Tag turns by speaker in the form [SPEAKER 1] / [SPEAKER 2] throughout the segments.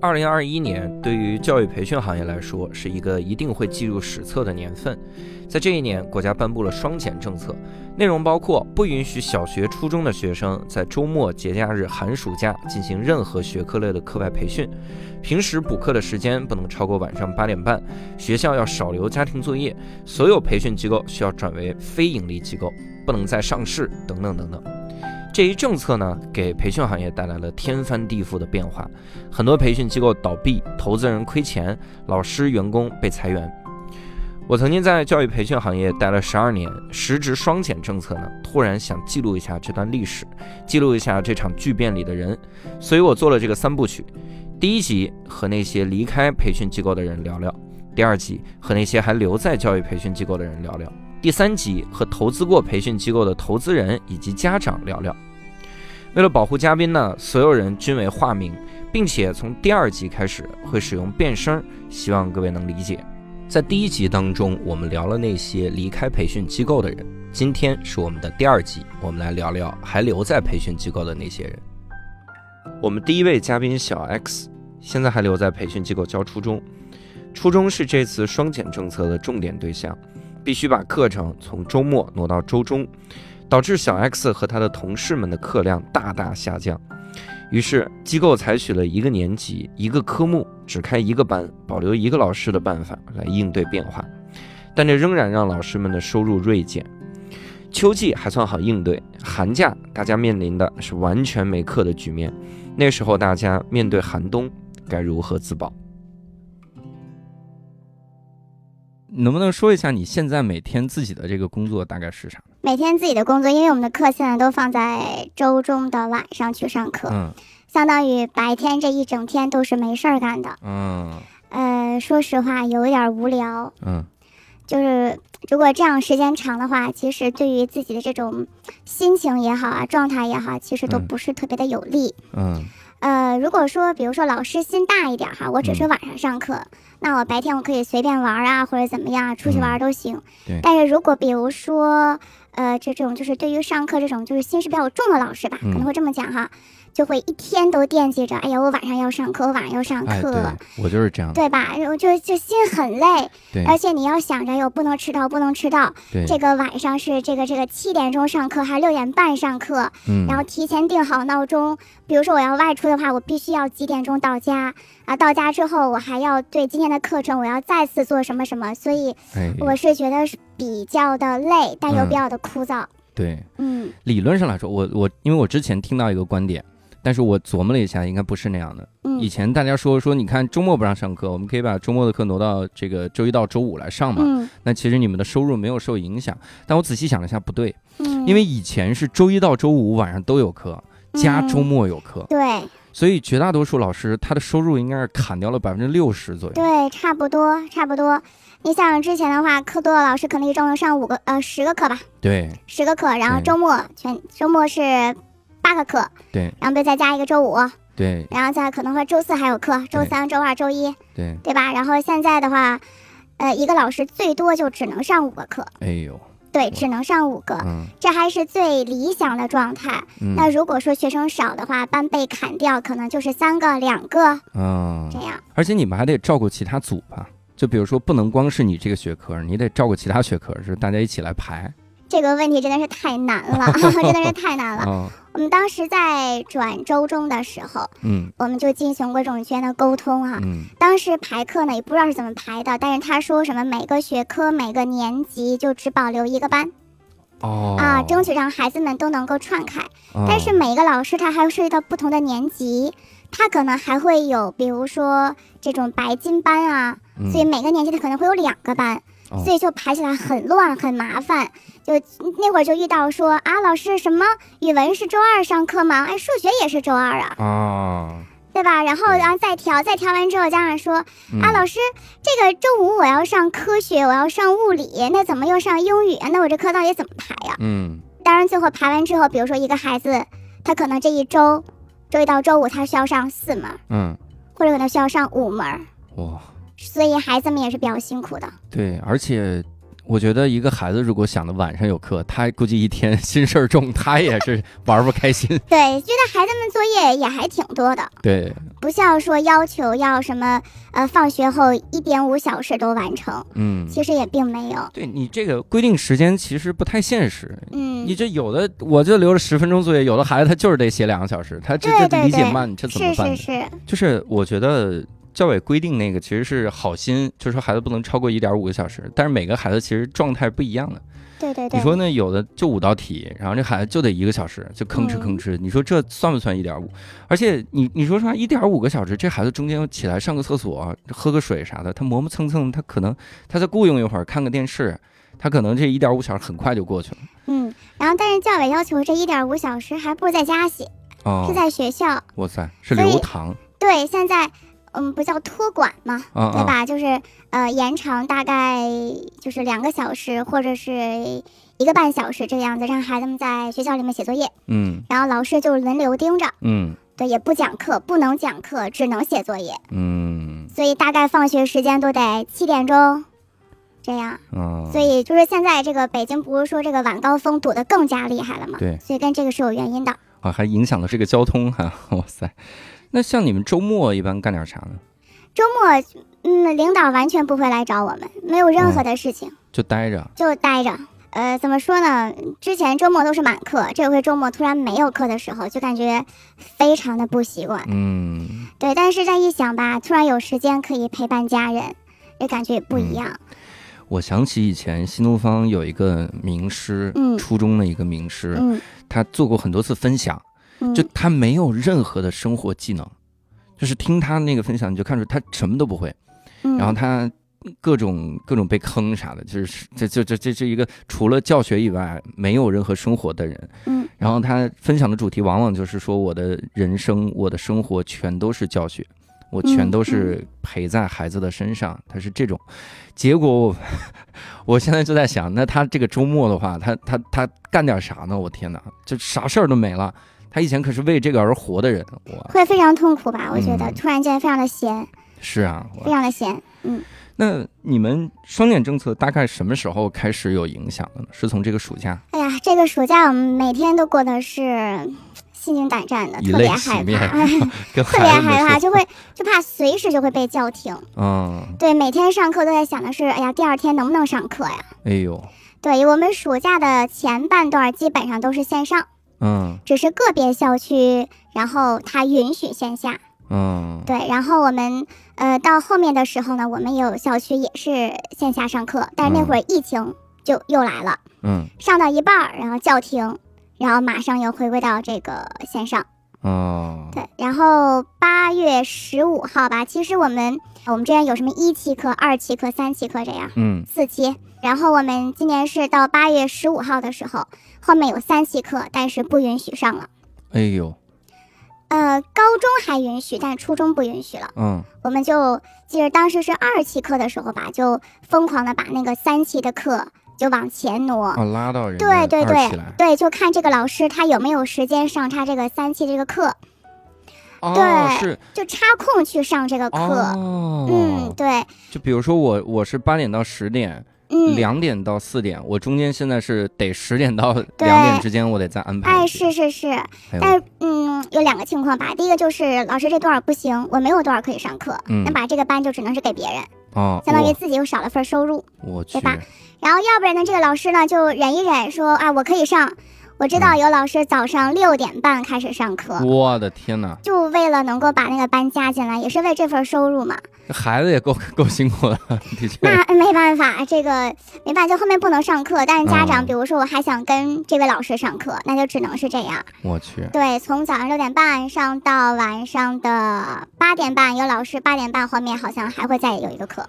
[SPEAKER 1] 二零二一年对于教育培训行业来说是一个一定会记入史册的年份。在这一年，国家颁布了双减政策，内容包括不允许小学、初中的学生在周末、节假日、寒暑假进行任何学科类的课外培训，平时补课的时间不能超过晚上八点半，学校要少留家庭作业，所有培训机构需要转为非盈利机构，不能再上市，等等等等。这一政策呢，给培训行业带来了天翻地覆的变化，很多培训机构倒闭，投资人亏钱，老师、员工被裁员。我曾经在教育培训行业待了十二年，时值双减政策呢，突然想记录一下这段历史，记录一下这场巨变里的人，所以我做了这个三部曲。第一集和那些离开培训机构的人聊聊，第二集和那些还留在教育培训机构的人聊聊。第三集和投资过培训机构的投资人以及家长聊聊。为了保护嘉宾呢，所有人均为化名，并且从第二集开始会使用变声，希望各位能理解。在第一集当中，我们聊了那些离开培训机构的人，今天是我们的第二集，我们来聊聊还留在培训机构的那些人。我们第一位嘉宾小 X 现在还留在培训机构教初中，初中是这次双减政策的重点对象。必须把课程从周末挪到周中，导致小 X 和他的同事们的课量大大下降。于是机构采取了一个年级一个科目只开一个班，保留一个老师的办法来应对变化，但这仍然让老师们的收入锐减。秋季还算好应对，寒假大家面临的是完全没课的局面。那时候大家面对寒冬，该如何自保？
[SPEAKER 2] 能不能说一下你现在每天自己的这个工作大概是啥？
[SPEAKER 3] 每天自己的工作，因为我们的课现在都放在周中的晚上去上课，
[SPEAKER 2] 嗯
[SPEAKER 3] 相当于白天这一整天都是没事儿干的。
[SPEAKER 2] 嗯
[SPEAKER 3] 呃，说实话，有一点儿无聊。
[SPEAKER 2] 嗯
[SPEAKER 3] 就是如果这样时间长的话，其实对于自己的这种心情也好啊，状态也好，其实都
[SPEAKER 2] 嗯
[SPEAKER 3] 不是特别的有利。
[SPEAKER 2] 嗯
[SPEAKER 3] 呃，如果说比如说老师心大一点儿哈，我只是
[SPEAKER 2] 嗯
[SPEAKER 3] 晚上上课，那我白天我可以随便玩儿啊，或者怎么样啊，出去玩儿都行。
[SPEAKER 2] 嗯对
[SPEAKER 3] 但是如果比如说呃这种就是对于上课这种就是心事比较重的老师吧，可
[SPEAKER 2] 嗯
[SPEAKER 3] 能会这么讲哈，就会一天都惦记着，哎呀，我晚上要上课，我晚上要上
[SPEAKER 2] 哎，
[SPEAKER 3] 课。啊
[SPEAKER 2] 对我就是这样的，
[SPEAKER 3] 对吧？我就就心很累，
[SPEAKER 2] 对
[SPEAKER 3] 而且你要想着哟，不能迟到，不能迟到。
[SPEAKER 2] 对，
[SPEAKER 3] 这个晚上是这个这个七点钟上课，还是六点半上课？
[SPEAKER 2] 嗯
[SPEAKER 3] 然后提前定好闹钟。比如说我要外出的话，我必须要几点钟到家啊？到家之后，我还要对今天的课程，我要再次做什么什么。所以
[SPEAKER 2] 哎，
[SPEAKER 3] 我是觉得是比较的累，但又
[SPEAKER 2] 嗯
[SPEAKER 3] 比较的枯燥。
[SPEAKER 2] 对，
[SPEAKER 3] 嗯
[SPEAKER 2] 理论上来说，我我因为我之前听到一个观点，但是我琢磨了一下，应该不是那样的。以
[SPEAKER 3] 嗯
[SPEAKER 2] 前大家说说，你看周末不让上课，我们可以把周末的课挪到这个周一到周五来上嘛。
[SPEAKER 3] 嗯
[SPEAKER 2] 那其实你们的收入没有受影响。但我仔细想了一下，不对，
[SPEAKER 3] 嗯，
[SPEAKER 2] 因为以前是周一到周五晚上都有课，加
[SPEAKER 3] 嗯
[SPEAKER 2] 周末有课，
[SPEAKER 3] 对
[SPEAKER 2] 所以绝大多数老师他的收入应该是砍掉了百分之六十左右。
[SPEAKER 3] 对，差不多差不多。你想之前的话，课多的老师可能一周能上五个呃十个课吧，
[SPEAKER 2] 对
[SPEAKER 3] 十个课，然后
[SPEAKER 2] 对
[SPEAKER 3] 周末全周末是八个课，
[SPEAKER 2] 对
[SPEAKER 3] 然后再加一个周五，
[SPEAKER 2] 对
[SPEAKER 3] 然后再可能会周四还有课，周
[SPEAKER 2] 对
[SPEAKER 3] 三、周二、周一，
[SPEAKER 2] 对，
[SPEAKER 3] 对吧？然后现在的话，呃，一个老师最多就只能上五个课，
[SPEAKER 2] 哎呦，
[SPEAKER 3] 对，只能上五个，
[SPEAKER 2] 嗯
[SPEAKER 3] 这还是最理想的状态。
[SPEAKER 2] 嗯
[SPEAKER 3] 啊那如果说学生少的话，班被砍掉，可能就是三个、两个
[SPEAKER 2] 啊
[SPEAKER 3] 这，样。
[SPEAKER 2] 而且你们还得照顾其他组吧。就比如说，不能光是你这个学科，你得照顾其他学科，是大家一起来排
[SPEAKER 3] 这个问题真的是太难 了， 真的是太难了。
[SPEAKER 2] 啊。
[SPEAKER 3] 我们当时在转周中的时候，
[SPEAKER 2] 嗯
[SPEAKER 3] 我们就进行过这种之间的沟通啊。
[SPEAKER 2] 嗯
[SPEAKER 3] 当时排课呢也不知道是怎么排的，但是他说什么每个学科每个年级就只保留一个班、
[SPEAKER 2] 哦
[SPEAKER 3] 啊，争取让孩子们都能够串开。
[SPEAKER 2] 哦
[SPEAKER 3] 但是每个老师他还涉及到不同的年级，他可能还会有比如说这种白金班啊，
[SPEAKER 2] 嗯
[SPEAKER 3] 所以每个年级他可能会有两个班，
[SPEAKER 2] 哦
[SPEAKER 3] 所以就排起来很乱很麻烦。就那会儿就遇到说啊，老师什么语文是周二上课吗？哎，数学也是周二啊，
[SPEAKER 2] 啊，
[SPEAKER 3] 对吧？然后然后再调，再调完之后，家长说
[SPEAKER 2] 嗯
[SPEAKER 3] 啊，老师，这个周五我要上科学，我要上物理，那怎么又上英语啊？那我这课到底怎么排啊呀、
[SPEAKER 2] 嗯
[SPEAKER 3] 当然，最后排完之后，比如说一个孩子，他可能这一周，周一到周五他需要上四门儿，
[SPEAKER 2] 嗯，
[SPEAKER 3] 或者可能需要上五门儿，
[SPEAKER 2] 哇，
[SPEAKER 3] 所以孩子们也是比较辛苦的。
[SPEAKER 2] 对，而且
[SPEAKER 1] 我觉得一个孩子如果想的晚上有课，他估计一 天心事儿重，他也是玩不开心。
[SPEAKER 3] 对，觉得孩子们作业也还挺多的，
[SPEAKER 1] 对，
[SPEAKER 3] 不像说要求要什么呃放学后一点五小时都完成，
[SPEAKER 1] 嗯，
[SPEAKER 3] 其实也并没有。
[SPEAKER 1] 对你这个规定时间其实不太现实。
[SPEAKER 3] 嗯，
[SPEAKER 1] 你这有的我就留了十分钟作业，有的孩子他就是得写两个小时，他这
[SPEAKER 3] 对
[SPEAKER 1] 这
[SPEAKER 3] 对
[SPEAKER 1] 理解
[SPEAKER 3] 对
[SPEAKER 1] 慢，你这怎么
[SPEAKER 3] 是
[SPEAKER 1] 办呢？
[SPEAKER 3] 是是，
[SPEAKER 1] 就是我觉得教委规定那个其实是好心，就是说孩子不能超过一点五个小时，但是每个孩子其实状态不一样的。
[SPEAKER 3] 对对对。
[SPEAKER 1] 你说呢？有的就五道题，然后这孩子就得一个小时，就吭哧
[SPEAKER 3] 嗯
[SPEAKER 1] 吭哧。你说这算不算一点五？而且你你说实话，一点五个小时，这孩子中间起来上个厕所、喝个水啥的，他磨磨蹭蹭，他可能他再雇佣一会儿看个电视，他可能这一点五小时很快就过去了。
[SPEAKER 3] 嗯，然后但是教委要求这一点五小时还不如在家写，
[SPEAKER 1] 哦
[SPEAKER 3] 是，在学校。
[SPEAKER 1] 哇塞，是
[SPEAKER 3] 所以
[SPEAKER 1] 流堂
[SPEAKER 3] 对，现在嗯不叫托管嘛，
[SPEAKER 1] 啊
[SPEAKER 3] 对
[SPEAKER 1] 啊！
[SPEAKER 3] 吧？就是呃延长大概就是两个小时或者是一个半小时这样子，让孩子们在学校里面写作业，
[SPEAKER 1] 嗯
[SPEAKER 3] 然后老师就轮流盯着。
[SPEAKER 1] 嗯
[SPEAKER 3] 对，也不讲课，不能讲课，只能写作业，
[SPEAKER 1] 嗯
[SPEAKER 3] 所以大概放学时间都得七点钟，这样。
[SPEAKER 1] 嗯，
[SPEAKER 3] 所以就是现在这个北京不是说这个晚高峰堵得更加厉害了吗？
[SPEAKER 1] 对
[SPEAKER 3] 所以跟这个是有原因的。
[SPEAKER 1] 啊，还影响了这个交通哈、 哇塞，那像你们周末一般干点啥呢？
[SPEAKER 3] 周末，嗯，领导完全不会来找我们，没有
[SPEAKER 1] 哦
[SPEAKER 3] 任何的事情，
[SPEAKER 1] 就待着。
[SPEAKER 3] 就待着。呃，怎么说呢？之前周末都是满课，这回周末突然没有课的时候，就感觉非常的不习惯。
[SPEAKER 1] 嗯，
[SPEAKER 3] 对，但是再一想吧，突然有时间可以陪伴家人，也感觉也不一样。
[SPEAKER 1] 我想起以前新东方有一个名师，
[SPEAKER 3] 嗯
[SPEAKER 1] 初中的一个名师，
[SPEAKER 3] 嗯
[SPEAKER 1] 他做过很多次分享，
[SPEAKER 3] 嗯，
[SPEAKER 1] 就他没有任何的生活技能，就是听他那个分享，你就看出他什么都不会。
[SPEAKER 3] 嗯
[SPEAKER 1] 然后他各种各种被坑啥的，就是这这这这是一个除了教学以外没有任何生活的人。
[SPEAKER 3] 嗯，
[SPEAKER 1] 然后他分享的主题往往就是说我的人生、我的生活全都是教学。我全都
[SPEAKER 3] 嗯
[SPEAKER 1] 是陪在孩子的身上，他是这种， 结果我，我现在就在想，那他这个周末的话，他他他干点啥呢？我天哪，就啥事儿都没了。他以前可是为这个而活的人，我
[SPEAKER 3] 会非常痛苦吧？我觉得、
[SPEAKER 1] 嗯
[SPEAKER 3] 突然间非常的闲，
[SPEAKER 1] 是啊，我
[SPEAKER 3] 非常的闲。嗯，
[SPEAKER 1] 那你们双减政策大概什么时候开始有影响的呢？是从这个暑假
[SPEAKER 3] 哎呀，这个暑假我们每天都过得是心惊胆战的，
[SPEAKER 1] 以
[SPEAKER 3] 特别
[SPEAKER 1] 泪洗
[SPEAKER 3] 害
[SPEAKER 1] 面
[SPEAKER 3] 怕，
[SPEAKER 1] 跟
[SPEAKER 3] 特别
[SPEAKER 1] 孩子
[SPEAKER 3] 害 怕，
[SPEAKER 1] 们说，
[SPEAKER 3] 就会就怕随时就会被叫停。
[SPEAKER 1] 嗯，
[SPEAKER 3] 对，每天上课都在想的是，哎呀，第二天能不能上课呀？
[SPEAKER 1] 哎呦，
[SPEAKER 3] 对我们暑假的前半段基本上都是线上，
[SPEAKER 1] 嗯
[SPEAKER 3] 只是个别校区，然后它允许线下。
[SPEAKER 1] 嗯，
[SPEAKER 3] 对，然后我们呃到后面的时候呢，我们有校区也是线下上课，但是那会儿疫情就又来了，
[SPEAKER 1] 嗯
[SPEAKER 3] 上到一半儿然后叫停，然后马上又回归到这个线上。
[SPEAKER 1] 哦，
[SPEAKER 3] 对，然后八月十五号吧，其实我们我们之前有什么一期课、二期课、三期课这样
[SPEAKER 1] 嗯
[SPEAKER 3] 四期，然后我们今年是到八月十五号的时候，后面有三期课，但是不允许上了。
[SPEAKER 1] 哎呦，
[SPEAKER 3] 呃，高中还允许，但初中不允许了。
[SPEAKER 1] 嗯
[SPEAKER 3] 我们就记得当时是二期课的时候吧，就疯狂的把那个三期的课就往前挪。
[SPEAKER 1] 啊，拉到人
[SPEAKER 3] 对
[SPEAKER 1] 家
[SPEAKER 3] 对
[SPEAKER 1] 二起
[SPEAKER 3] 对
[SPEAKER 1] 来，
[SPEAKER 3] 对，就看这个老师他有没有时间上他这个三期这个课，
[SPEAKER 1] 哦
[SPEAKER 3] 对
[SPEAKER 1] 是
[SPEAKER 3] 就插空去上这个课。嗯，
[SPEAKER 1] 哦，
[SPEAKER 3] 对，
[SPEAKER 1] 就比如说我我是八点到十点，
[SPEAKER 3] 嗯，
[SPEAKER 1] 两点到四点，我中间现在是得十点到
[SPEAKER 3] 对
[SPEAKER 1] 两点之间，我得再安排
[SPEAKER 3] 哎，
[SPEAKER 1] 一次，
[SPEAKER 3] 是是是，
[SPEAKER 1] 哎
[SPEAKER 3] 但
[SPEAKER 1] 呦，
[SPEAKER 3] 是嗯，有两个情况吧。第一个就是老师这段儿不行，我没有段儿可以上课，
[SPEAKER 1] 嗯
[SPEAKER 3] 那把这个班就只能是给别人，
[SPEAKER 1] 哦，
[SPEAKER 3] 相当于
[SPEAKER 1] 我
[SPEAKER 3] 自己又少了份儿收入。
[SPEAKER 1] 我去，
[SPEAKER 3] 吧然后要不然呢，这个老师呢就忍一忍说，啊，我可以上。我知道有老师早上六点半开始上课，
[SPEAKER 1] 我的天哪，
[SPEAKER 3] 就为了能够把那个班加进来，也是为这份收入嘛。
[SPEAKER 1] 这孩子也够够辛苦的，的确。
[SPEAKER 3] 那没办法，这个没办法，就后面不能上课。但是家长，
[SPEAKER 1] 嗯
[SPEAKER 3] 比如说我还想跟这位老师上课，那就只能是这样。
[SPEAKER 1] 我去，
[SPEAKER 3] 对，从早上六点半上到晚上的八点半，有老师八点半后面好像还会再有一个课。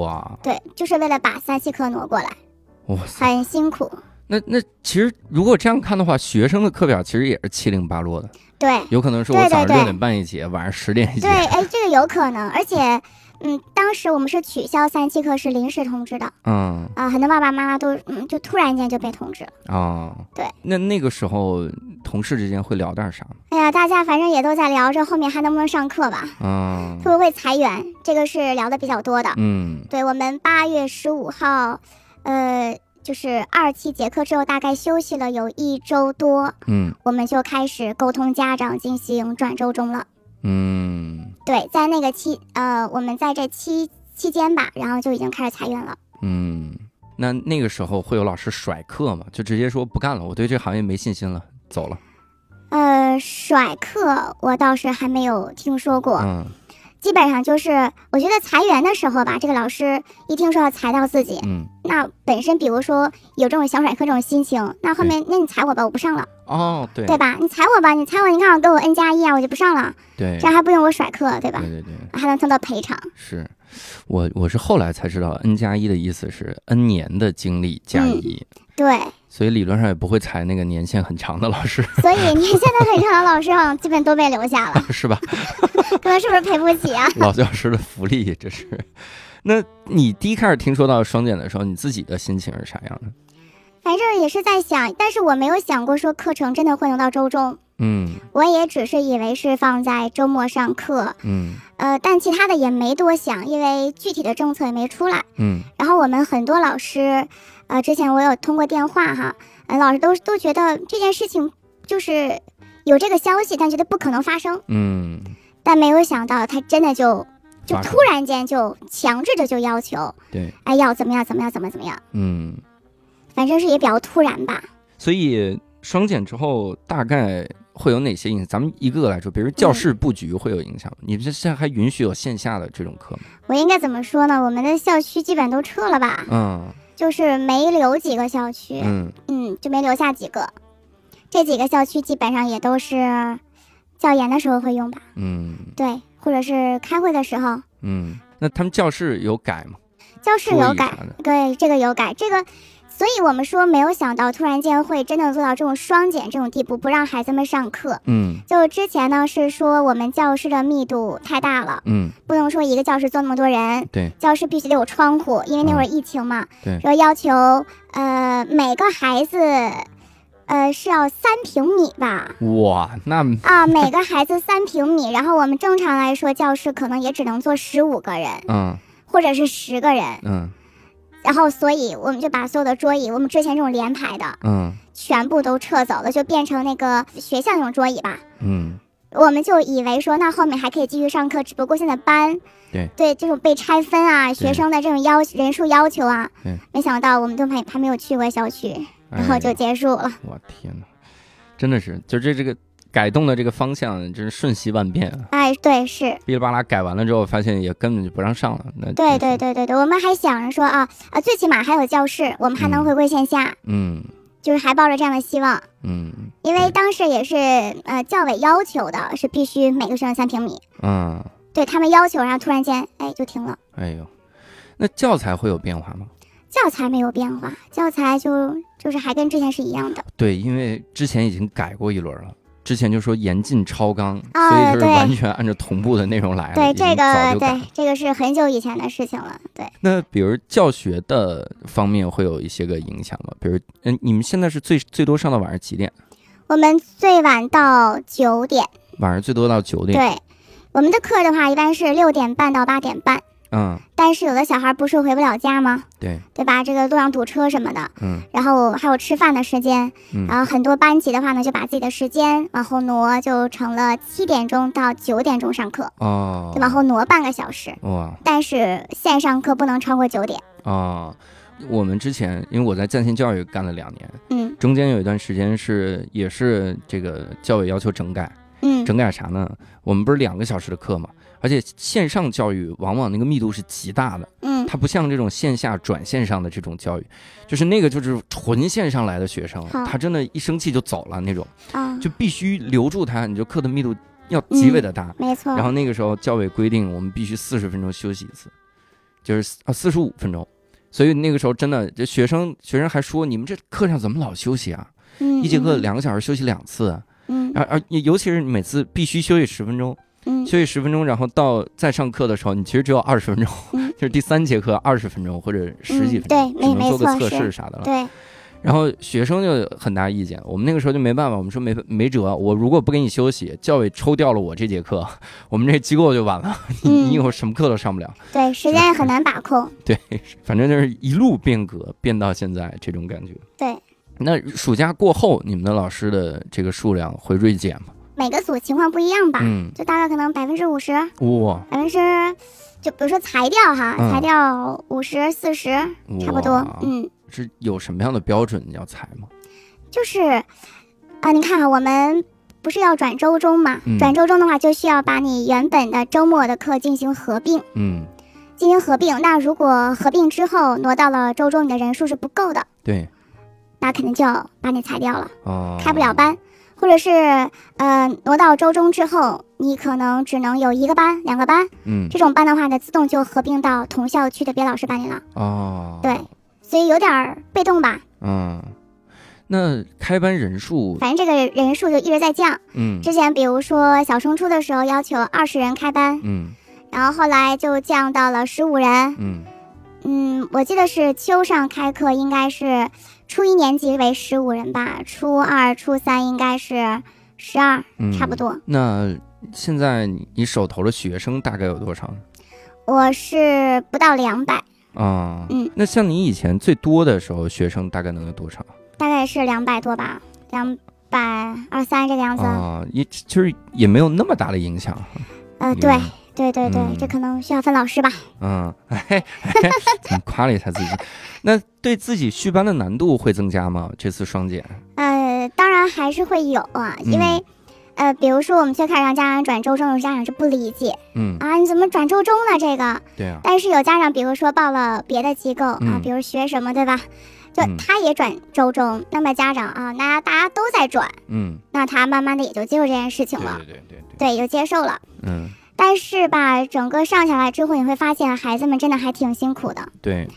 [SPEAKER 1] 哇，
[SPEAKER 3] 对，就是为了把三期课挪过来，
[SPEAKER 1] 哇塞！
[SPEAKER 3] 很辛苦。
[SPEAKER 1] 那那其实如果这样看的话，学生的课表其实也是七零八落的，
[SPEAKER 3] 对，
[SPEAKER 1] 有可能是我
[SPEAKER 3] 对对
[SPEAKER 1] 早上
[SPEAKER 3] 对
[SPEAKER 1] 六点半一节，晚上十点一节
[SPEAKER 3] 对，哎，这个有可能，而且，嗯，当时我们是取消三期课，是临时通知的
[SPEAKER 1] 嗯
[SPEAKER 3] 啊、很多爸爸妈妈都，嗯，就突然间就被通知了。
[SPEAKER 1] 啊，
[SPEAKER 3] 对。
[SPEAKER 1] 那那个时候同事之间会聊点啥吗？
[SPEAKER 3] 哎呀，大家反正也都在聊着后面还能不能上课吧，
[SPEAKER 1] 嗯
[SPEAKER 3] 会不会裁员，这个是聊的比较多的。
[SPEAKER 1] 嗯
[SPEAKER 3] 对我们八月十五号，呃，就是二期结课之后，大概休息了有一周多，
[SPEAKER 1] 嗯
[SPEAKER 3] 我们就开始沟通家长进行转周中了。
[SPEAKER 1] 嗯
[SPEAKER 3] 对，在那个期，呃，我们在这期期间吧，然后就已经开始裁员了。
[SPEAKER 1] 嗯。那那个时候会有老师甩课吗？就直接说不干了，我对这行业没信心了，走了。
[SPEAKER 3] 呃，甩课我倒是还没有听说过，
[SPEAKER 1] 嗯
[SPEAKER 3] 基本上就是我觉得裁员的时候吧，这个老师一听说要裁到自己，
[SPEAKER 1] 嗯。
[SPEAKER 3] 那本身比如说有这种想甩课这种心情，那后面那你裁我吧，我不上了，
[SPEAKER 1] 哦，对
[SPEAKER 3] 对吧？你裁我吧，你裁我，你看我给我 N 加一啊，我就不上了，
[SPEAKER 1] 对
[SPEAKER 3] 这样还不用我甩课，对吧？
[SPEAKER 1] 对对对，
[SPEAKER 3] 还能蹭到赔偿。
[SPEAKER 1] 是我我是后来才知道 n 加一的意思是 n 年的经历加
[SPEAKER 3] 嗯
[SPEAKER 1] 一、
[SPEAKER 3] 对，
[SPEAKER 1] 所以理论上也不会裁那个年限很长的老师，
[SPEAKER 3] 所以你现在很长的老师好像基本都被留下了，
[SPEAKER 1] 是吧？
[SPEAKER 3] 可能是不是赔不起啊？
[SPEAKER 1] 老教师的福利这是。 那你第一开始听说到双减的时候，你自己的心情是啥样的？
[SPEAKER 3] 反正也是在想，但是我没有想过说课程真的会挪到周中，
[SPEAKER 1] 嗯
[SPEAKER 3] 我也只是以为是放在周末上课，
[SPEAKER 1] 嗯
[SPEAKER 3] 呃，但其他的也没多想，因为具体的政策也没出来。
[SPEAKER 1] 嗯
[SPEAKER 3] 然后我们很多老师，呃，之前我有通过电话哈，呃，老师都都觉得这件事情就是有这个消息，但觉得不可能发生，
[SPEAKER 1] 嗯
[SPEAKER 3] 但没有想到他真的就就
[SPEAKER 1] 发生
[SPEAKER 3] 突然间就强制的就要求，
[SPEAKER 1] 对，
[SPEAKER 3] 哎，要怎么样怎么样怎么怎么样，
[SPEAKER 1] 嗯，
[SPEAKER 3] 反正是也比较突然吧。
[SPEAKER 1] 所以双减之后大概会有哪些影响？咱们一个个来说，比如教室布局会有影响吗？你们这现在还允许有线下的这种课吗？
[SPEAKER 3] 我应该怎么说呢？我们的校区基本都撤了吧，
[SPEAKER 1] 嗯
[SPEAKER 3] 就是没留几个校区，
[SPEAKER 1] 嗯
[SPEAKER 3] 嗯，就没留下几个。这几个校区基本上也都是教研的时候会用吧，
[SPEAKER 1] 嗯
[SPEAKER 3] 对，或者是开会的时候。
[SPEAKER 1] 嗯，那他们教室有改吗？
[SPEAKER 3] 教室
[SPEAKER 1] 桌
[SPEAKER 3] 有
[SPEAKER 1] 椅
[SPEAKER 3] 改
[SPEAKER 1] 啥的，
[SPEAKER 3] 对这个有改，这个，所以我们说没有想到突然间会真的做到这种双减这种地步，不让孩子们上课。
[SPEAKER 1] 嗯
[SPEAKER 3] 就之前呢是说我们教室的密度太大了，
[SPEAKER 1] 嗯，
[SPEAKER 3] 不能说一个教室坐那么多人，
[SPEAKER 1] 对
[SPEAKER 3] 教室必须得有窗户，因为那会儿疫情嘛，
[SPEAKER 1] 对
[SPEAKER 3] 说要求呃每个孩子呃是要三平米吧。
[SPEAKER 1] 哇，那
[SPEAKER 3] 啊，每个孩子三平米，然后我们正常来说，教室可能也只能坐十五个人，
[SPEAKER 1] 嗯
[SPEAKER 3] 或者是十个人。
[SPEAKER 1] 嗯
[SPEAKER 3] 然后，所以我们就把所有的桌椅，我们之前这种连排的，
[SPEAKER 1] 嗯
[SPEAKER 3] 全部都撤走了，就变成那个学校那种桌椅吧。
[SPEAKER 1] 嗯，
[SPEAKER 3] 我们就以为说，那后面还可以继续上课，只不过现在班
[SPEAKER 1] 对
[SPEAKER 3] 这种被拆分啊，学生的这种要人数要求啊
[SPEAKER 1] 对，
[SPEAKER 3] 没想到我们都还还没有去过校区，
[SPEAKER 1] 哎
[SPEAKER 3] 然后就结束了。
[SPEAKER 1] 我天哪，真的是，就这这个改动的这个方向，真是瞬息万变啊！
[SPEAKER 3] 哎，对，是。
[SPEAKER 1] 哔哩吧啦改完了之后，发现也根本就不让上了。那
[SPEAKER 3] 对
[SPEAKER 1] 真
[SPEAKER 3] 对
[SPEAKER 1] 是，
[SPEAKER 3] 对对对，我们还想着说啊啊，最起码还有教室，我们还能
[SPEAKER 1] 嗯
[SPEAKER 3] 回归线下，
[SPEAKER 1] 嗯
[SPEAKER 3] 就是还抱着这样的希望，
[SPEAKER 1] 嗯
[SPEAKER 3] 因为当时也是呃教委要求的，是必须每个学生三平米，
[SPEAKER 1] 嗯，
[SPEAKER 3] 对他们要求，然后突然间，哎，就停了。
[SPEAKER 1] 哎呦，那教材会有变化吗？
[SPEAKER 3] 教材没有变化，教材就就是还跟之前是一样的。
[SPEAKER 1] 对，因为之前已经改过一轮了。之前就说严禁超纲，
[SPEAKER 3] 啊
[SPEAKER 1] 所以就是
[SPEAKER 3] 对
[SPEAKER 1] 完全按照同步的内容来了。
[SPEAKER 3] 对，
[SPEAKER 1] 已经
[SPEAKER 3] 这
[SPEAKER 1] 早
[SPEAKER 3] 个
[SPEAKER 1] 就改了
[SPEAKER 3] 对这个是很久以前的事情了。对，
[SPEAKER 1] 那比如教学的方面会有一些个影响吗？比如，嗯，你们现在是最最多上到晚上几点？
[SPEAKER 3] 我们最晚到九点，
[SPEAKER 1] 晚上最多到九点。
[SPEAKER 3] 对，我们的课的话一般是六点半到八点半，
[SPEAKER 1] 嗯，
[SPEAKER 3] 但是有的小孩不是回不了家吗？
[SPEAKER 1] 对，
[SPEAKER 3] 对吧？这个路上堵车什么的，
[SPEAKER 1] 嗯
[SPEAKER 3] 然后还有吃饭的时间，
[SPEAKER 1] 嗯
[SPEAKER 3] 然后很多班级的话呢，就把自己的时间往后挪，就成了七点钟到九点钟上课，
[SPEAKER 1] 哦
[SPEAKER 3] 就，往后挪半个小时。
[SPEAKER 1] 哇
[SPEAKER 3] 但是线上课不能超过九点，
[SPEAKER 1] 哦，我们之前因为我在在线教育干了两年，
[SPEAKER 3] 嗯
[SPEAKER 1] 中间有一段时间是也是这个教委要求整改，
[SPEAKER 3] 嗯，
[SPEAKER 1] 整改啥呢？我们不是两个小时的课嘛，而且线上教育往往那个密度是极大的，
[SPEAKER 3] 嗯，
[SPEAKER 1] 它不像这种线下转线上的这种教育，就是那个就是纯线上来的学生，
[SPEAKER 3] 好
[SPEAKER 1] 他真的一生气就走了那种，
[SPEAKER 3] 啊，
[SPEAKER 1] 就必须留住他，你就课的密度要
[SPEAKER 3] 嗯
[SPEAKER 1] 极为的大。
[SPEAKER 3] 没错。
[SPEAKER 1] 然后那个时候教委规定我们必须四十分钟休息一次，就是啊四十五分钟。所以那个时候真的，这学生学生还说你们这课上怎么老休息啊？
[SPEAKER 3] 嗯
[SPEAKER 1] 一节课，两个小时休息两次，啊
[SPEAKER 3] 嗯
[SPEAKER 1] 而而尤其是你每次必须休息十分钟，
[SPEAKER 3] 嗯
[SPEAKER 1] 休息十分钟，然后到再上课的时候，你其实只有二十分钟，
[SPEAKER 3] 嗯
[SPEAKER 1] 就是第三节课二十分钟或者十几
[SPEAKER 3] 嗯
[SPEAKER 1] 分钟，
[SPEAKER 3] 对
[SPEAKER 1] 只
[SPEAKER 3] 没
[SPEAKER 1] 能做
[SPEAKER 3] 没
[SPEAKER 1] 个测
[SPEAKER 3] 错是
[SPEAKER 1] 试啥的了。
[SPEAKER 3] 对，
[SPEAKER 1] 然后学生就很大意见，我们那个时候就没办法，我们说没没辙，我如果不给你休息，教委抽调了我这节课， 我们这机构就完了，你
[SPEAKER 3] 嗯
[SPEAKER 1] 你以后什么课都上不了。
[SPEAKER 3] 对，时间也很难把控。
[SPEAKER 1] 反正就是一路变革，变到现在这种感觉。
[SPEAKER 3] 对，
[SPEAKER 1] 那暑假过后，你们的老师的这个数量会锐减吗？
[SPEAKER 3] 每个组情况不一样吧，
[SPEAKER 1] 嗯，
[SPEAKER 3] 就大概可能百分之五十，
[SPEAKER 1] 哇，
[SPEAKER 3] 百分之就比如说裁掉哈，
[SPEAKER 1] 嗯
[SPEAKER 3] 裁掉五十、四十，差不多
[SPEAKER 1] 哇。
[SPEAKER 3] 嗯，
[SPEAKER 1] 是有什么样的标准要裁吗？
[SPEAKER 3] 就是啊，你看啊，我们不是要转周中嘛？
[SPEAKER 1] 嗯
[SPEAKER 3] 转周中的话，就需要把你原本的周末的课进行合并。
[SPEAKER 1] 嗯，
[SPEAKER 3] 进行合并，那如果合并之后挪到了周中，你的人数是不够的，
[SPEAKER 1] 对，
[SPEAKER 3] 那肯定就要把你裁掉了，
[SPEAKER 1] 哦，
[SPEAKER 3] 开不了班，或者是呃挪到周中之后，你可能只能有一个班、两个班，
[SPEAKER 1] 嗯，
[SPEAKER 3] 这种班的话呢，自动就合并到同校区的别的老师班里了，
[SPEAKER 1] 哦，
[SPEAKER 3] 对，所以有点儿被动吧。
[SPEAKER 1] 嗯，那开班人数，
[SPEAKER 3] 反正这个人数就一直在降。
[SPEAKER 1] 嗯
[SPEAKER 3] 之前比如说小升初的时候要求二十人开班，
[SPEAKER 1] 嗯
[SPEAKER 3] 然后后来就降到了十五人。
[SPEAKER 1] 嗯，
[SPEAKER 3] 嗯，我记得是秋上开课应该是初一年级为十五人吧，初二、初三应该是十二，
[SPEAKER 1] 嗯
[SPEAKER 3] 差不。多。
[SPEAKER 1] 那现在你你手头的学生大概有多少呢？
[SPEAKER 3] 我是不到两百，
[SPEAKER 1] 啊，
[SPEAKER 3] 嗯，
[SPEAKER 1] 那像你以前最多的时候，学生大概能有多少？
[SPEAKER 3] 大概是两百多吧，两百二三这个样子。
[SPEAKER 1] 啊，也就是也没有那么大的影响。嗯
[SPEAKER 3] 呃，对，对对对，
[SPEAKER 1] 嗯
[SPEAKER 3] 这可能需要分老师吧。
[SPEAKER 1] 嗯， 哎，哎怎么夸了一下自己？那对自己续班的难度会增加吗？这次双减，
[SPEAKER 3] 呃，当然还是会有啊，因为
[SPEAKER 1] 嗯。
[SPEAKER 3] 呃，比如说我们最开始让家长转周中，有家长是不理解
[SPEAKER 1] 嗯，
[SPEAKER 3] 啊，你怎么转周中呢？这个，
[SPEAKER 1] 对啊，
[SPEAKER 3] 但是有家长，比如说报了别的机构、啊
[SPEAKER 1] 嗯，
[SPEAKER 3] 比如学什么，对吧？就
[SPEAKER 1] 嗯
[SPEAKER 3] 他也转周中，那么家长啊，那大家都在转，
[SPEAKER 1] 嗯，
[SPEAKER 3] 那他慢慢的也就接受这件事情
[SPEAKER 1] 对
[SPEAKER 3] 了，
[SPEAKER 1] 对对对对，
[SPEAKER 3] 对，也就接受了。
[SPEAKER 1] 嗯，
[SPEAKER 3] 但是吧，整个上下来之后，你会发现孩子们真的还挺辛苦的，
[SPEAKER 1] 对。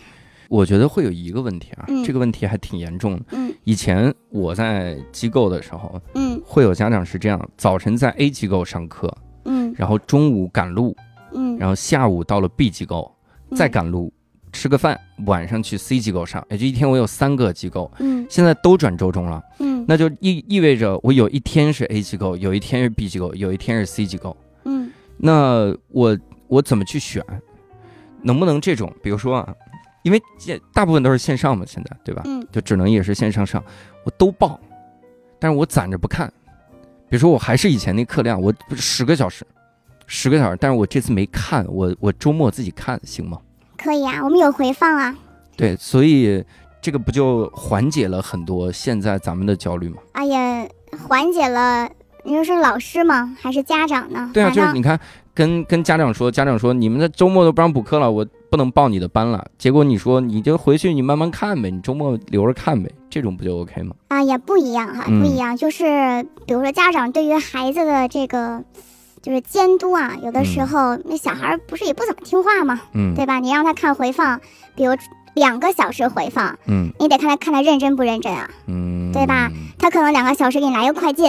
[SPEAKER 1] 我觉得会有一个问题啊，
[SPEAKER 3] 嗯
[SPEAKER 1] 这个问题还挺严重的。
[SPEAKER 3] 嗯
[SPEAKER 1] 以前我在机构的时候，
[SPEAKER 3] 嗯
[SPEAKER 1] 会有家长是这样：早晨在 A 机构上课，
[SPEAKER 3] 嗯
[SPEAKER 1] 然后中午赶路，
[SPEAKER 3] 嗯，
[SPEAKER 1] 然后下午到了 B 机构，
[SPEAKER 3] 嗯
[SPEAKER 1] 再赶路吃个饭，晚上去 C 机构上。也就一天我有三个机构，
[SPEAKER 3] 嗯
[SPEAKER 1] 现在都转周中了，
[SPEAKER 3] 嗯
[SPEAKER 1] 那就意意味着我有一天是 A 机构，有一天是 B 机构，有一天是 C 机构。
[SPEAKER 3] 嗯
[SPEAKER 1] 那我我怎么去选？能不能这种，比如说啊，因为这大部分都是线上嘛，现在对吧？
[SPEAKER 3] 嗯
[SPEAKER 1] 就只能也是线上上，我都报，但是我攒着不看。比如说我还是以前那课量，我十个小时，十个小时，但是我这次没看，我我周末自己看行吗？
[SPEAKER 3] 可以啊，我们有回放啊，
[SPEAKER 1] 对，所以这个不就缓解了很多现在咱们的焦虑吗？
[SPEAKER 3] 啊也缓解了。你说是老师吗？还是家长呢？
[SPEAKER 1] 对啊，
[SPEAKER 3] 反
[SPEAKER 1] 就是
[SPEAKER 3] 正
[SPEAKER 1] 你看，跟跟家长说，家长说你们在周末都不让补课了，我不能报你的班了。结果你说你就回去你慢慢看呗，你周末留着看呗，这种不就 OK 吗？
[SPEAKER 3] 啊，也不一样哈，
[SPEAKER 1] 嗯
[SPEAKER 3] 不一样，就是比如说家长对于孩子的这个就是监督啊，有的时
[SPEAKER 1] 嗯
[SPEAKER 3] 候、那小孩儿不是也不怎么听话嘛，
[SPEAKER 1] 嗯
[SPEAKER 3] 对吧？你让他看回放，比如两个小时回放，
[SPEAKER 1] 嗯
[SPEAKER 3] 你得看他看他认真不认真啊，
[SPEAKER 1] 嗯，
[SPEAKER 3] 对吧？他可能两个小时给你来个快进，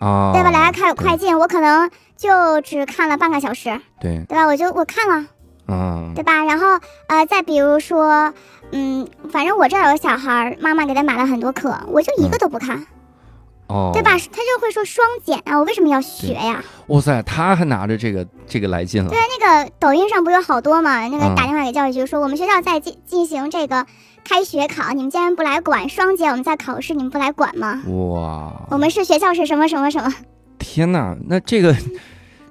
[SPEAKER 1] 啊，
[SPEAKER 3] 对吧？来个快
[SPEAKER 1] 对
[SPEAKER 3] 快进，我可能就只看了半个小时，
[SPEAKER 1] 对，
[SPEAKER 3] 对吧？我就我看了，
[SPEAKER 1] 啊，
[SPEAKER 3] 对吧？然后呃，再比如说，嗯，反正我这儿有个小孩儿，妈妈给他买了很多课，我就
[SPEAKER 1] 嗯
[SPEAKER 3] 一个都不看。
[SPEAKER 1] 哦，
[SPEAKER 3] 对吧？？他就会说双减啊，我为什么要学呀？
[SPEAKER 1] 哇塞，他还拿着这个这个来劲了，
[SPEAKER 3] 那个抖音上不是有好多嘛？
[SPEAKER 1] 嗯
[SPEAKER 3] 那个打电话给教育局说，我们学校在进进行这个开学考，你们竟然不来管双减，我们在考试，你们不来管吗？
[SPEAKER 1] 哇，
[SPEAKER 3] 我们是学校是什么什么什么？
[SPEAKER 1] 天哪，那这个。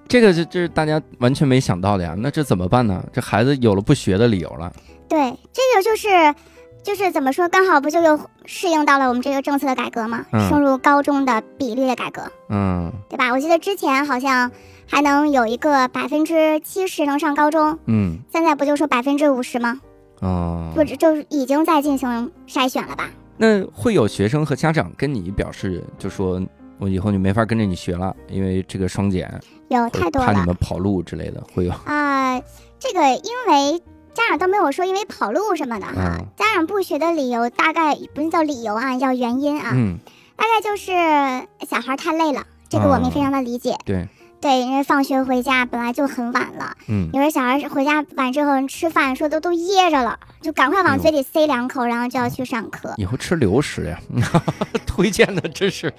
[SPEAKER 1] 这个就这是大家完全没想到的呀，那这怎么办呢？这孩子有了不学的理由了。
[SPEAKER 3] 对，这个就是就是怎么说，刚好不就又适应到了我们这个政策的改革嘛，
[SPEAKER 1] 嗯
[SPEAKER 3] 升入高中的比例的改革，
[SPEAKER 1] 嗯
[SPEAKER 3] 对吧？我记得之前好像还能有一个百分之七十能上高中，
[SPEAKER 1] 嗯
[SPEAKER 3] 现在不就说百分之五十吗？
[SPEAKER 1] 哦，
[SPEAKER 3] 不就就已经在进行筛选了吧？
[SPEAKER 1] 那会有学生和家长跟你表示，就说我以后就没法跟着你学了，因为这个双减，
[SPEAKER 3] 有
[SPEAKER 1] 或
[SPEAKER 3] 太
[SPEAKER 1] 者
[SPEAKER 3] 多
[SPEAKER 1] 怕你
[SPEAKER 3] 了
[SPEAKER 1] 们跑路之类的，会有
[SPEAKER 3] 啊、这个因为家长倒没有说因为跑路什么的哈，
[SPEAKER 1] 嗯
[SPEAKER 3] 家长不学的理由大概不是叫理由啊，叫原因啊，
[SPEAKER 1] 嗯，哦
[SPEAKER 3] 大概就是小孩太累了，这个我们也非常的理解。
[SPEAKER 1] 对，
[SPEAKER 3] 对，人家放学回家本来就很晚了，
[SPEAKER 1] 嗯，
[SPEAKER 3] 有时候小孩回家晚之后吃饭，说都都噎着了，就赶快
[SPEAKER 1] 哎
[SPEAKER 3] 往嘴里塞两口，然后就要去上课。
[SPEAKER 1] 以后吃流食呀， 推荐的真是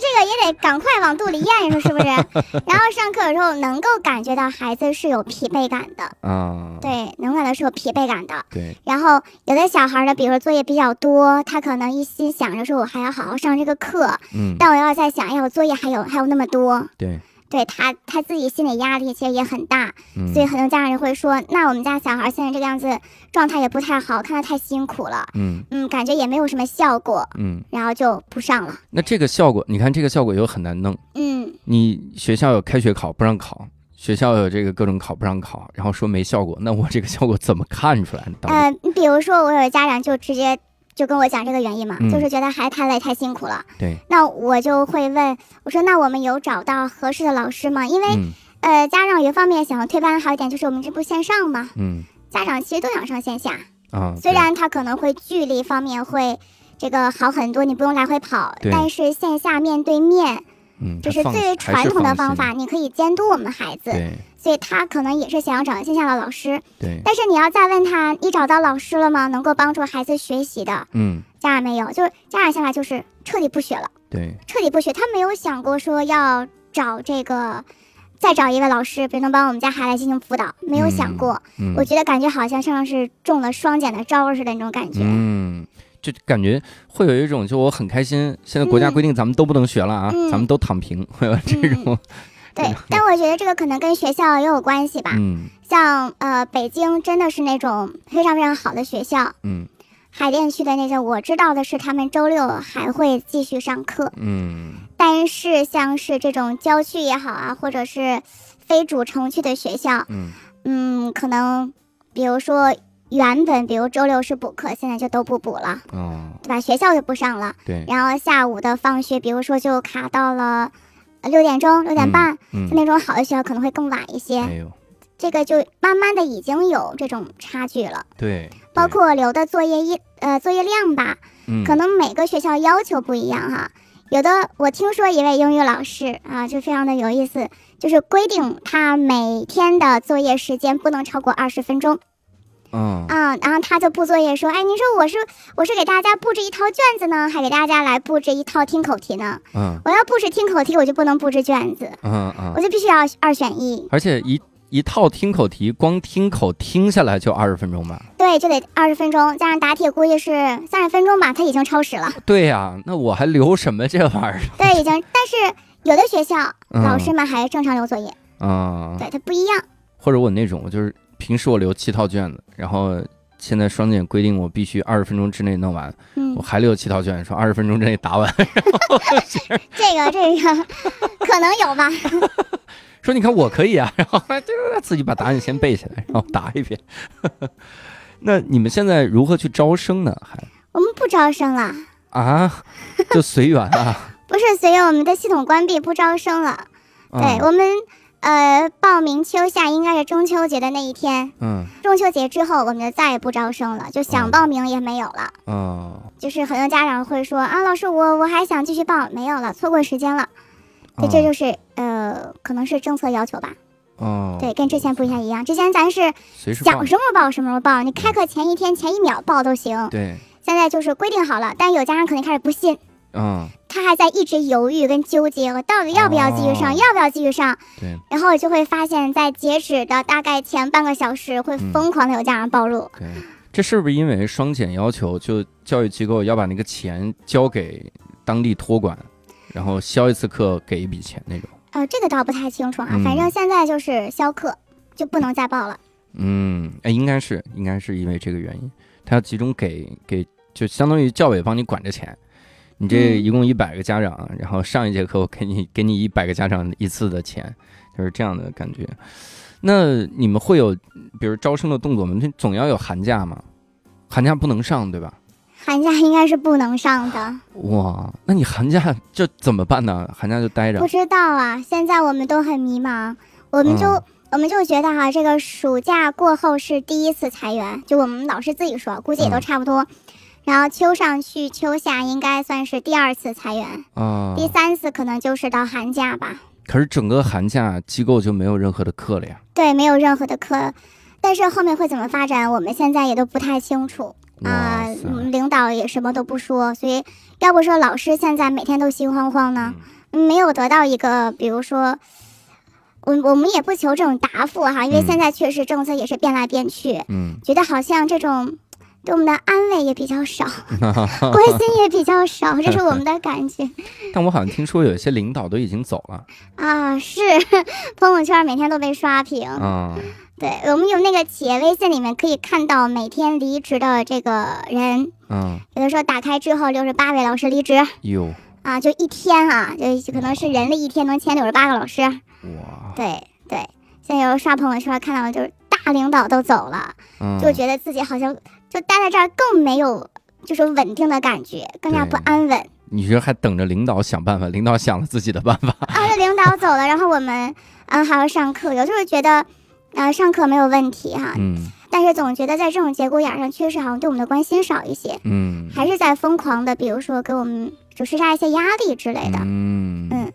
[SPEAKER 3] 这个也得赶快往肚里咽着，是 不是？然后上课的时候能够感觉到孩子是有疲惫感的，
[SPEAKER 1] 啊，
[SPEAKER 3] 对，能感到是有疲惫感的。
[SPEAKER 1] 对，
[SPEAKER 3] 然后有的小孩呢，比如说作业比较多，他可能一心想着说我还要好好上这个课，
[SPEAKER 1] 嗯，
[SPEAKER 3] 但我要在想，哎呀，我作业还有还有那么多，
[SPEAKER 1] 对，
[SPEAKER 3] 对他他自己心理压力其实也很大，
[SPEAKER 1] 嗯
[SPEAKER 3] 所以，很多家长就会说，那我们家小孩现在这个样子状态也不太好，看他太辛苦了，
[SPEAKER 1] 嗯
[SPEAKER 3] 嗯，感觉也没有什么效果，
[SPEAKER 1] 嗯，
[SPEAKER 3] 然后就不上了，
[SPEAKER 1] 那这个效果，你看这个效果又很难弄。
[SPEAKER 3] 嗯，
[SPEAKER 1] 你学校有开学考不让考，学校有这个各种考不让考，然后说没效果，那我这个效果怎么看出来呢？到底
[SPEAKER 3] 呃，比如说我有家长就直接就跟我讲这个原因嘛，
[SPEAKER 1] 嗯
[SPEAKER 3] 就是觉得孩子太累太辛苦了，
[SPEAKER 1] 对，
[SPEAKER 3] 那我就会问我说，那我们有找到合适的老师吗？因为、
[SPEAKER 1] 嗯
[SPEAKER 3] 呃，家长有一方面想要推班好一点，就是我们这不线上嘛，
[SPEAKER 1] 嗯
[SPEAKER 3] 家长其实都想上线下，
[SPEAKER 1] 啊，
[SPEAKER 3] 虽
[SPEAKER 1] 对
[SPEAKER 3] 然他可能会距离方面会这个好很多，你不用来回跑，
[SPEAKER 1] 对
[SPEAKER 3] 但是线下面对面，
[SPEAKER 1] 嗯，他
[SPEAKER 3] 这是
[SPEAKER 1] 放
[SPEAKER 3] 最
[SPEAKER 1] 还
[SPEAKER 3] 传
[SPEAKER 1] 是
[SPEAKER 3] 统的
[SPEAKER 1] 放
[SPEAKER 3] 方
[SPEAKER 1] 心
[SPEAKER 3] 法，，你可以监督我们的孩子，
[SPEAKER 1] 对
[SPEAKER 3] 所以他可能也是想要找线下的老师，
[SPEAKER 1] 对，
[SPEAKER 3] 但是你要再问他，你找到老师了吗？能够帮助孩子学习的，
[SPEAKER 1] 嗯
[SPEAKER 3] 家长没有，就是家长想法就是彻底不学了，
[SPEAKER 1] 对，
[SPEAKER 3] 彻底不学，他没有想过说要找这个。再找一位老师，比如能帮我们家孩子进行辅导，没有想
[SPEAKER 1] 嗯
[SPEAKER 3] 过。
[SPEAKER 1] 嗯
[SPEAKER 3] 我觉得感觉好像像是中了双减的招儿似的那种感觉。
[SPEAKER 1] 嗯。就感觉会有一种，就我很开心。现在国家
[SPEAKER 3] 嗯
[SPEAKER 1] 规定咱们都不能学了啊，
[SPEAKER 3] 嗯
[SPEAKER 1] 咱们都躺平， 会有这种，
[SPEAKER 3] 对，但我觉得这个可能跟学校也有关系吧。
[SPEAKER 1] 嗯
[SPEAKER 3] 像呃，北京真的是那种非常非常好的学校，
[SPEAKER 1] 嗯
[SPEAKER 3] 海淀区的那些，我知道的是他们周六还会继续上课，
[SPEAKER 1] 嗯
[SPEAKER 3] 但是像是这种郊区也好啊，或者是非主城区的学校，
[SPEAKER 1] 嗯
[SPEAKER 3] 嗯，可能比如说原本比如周六是补课，现在就都不补了，
[SPEAKER 1] 哦，
[SPEAKER 3] 对吧？学校就不上了。
[SPEAKER 1] 对，
[SPEAKER 3] 然后下午的放学，比如说就卡到了呃六点钟、六点半，
[SPEAKER 1] 嗯，
[SPEAKER 3] 那种好的学校可能会更晚一些。
[SPEAKER 1] 哎呦，
[SPEAKER 3] 这个就慢慢的已经有这种差距了，
[SPEAKER 1] 对，
[SPEAKER 3] 包
[SPEAKER 1] 对
[SPEAKER 3] 括留的作业一呃作业量吧，
[SPEAKER 1] 嗯
[SPEAKER 3] 可能每个学校要求不一样哈。有的我听说一位英语老师啊，就非常的有意思，就是规定他每天的作业时间不能超过二十分钟
[SPEAKER 1] 嗯
[SPEAKER 3] 啊、然后他就布作业说，哎，您说我是我是给大家布置一套卷子呢，还给大家来布置一套听口题呢？
[SPEAKER 1] 嗯
[SPEAKER 3] 我要布置听口题，我就不能布置卷子，
[SPEAKER 1] 嗯嗯
[SPEAKER 3] 我，就必须要二选一。
[SPEAKER 1] 而且一一套听口题，光听口听下来就二十分钟吧？
[SPEAKER 3] 对，就得二十分钟，加上答题，估计是三十分钟吧，它已经超 时了。
[SPEAKER 1] 对呀、那我还留什么这玩意儿？
[SPEAKER 3] 对，已经。但是有的学校
[SPEAKER 1] 嗯
[SPEAKER 3] 老师们还正常留作业，
[SPEAKER 1] 啊、
[SPEAKER 3] 对，它不一样。
[SPEAKER 1] 或者我那种，我就是平时我留七套卷子，然后现在双减规定我必须二十分钟之内弄完，我
[SPEAKER 3] 嗯，
[SPEAKER 1] 还留七套卷，说二十分钟之内答完。
[SPEAKER 3] 这个这个可能有吧。
[SPEAKER 1] 说你看我可以啊， 然后对对对自己把答案先背起来，然后答一遍。 那你们现在如何去招生呢？还
[SPEAKER 3] 我们不招生了，
[SPEAKER 1] 啊， 就随缘啊。
[SPEAKER 3] 不是随着我们的系统关闭不招生了。对
[SPEAKER 1] 嗯
[SPEAKER 3] 我们呃报名秋夏应该是中秋节的那一天，
[SPEAKER 1] 嗯
[SPEAKER 3] 中秋节之后我们就再也不招生了，就想
[SPEAKER 1] 哦
[SPEAKER 3] 报名也没有了。
[SPEAKER 1] 哦，
[SPEAKER 3] 就是很多家长会说啊，老师，我我还想继续报，没有了，错过时间
[SPEAKER 1] 嗯
[SPEAKER 3] 了。对，这
[SPEAKER 1] 哦
[SPEAKER 3] 就是呃，可能是政策要求吧。
[SPEAKER 1] 哦，
[SPEAKER 3] 对，跟之前不太一样。之前咱是
[SPEAKER 1] 随时报
[SPEAKER 3] 想什么时候报什么时候报，你开课前一天、前一秒报都行。
[SPEAKER 1] 对，
[SPEAKER 3] 现在就是规定好了，但有家长可能开始不信，
[SPEAKER 1] 嗯，
[SPEAKER 3] 他还在一直犹豫跟纠结，我到底要不要继续上，
[SPEAKER 1] 哦
[SPEAKER 3] 要不要继续上？
[SPEAKER 1] 对
[SPEAKER 3] 然后就会发现，在截止的大概前半个小时，会
[SPEAKER 1] 嗯
[SPEAKER 3] 疯狂的有家长暴露。
[SPEAKER 1] 对，这是不是因为双减要求，就教育机构要把那个钱交给当地托管，然后消一次课给一笔钱那种？
[SPEAKER 3] 呃，这个倒不太清楚啊，
[SPEAKER 1] 嗯
[SPEAKER 3] 反正现在就是消课，就不能再报了。
[SPEAKER 1] 嗯，哎，应该是，应该是因为这个原因，他要集中给给，就相当于教委帮你管着钱。你这
[SPEAKER 3] 嗯
[SPEAKER 1] 一共一百个家长，然后上一节课我给你给你一百个家长一次的钱，就是这样的感觉。那你们会有，比如招生的动作吗？这总要有寒假嘛，寒假不能上对吧？
[SPEAKER 3] 寒假应该是不能上的，
[SPEAKER 1] 哇，那你寒假这怎么办呢？寒假就待着
[SPEAKER 3] 不，知道啊。现在我们都很迷茫，我们就、
[SPEAKER 1] 嗯
[SPEAKER 3] 我们就觉得哈、这个暑假过后是第一次裁员，就我们老师自己说，估计也都
[SPEAKER 1] 嗯
[SPEAKER 3] 差不多。然后秋上去秋下应该算是第二次裁员，
[SPEAKER 1] 啊
[SPEAKER 3] 第三次可能就是到寒假吧。
[SPEAKER 1] 可是整个寒假机构就没有任何的课了呀。
[SPEAKER 3] 对，没有任何的课，但是后面会怎么发展，我们现在也都不太清楚
[SPEAKER 1] 哇
[SPEAKER 3] 啊、
[SPEAKER 1] 塞，
[SPEAKER 3] 嗯领导也什么都不说，所以要不说老师现在每天都心慌慌呢，
[SPEAKER 1] 嗯
[SPEAKER 3] 嗯没有得到一个，比如说。我我们也不求这种答复哈，因为
[SPEAKER 1] 嗯
[SPEAKER 3] 现在确实政策也是变来变去，
[SPEAKER 1] 嗯，
[SPEAKER 3] 觉得好像这种对我们的安慰也比较 少，关心也比较少，这是我们的感觉
[SPEAKER 1] 但我好像听说有一些领导都已经走了
[SPEAKER 3] 啊。是 朋友圈每天都被刷屏，
[SPEAKER 1] 啊、
[SPEAKER 3] 对我们有那个企业微信里面可以看到每天离职的这个人，
[SPEAKER 1] 嗯，
[SPEAKER 3] 有的时候打开之后六十八位老师离职
[SPEAKER 1] 有
[SPEAKER 3] 啊，就一天啊，就可能是人的一天能签六十八个老师，
[SPEAKER 1] 嗯哇，
[SPEAKER 3] 对对。现在有时候刷朋友圈看到就是大领导都走了，
[SPEAKER 1] 嗯，
[SPEAKER 3] 就觉得自己好像就待在这儿更没有就是稳定的感觉，更加不
[SPEAKER 1] 对
[SPEAKER 3] 安稳。
[SPEAKER 1] 你觉得还等着领导想办法，领导想了自己的办 法，
[SPEAKER 3] 啊，这领导走了，然后我们啊还要上课，有就是觉得。啊，上课没有问题哈、
[SPEAKER 1] 嗯
[SPEAKER 3] 但是总觉得在这种节骨眼儿上，确实好像对我们的关心少一些，
[SPEAKER 1] 嗯
[SPEAKER 3] 还是在疯狂的，比如说给我们就施加一些压力之类的。
[SPEAKER 1] 嗯
[SPEAKER 3] 哎嗯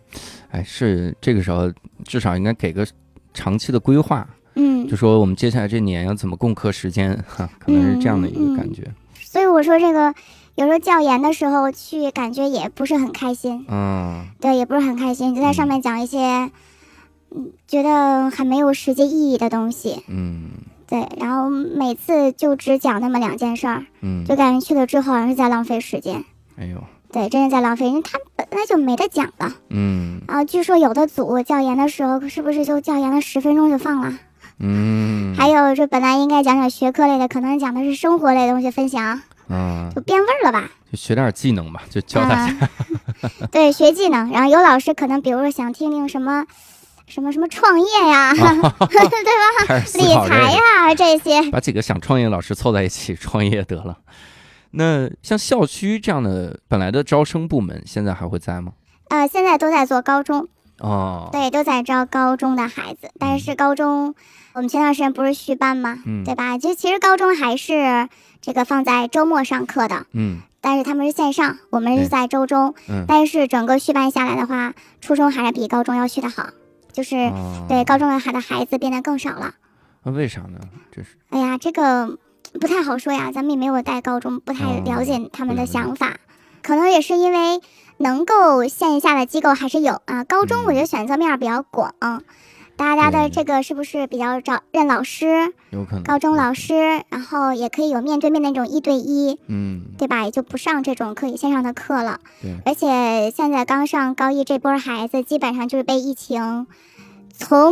[SPEAKER 1] 哎，是这个时候至少应该给个长期的规划，
[SPEAKER 3] 嗯，
[SPEAKER 1] 就说我们接下来这年要怎么共克时间， 哈，可能是这样的一个感觉，
[SPEAKER 3] 所以我说这个有时候教研的时候去，感觉也不是很开心，
[SPEAKER 1] 嗯
[SPEAKER 3] 对，也不是很开心，就在上面讲一些，嗯，觉得很没有实际意义的东西，
[SPEAKER 1] 嗯
[SPEAKER 3] 对，然后每次就只讲那么两件事儿，
[SPEAKER 1] 嗯
[SPEAKER 3] 就，感觉去了之后好像是在浪费时间。
[SPEAKER 1] 哎呦，
[SPEAKER 3] 对，真是在浪费，因为他本来就没得讲了。
[SPEAKER 1] 嗯
[SPEAKER 3] 然后据说有的组教研的时候，是不是就教研了十分钟就放了？
[SPEAKER 1] 嗯
[SPEAKER 3] 还有这本来应该讲讲学科类的，可能讲的是生活类的东西分享，
[SPEAKER 1] 嗯，
[SPEAKER 3] 就变味儿了吧？
[SPEAKER 1] 就学点技能吧，就教大家，
[SPEAKER 3] 啊 对，学技能。然后有老师可能比如说想听听什么。什么什么创业 呀、对吧？
[SPEAKER 1] 开始思
[SPEAKER 3] 理
[SPEAKER 1] 考这
[SPEAKER 3] 财
[SPEAKER 1] 个。
[SPEAKER 3] 呀、这些，
[SPEAKER 1] 把几个想创业的老师凑在一起 创业得了。那像校区这样的本来的招生部门，现在还会在吗？
[SPEAKER 3] 呃，现在都在做高中，
[SPEAKER 1] 哦，
[SPEAKER 3] 对，都在招高中的孩子。但是高中，我们前段时间不是续办吗？
[SPEAKER 1] 嗯
[SPEAKER 3] 对吧？就其实高中还是这个放在周末上课的，
[SPEAKER 1] 嗯
[SPEAKER 3] 但是他们是线上，我们是
[SPEAKER 1] 嗯
[SPEAKER 3] 在周中。
[SPEAKER 1] 嗯
[SPEAKER 3] 但是整个续办下来的话，初中还是比高中要续的好，就是、
[SPEAKER 1] 哦
[SPEAKER 3] 对高中的孩的孩子变得更少了。
[SPEAKER 1] 那为啥呢？这是
[SPEAKER 3] 哎呀，这个不太好说呀，咱们也没有带高中，不太
[SPEAKER 1] 哦
[SPEAKER 3] 了解他们的
[SPEAKER 1] 对对
[SPEAKER 3] 想法，可能也是因为能够线下的机构还是有啊。高中我觉得选择面儿比较广。大家的
[SPEAKER 1] 嗯对嗯
[SPEAKER 3] 这个是不是比较找认老师、
[SPEAKER 1] 有可能
[SPEAKER 3] 高中老师，然后也可以有面对面那种一对一，
[SPEAKER 1] 嗯
[SPEAKER 3] 对吧？也就不上这种可以线上的课了
[SPEAKER 1] 对。
[SPEAKER 3] 而且现在刚上高一这波孩子，基本上就是被疫情从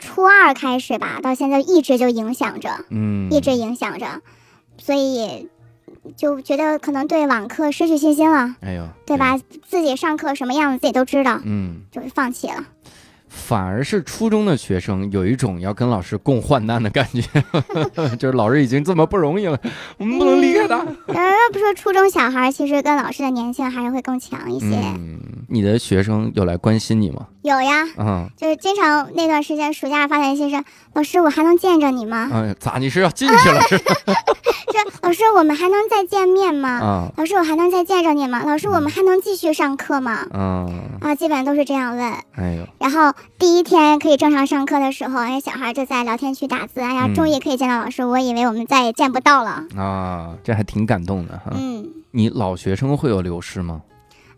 [SPEAKER 3] 初二开始吧，到现在一直就影响着，
[SPEAKER 1] 嗯
[SPEAKER 3] 一直影响着，所以就觉得可能对网课失去信心了，
[SPEAKER 1] 哎呦
[SPEAKER 3] 对吧？？自己上课什么样子自己都知道，
[SPEAKER 1] 嗯，
[SPEAKER 3] 就放弃了。
[SPEAKER 1] 反而是初中的学生有一种要跟老师共患难的感觉， 就是老师已经这么不容易了，我们不能离开他。
[SPEAKER 3] 然后呃不说初中小孩儿其实跟老师的粘性还是会更强一些，
[SPEAKER 1] 嗯，你的学生有来关心你吗？
[SPEAKER 3] 有呀。
[SPEAKER 1] 啊
[SPEAKER 3] 就是经常那段时间暑假发短信是老师，我还能见着你吗？
[SPEAKER 1] 啊，咋你是要进去了是 吧？
[SPEAKER 3] 这老师，我们还能再见面吗？
[SPEAKER 1] 啊
[SPEAKER 3] 老师，我还能再见着你吗？老师，
[SPEAKER 1] 嗯
[SPEAKER 3] 我们还能继续上课吗？
[SPEAKER 1] 啊，
[SPEAKER 3] 啊，基本上都是这样问。
[SPEAKER 1] 哎呦。
[SPEAKER 3] 然后第一天可以正常上课的时候，哎，小孩就在聊天区打字，哎呀，
[SPEAKER 1] 嗯
[SPEAKER 3] 终于可以见到老师，我以为我们再也见不到了。
[SPEAKER 1] 啊，这还挺感动的哈。
[SPEAKER 3] 嗯，
[SPEAKER 1] 你老学生会有流失吗？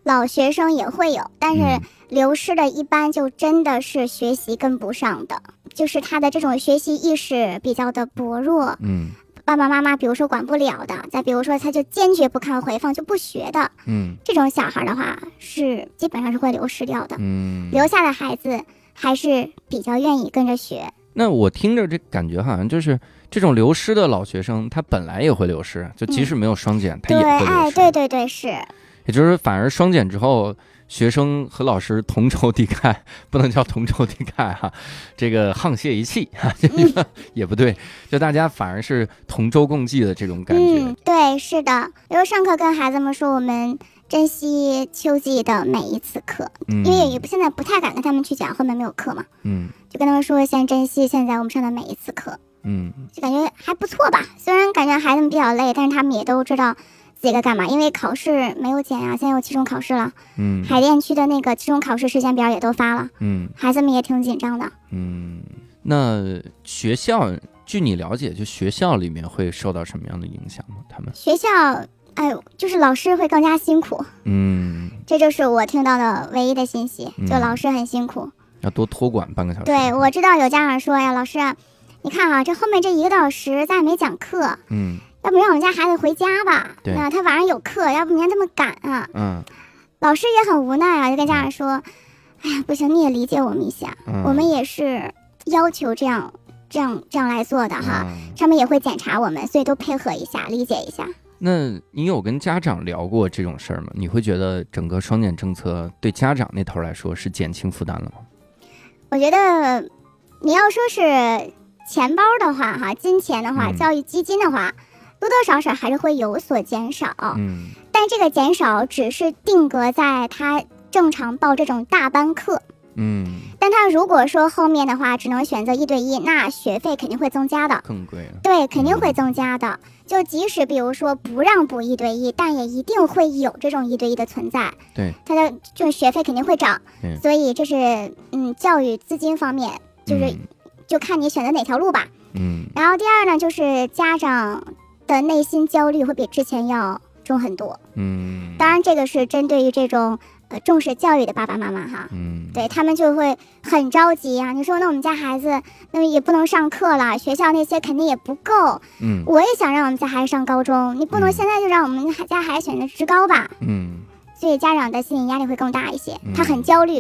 [SPEAKER 3] 老学生也会有，但是
[SPEAKER 1] 嗯
[SPEAKER 3] 流失的一般就真的是学习跟不上的，就是他的这种学习意识比较的薄弱，
[SPEAKER 1] 嗯
[SPEAKER 3] 爸爸妈妈比如说管不了的，再比如说他就坚决不看回放就不学的，
[SPEAKER 1] 嗯
[SPEAKER 3] 这种小孩儿的话是基本上是会流失掉的，
[SPEAKER 1] 嗯。
[SPEAKER 3] 留下的孩子还是比较愿意跟着学。
[SPEAKER 1] 那我听着这感觉好像就是这种流失的老学生，他本来也会流失，就即使没有双减，他
[SPEAKER 3] 对，
[SPEAKER 1] 也会流
[SPEAKER 3] 哎，
[SPEAKER 1] 失。
[SPEAKER 3] 对对对，是
[SPEAKER 1] 也就是反而双减之后，学生和老师同仇敌忾，不能叫同仇敌忾哈、 这个沆瀣一气 哈、这个也不对，就大家反而是同舟共济的这种感觉。
[SPEAKER 3] 嗯，对，是的。因为上课跟孩子们说，我们珍惜秋季的每一次课，
[SPEAKER 1] 嗯，
[SPEAKER 3] 因为也现在不太敢跟他们去讲后面没有课嘛，
[SPEAKER 1] 嗯
[SPEAKER 3] 就跟他们说先珍惜现在我们上的每一次课，
[SPEAKER 1] 嗯
[SPEAKER 3] 就感觉还不错吧。虽然感觉孩子们比较累，但是他们也都知道。自己该干嘛，因为考试没有减啊，现在有期中考试了，
[SPEAKER 1] 嗯
[SPEAKER 3] 海淀区的那个期中考试时间表也都发了，
[SPEAKER 1] 嗯
[SPEAKER 3] 孩子们也挺紧张的。
[SPEAKER 1] 嗯。那学校，据你了解，就学校里面会受到什么样的影响吗？他们？
[SPEAKER 3] 学校，哎呦，就是老师会更加辛苦，
[SPEAKER 1] 嗯，
[SPEAKER 3] 这就是我听到的唯一的信息，就
[SPEAKER 1] 嗯
[SPEAKER 3] 老师很辛苦。
[SPEAKER 1] 要多托管半个小时。
[SPEAKER 3] 对我知道有家长说呀，老师啊，你看啊，这后面这一个多小时咱也没讲课，
[SPEAKER 1] 嗯
[SPEAKER 3] 要不让我们家孩子回家吧？
[SPEAKER 1] 对
[SPEAKER 3] 那他晚上有课，要不明天这么赶啊？
[SPEAKER 1] 嗯
[SPEAKER 3] 老师也很无奈啊，就跟家长说，哎呀，不行，你也理解我们一下，
[SPEAKER 1] 嗯，
[SPEAKER 3] 我们也是要求这样、这样、这样来做的哈。
[SPEAKER 1] 嗯
[SPEAKER 3] 他们也会检查我们，所以都配合一下，理解一下。
[SPEAKER 1] 那你有跟家长聊过这种事儿吗？你会觉得整个双减政策对家长那头来说是减轻负担了吗？
[SPEAKER 3] 我觉得你要说是钱包的话，哈，金钱的话，
[SPEAKER 1] 嗯
[SPEAKER 3] 教育基金的话，多多少少还是会有所减少，
[SPEAKER 1] 嗯
[SPEAKER 3] 但这个减少只是定格在他正常报这种大班课。
[SPEAKER 1] 嗯，
[SPEAKER 3] 但他如果说后面的话只能选择一对一，那学费肯定会增加的，
[SPEAKER 1] 更贵了。
[SPEAKER 3] 对，肯定会增加的。就即使比如说不让补一对一，但也一定会有这种一对一的存在。
[SPEAKER 1] 对，
[SPEAKER 3] 他的就是学费肯定会涨
[SPEAKER 1] 对，
[SPEAKER 3] 所以这是嗯教育资金方面，就是就看你选择哪条路吧。
[SPEAKER 1] 嗯
[SPEAKER 3] 然后第二呢，就是家长的内心焦虑会比之前要重很多。
[SPEAKER 1] 嗯
[SPEAKER 3] 当然，这个是针对于这种呃重视教育的爸爸妈妈哈，
[SPEAKER 1] 嗯，
[SPEAKER 3] 对他们就会很着急啊呀、你说那我们家孩子那么也不能上课了，学校那些肯定也不够。
[SPEAKER 1] 嗯
[SPEAKER 3] 我也想让我们家孩子上高中，你不能
[SPEAKER 1] 嗯
[SPEAKER 3] 现在就让我们家孩子选择职高吧？
[SPEAKER 1] 嗯
[SPEAKER 3] 所以家长的心理压力会更大一些
[SPEAKER 1] 嗯，
[SPEAKER 3] 他很焦虑。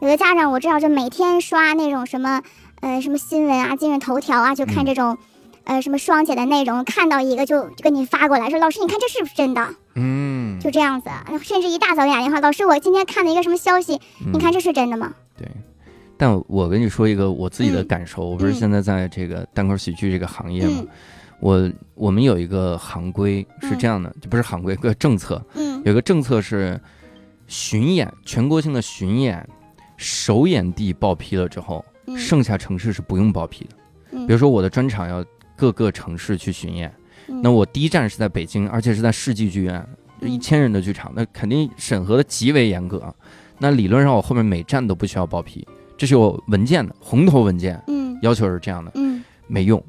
[SPEAKER 3] 有的家长我知道，就每天刷那种什么呃什么新闻啊、今日头条啊，就看
[SPEAKER 1] 嗯
[SPEAKER 3] 这种、呃什么双减的内容，看到一个就就给你发过来说，老师你看这是不是真的？
[SPEAKER 1] 嗯，
[SPEAKER 3] 就这样子，甚至一大早打电话，老师我今天看了一个什么消息，你看
[SPEAKER 1] 这
[SPEAKER 3] 这是真的吗？
[SPEAKER 1] 对。但我跟你说一个我自己的
[SPEAKER 3] 嗯
[SPEAKER 1] 感受，我不是
[SPEAKER 3] 嗯
[SPEAKER 1] 现在在这个单口喜剧这个行业嘛，
[SPEAKER 3] 嗯
[SPEAKER 1] 我我们有一个行规是这样的，就不是行规，个政策，
[SPEAKER 3] 嗯
[SPEAKER 1] 有一个政策是巡演，全国性的巡演，首演地报批了之后，
[SPEAKER 3] 嗯
[SPEAKER 1] 剩下城市是不用报批的。
[SPEAKER 3] 嗯
[SPEAKER 1] 比如说我的专场要各个城市去巡演，那我第一站是在北京，而且是在世纪剧院，
[SPEAKER 3] 嗯
[SPEAKER 1] 一千人的剧场，那肯定审核的极为严格。那理论上我后面每站都不需要报批，这是有文件的，红头文件
[SPEAKER 3] 嗯
[SPEAKER 1] 要求是这样的，
[SPEAKER 3] 嗯
[SPEAKER 1] 没用。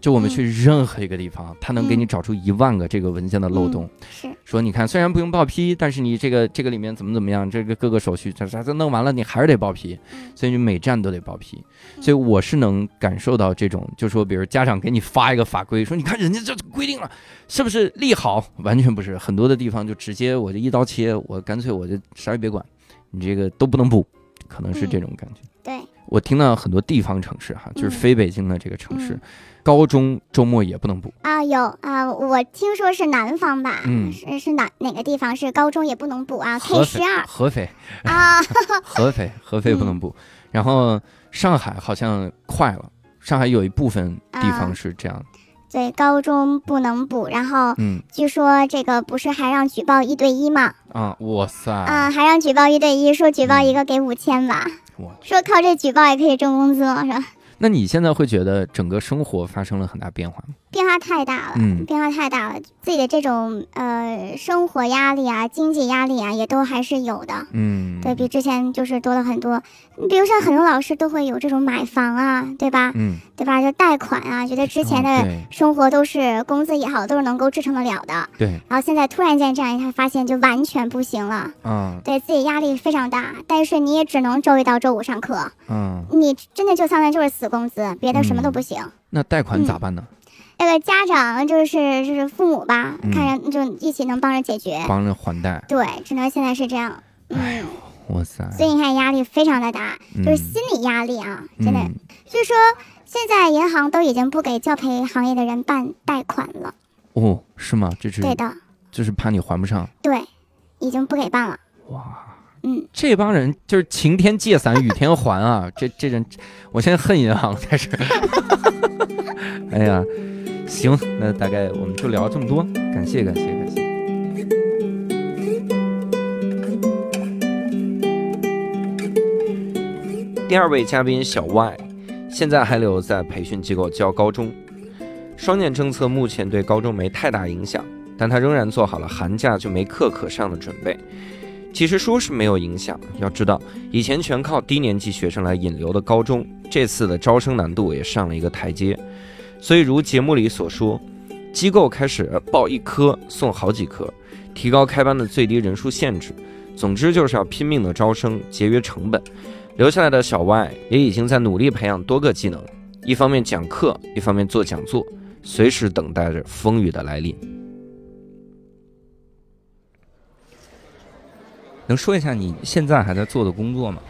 [SPEAKER 1] 就我们
[SPEAKER 3] 嗯
[SPEAKER 1] 去任何一个地方，他能给你找出一万个这个文件的
[SPEAKER 3] 嗯
[SPEAKER 1] 漏洞。
[SPEAKER 3] 是
[SPEAKER 1] 说你看，虽然不用报批，但是你这个这个里面怎么怎么样，这个各个手续这啥都弄完了，你还是得报批，
[SPEAKER 3] 嗯
[SPEAKER 1] 所以你每站都得报批。所以我是能感受到这种，就说比如家长给你发一个法规，说你看人家这规定了，是不是利好？完全不是，很多的地方就直接我就一刀切，我干脆我就啥也别管，你这个都不能补，可能是
[SPEAKER 3] 嗯
[SPEAKER 1] 这种感觉。
[SPEAKER 3] 对
[SPEAKER 1] 我听到很多地方城市哈，就是
[SPEAKER 3] 嗯
[SPEAKER 1] 非北京的这个城市，
[SPEAKER 3] 嗯
[SPEAKER 1] 高中周末也不能补。
[SPEAKER 3] 啊有啊，我听说是南方吧，
[SPEAKER 1] 嗯
[SPEAKER 3] 是是哪哪个地方是高中也不能补啊
[SPEAKER 1] 合肥
[SPEAKER 3] ，K 十二，
[SPEAKER 1] 合肥，
[SPEAKER 3] 啊，
[SPEAKER 1] 合肥，合肥不能
[SPEAKER 3] 嗯
[SPEAKER 1] 补。然后上海好像快了，上海有一部分地方
[SPEAKER 3] 啊
[SPEAKER 1] 是这样的，
[SPEAKER 3] 对，高中不能补，然后
[SPEAKER 1] 嗯
[SPEAKER 3] 据说这个不是还让举报一对一吗？
[SPEAKER 1] 啊，嗯哇塞，
[SPEAKER 3] 啊，还让举报一对一，说举报一个给五千吧，
[SPEAKER 1] 哇！
[SPEAKER 3] 说靠这举报也可以挣工资了，是吧？
[SPEAKER 1] 那你现在会觉得整个生活发生了很大变化吗？
[SPEAKER 3] 变化太大了，
[SPEAKER 1] 嗯
[SPEAKER 3] 变化太大了，自己的这种呃生活压力啊、经济压力啊，也都还是有的。
[SPEAKER 1] 嗯，
[SPEAKER 3] 对比之前就是多了很多，嗯比如说很多老师都会有这种买房啊，对吧？
[SPEAKER 1] 嗯，
[SPEAKER 3] 对吧？就贷款啊，觉得之前
[SPEAKER 1] 哦
[SPEAKER 3] 的生活都是工资也好，都是能够支撑得了的。
[SPEAKER 1] 对对
[SPEAKER 3] 然后现在突然间这样一下，发现就完全不行了，
[SPEAKER 1] 啊
[SPEAKER 3] 对自己压力非常大。但是你也只能周一到周五上课，
[SPEAKER 1] 嗯，
[SPEAKER 3] 你真的就相当于就是死工资，别的什么都不行。
[SPEAKER 1] 那贷款咋办呢？
[SPEAKER 3] 那个家长就是就是父母吧，
[SPEAKER 1] 嗯
[SPEAKER 3] 看着就一起能帮着解决。
[SPEAKER 1] 帮着还贷，
[SPEAKER 3] 对，只能现在是这样。
[SPEAKER 1] 哎
[SPEAKER 3] 嗯，
[SPEAKER 1] 哇塞，
[SPEAKER 3] 所以你看压力非常的大，
[SPEAKER 1] 嗯
[SPEAKER 3] 就是心理压力啊，真的。
[SPEAKER 1] 嗯
[SPEAKER 3] 所以说现在银行都已经不给教培行业的人办贷款了，
[SPEAKER 1] 哦，是吗？这是
[SPEAKER 3] 对的，
[SPEAKER 1] 就是怕你还不上，
[SPEAKER 3] 对，已经不给办了。
[SPEAKER 1] 哇。
[SPEAKER 3] 嗯，
[SPEAKER 1] 这帮人就是晴天借伞，雨天还啊！ 这这人，我现在恨银行了，开始。 哎呀，行，那大概我们就聊这么多，感谢感谢感谢。
[SPEAKER 4] 第二位嘉宾小 Y，现在还留在培训机构教高中。双减政策目前对高中没太大影响，但他仍然做好了寒假就没课可上的准备。其实说是没有影响，要知道以前全靠低年级学生来引流的高中，这次的招生难度也上了一个台阶。所以如节目里所说，机构开始报一科送好几科，提高开班的最低人数限制。总之就是要拼命的招生，节约成本。留下来的小 Y 也已经在努力培养多个技能，一方面讲课，一方面做讲座，随时等待着风雨的来临。
[SPEAKER 1] 能说一下你现在还在做的工作吗？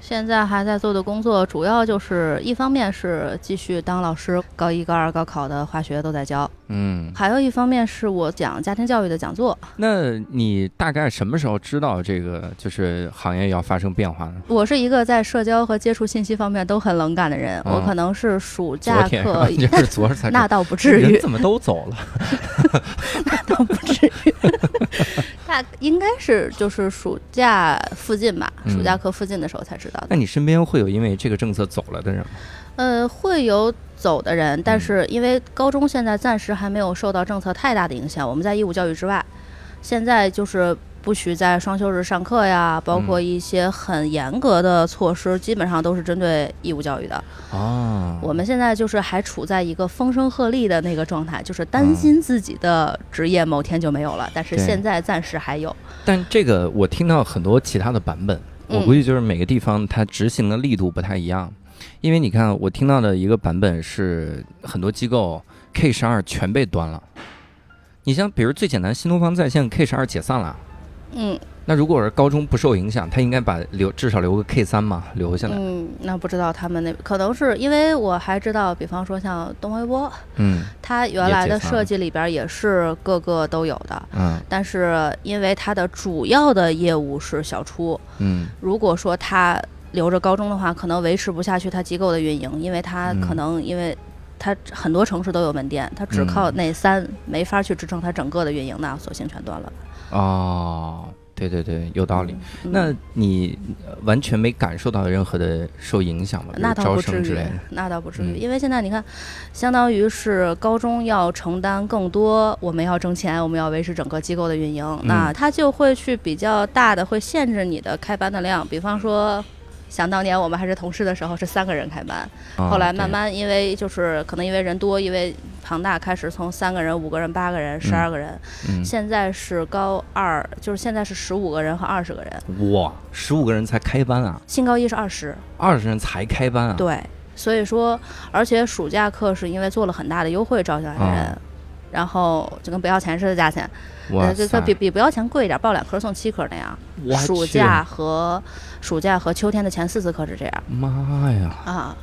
[SPEAKER 5] 现在还在做的工作，主要就是一方面是继续当老师，高一、高二、高考的化学都在教；
[SPEAKER 1] 嗯，
[SPEAKER 5] 还有一方面是我讲家庭教育的讲座。
[SPEAKER 1] 那你大概什么时候知道这个就是行业要发生变化呢？
[SPEAKER 5] 我是一个在社交和接触信息方面都很冷感的人，
[SPEAKER 1] 嗯
[SPEAKER 5] 我可能是
[SPEAKER 1] 昨
[SPEAKER 5] 暑假
[SPEAKER 1] 天啊
[SPEAKER 5] 课
[SPEAKER 1] 就是昨儿才
[SPEAKER 5] 那倒不至于
[SPEAKER 1] 人，怎么都走 了？
[SPEAKER 5] 倒不至于。 大应该是就是暑假附近吧，
[SPEAKER 1] 嗯
[SPEAKER 5] 暑假课附近的时候才知道的。
[SPEAKER 1] 那你身边会有因为这个政策走了的人吗？
[SPEAKER 5] 呃，会有走的人，
[SPEAKER 1] 嗯
[SPEAKER 5] 但是因为高中现在暂时还没有受到政策太大的影响，我们在义务教育之外，现在就是不许在双休日上课呀，包括
[SPEAKER 1] 嗯
[SPEAKER 5] 一些很严格的措施，基本上都是针对义务教育的。
[SPEAKER 1] 啊，
[SPEAKER 5] 我们现在就是还处在一个风声鹤唳的那个状态，就是担心自己的职业某天就没有了，但
[SPEAKER 1] 嗯
[SPEAKER 5] 是
[SPEAKER 1] 对
[SPEAKER 5] 现在暂时还有。
[SPEAKER 1] 但这个我听到很多其他的版本，我
[SPEAKER 5] 嗯
[SPEAKER 1] 估计就是每个地方它执行的力度不太一样。因为你看，我听到的一个版本是很多机构 K 十二全被端了。你像，比如最简单，新东方在线 K 十二解散了。
[SPEAKER 5] 嗯
[SPEAKER 1] 那如果是高中不受影响，它应该把留至少留个 K 三嘛留下来。
[SPEAKER 5] 嗯，那不知道他们那可能是因为我还知道，比方说像东微波，
[SPEAKER 1] 嗯
[SPEAKER 5] 它原来的设计里边也是各个都有的，
[SPEAKER 1] 嗯
[SPEAKER 5] 但是因为它的主要的业务是小出，
[SPEAKER 1] 嗯
[SPEAKER 5] 如果说它留着高中的话，可能维持不下去它机构的运营，因为它
[SPEAKER 1] 嗯
[SPEAKER 5] 可能因为它很多城市都有门店，它只
[SPEAKER 1] 嗯
[SPEAKER 5] 靠那三没法去支撑它整个的运营，那索性全断了。
[SPEAKER 1] 哦，对对对，有道理。
[SPEAKER 5] 嗯
[SPEAKER 1] 那你呃完全没感受到任何的受影响吗？比如
[SPEAKER 5] 那倒
[SPEAKER 1] 招
[SPEAKER 5] 不
[SPEAKER 1] 生
[SPEAKER 5] 至
[SPEAKER 1] 之类
[SPEAKER 5] 于
[SPEAKER 1] 的。，
[SPEAKER 5] 那倒不至于，
[SPEAKER 1] 嗯
[SPEAKER 5] 因为现在你看，相当于是高中要承担更多，我们要挣钱，我们要维持整个机构的运营，那
[SPEAKER 1] 嗯
[SPEAKER 5] 他就会去比较大的会限制你的开班的量，比方说。想当年我们还是同事的时候是三个人开班，
[SPEAKER 1] 啊
[SPEAKER 5] 后来慢
[SPEAKER 1] 对
[SPEAKER 5] 慢因为就是可能因为人多，因为庞大开始从三个人、五个人、八个人、十二个人，
[SPEAKER 1] 嗯
[SPEAKER 5] 现在是高二，就是现在是十五个人和二十个人，
[SPEAKER 1] 嗯哇，十五个人才开班啊，
[SPEAKER 5] 新高一是二十，
[SPEAKER 1] 二十人才开班啊。
[SPEAKER 5] 对，所以说，而且暑假课是因为做了很大的优惠招进来的人，
[SPEAKER 1] 啊
[SPEAKER 5] 然后就跟不要钱似的价钱，
[SPEAKER 1] 哇
[SPEAKER 5] 呃，就
[SPEAKER 1] 塞
[SPEAKER 5] 比比不要钱贵一点，报两科送七科那样。
[SPEAKER 1] 我
[SPEAKER 5] 暑
[SPEAKER 1] 去
[SPEAKER 5] 假和暑假和秋天的前四次课是这样
[SPEAKER 1] 妈呀，
[SPEAKER 5] 啊，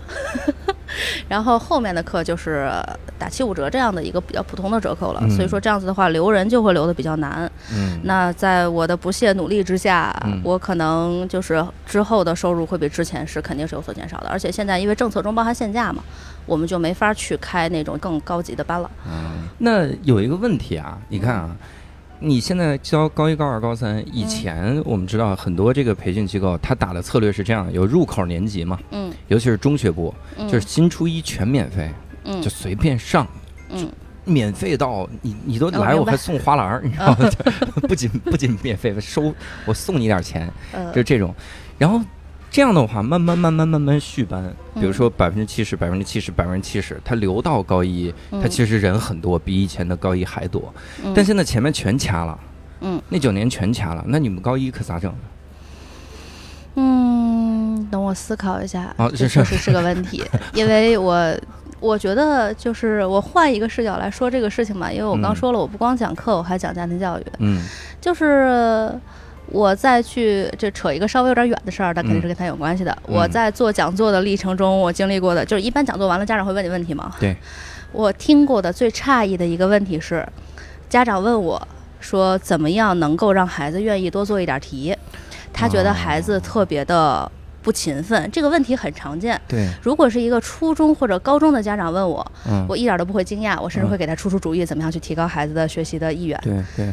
[SPEAKER 5] 然后后面的课就是打七五折这样的一个比较普通的折扣了。所以说
[SPEAKER 1] 嗯
[SPEAKER 5] 这样子的话，留人就会留的比较难。
[SPEAKER 1] 嗯，
[SPEAKER 5] 那在我的不懈努力之下，
[SPEAKER 1] 嗯
[SPEAKER 5] 我可能就是之后的收入会比之前是肯定是有所减少的，而且现在因为政策中包含限价嘛，我们就没法去开那种更高级的班了。
[SPEAKER 1] 那有一个问题啊，你看啊。你现在教高一、高二、高三，以前我们知道很多这个培训机构，它打的策略是这样：有入口年级嘛，
[SPEAKER 5] 嗯，
[SPEAKER 1] 尤其是中学部，
[SPEAKER 5] 嗯
[SPEAKER 1] 就是新初一全免费，
[SPEAKER 5] 嗯
[SPEAKER 1] 就随便上，
[SPEAKER 5] 嗯
[SPEAKER 1] 免费到你你都
[SPEAKER 5] 哦
[SPEAKER 1] 来，
[SPEAKER 5] 明
[SPEAKER 1] 我还
[SPEAKER 5] 白
[SPEAKER 1] 送花篮儿，你知道 吗？就不仅不仅免费，收我送你点儿钱，
[SPEAKER 5] 呃
[SPEAKER 1] 就这种。然后这样的话，慢慢慢慢慢慢续班，比如
[SPEAKER 5] 嗯
[SPEAKER 1] 说百分之七十、百分之七十、百分之七十，它留到高一，它其实人很多，比以前的高一还多。
[SPEAKER 5] 嗯
[SPEAKER 1] 但现在前面全掐了，
[SPEAKER 5] 嗯，
[SPEAKER 1] 那九年全掐了，那你们高一可咋整？
[SPEAKER 5] 嗯，等我思考一下，
[SPEAKER 1] 哦
[SPEAKER 5] 这
[SPEAKER 1] 是
[SPEAKER 5] 确实是个问 题，因为我。我觉得就是我换一个视角来说这个事情吧，因为我
[SPEAKER 1] 嗯
[SPEAKER 5] 刚说了，我不光讲课，我还讲家庭教育。
[SPEAKER 1] 嗯
[SPEAKER 5] 就是我在去这扯一个稍微有点远的事儿，但肯定是跟他有关系的。
[SPEAKER 1] 嗯
[SPEAKER 5] 我在做讲座的历程中，我经历过的就是一般讲座完了，家长会问你问题吗？
[SPEAKER 1] 对，
[SPEAKER 5] 我听过的最诧异的一个问题是，家长问我说怎么样能够让孩子愿意多做一点题？他觉得孩子特别的不勤奋，这个问题很常见。
[SPEAKER 1] 对，
[SPEAKER 5] 如果是一个初中或者高中的家长问我，
[SPEAKER 1] 嗯，
[SPEAKER 5] 我一点都不会惊讶，我甚至会给他出出主意，怎么样去提高孩子的学习的意愿。
[SPEAKER 1] 对对，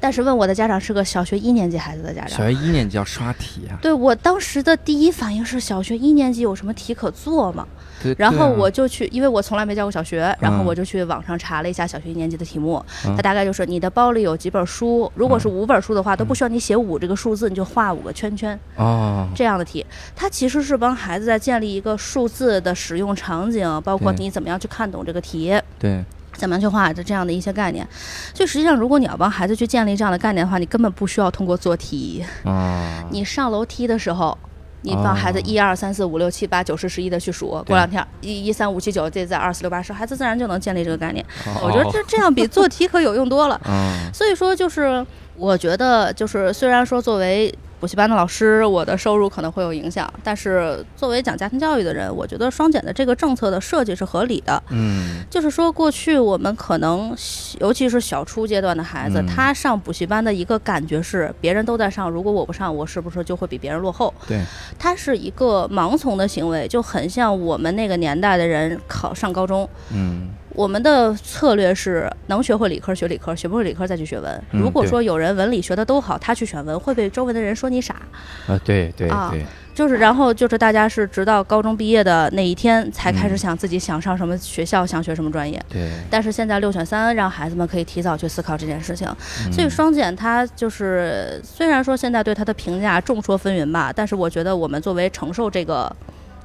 [SPEAKER 5] 但是问我的家长是个小学一年级孩子的家
[SPEAKER 1] 小
[SPEAKER 5] 长，
[SPEAKER 1] 学一年级要刷题啊，
[SPEAKER 5] 对我当时的第一反应是小学一年级有什么题可做吗？
[SPEAKER 1] 对
[SPEAKER 5] 然后
[SPEAKER 1] 对啊
[SPEAKER 5] 我就去，因为我从来没教过小学，然
[SPEAKER 1] 嗯
[SPEAKER 5] 后我就去网上查了一下小学一年级的题目，
[SPEAKER 1] 嗯
[SPEAKER 5] 它大概就是你的包里有几本书，如果是
[SPEAKER 1] 嗯
[SPEAKER 5] 五本书的话，都不需要你写五这个数字，你就画五个圈圈
[SPEAKER 1] 哦，
[SPEAKER 5] 这样的题。它其实是帮孩子在建立一个数字的使用场景，包括
[SPEAKER 1] 对
[SPEAKER 5] 你怎么样去看懂这个题，
[SPEAKER 1] 对，
[SPEAKER 5] 怎么样去画的这样的一些概念。所以实际上，如果你要帮孩子去建立这样的概念的话，你根本不需要通过做题，
[SPEAKER 1] 啊，
[SPEAKER 5] 你上楼梯的时候。你帮孩子
[SPEAKER 1] 哦
[SPEAKER 5] 一二三四五六七八九十十一的去数，过两天一一三五七九，这再二四六八十，孩子自然就能建立这个概念。
[SPEAKER 1] 哦
[SPEAKER 5] 我觉得这这样比做题可有用多了。
[SPEAKER 1] 啊，
[SPEAKER 5] 所以说，就是我觉得，就是虽然说作为补习班的老师，我的收入可能会有影响，但是作为讲家庭教育的人，我觉得双减的这个政策的设计是合理的。
[SPEAKER 1] 嗯，
[SPEAKER 5] 就是说，过去我们可能，尤其是小初阶段的孩子，
[SPEAKER 1] 嗯
[SPEAKER 5] 他上补习班的一个感觉是，别人都在上，如果我不上，我是不是就会比别人落后？
[SPEAKER 1] 对，
[SPEAKER 5] 他是一个盲从的行为，就很像我们那个年代的人考上高中，
[SPEAKER 1] 嗯，
[SPEAKER 5] 我们的策略是能学会理科学理科，学不会理科再去学文。
[SPEAKER 1] 嗯
[SPEAKER 5] 如果说有人文理学的都好，他去选文会被周围的人说你傻。
[SPEAKER 1] 啊，对对
[SPEAKER 5] 啊
[SPEAKER 1] 对，
[SPEAKER 5] 就是，然后就是大家是直到高中毕业的那一天才
[SPEAKER 1] 嗯
[SPEAKER 5] 开始想自己想上什么学校，想学什么专业。
[SPEAKER 1] 对，
[SPEAKER 5] 但是现在六选三让孩子们可以提早去思考这件事情，所以
[SPEAKER 1] 嗯
[SPEAKER 5] 双减它就是虽然说现在对它的评价众说纷纭吧，但是我觉得我们作为承受这个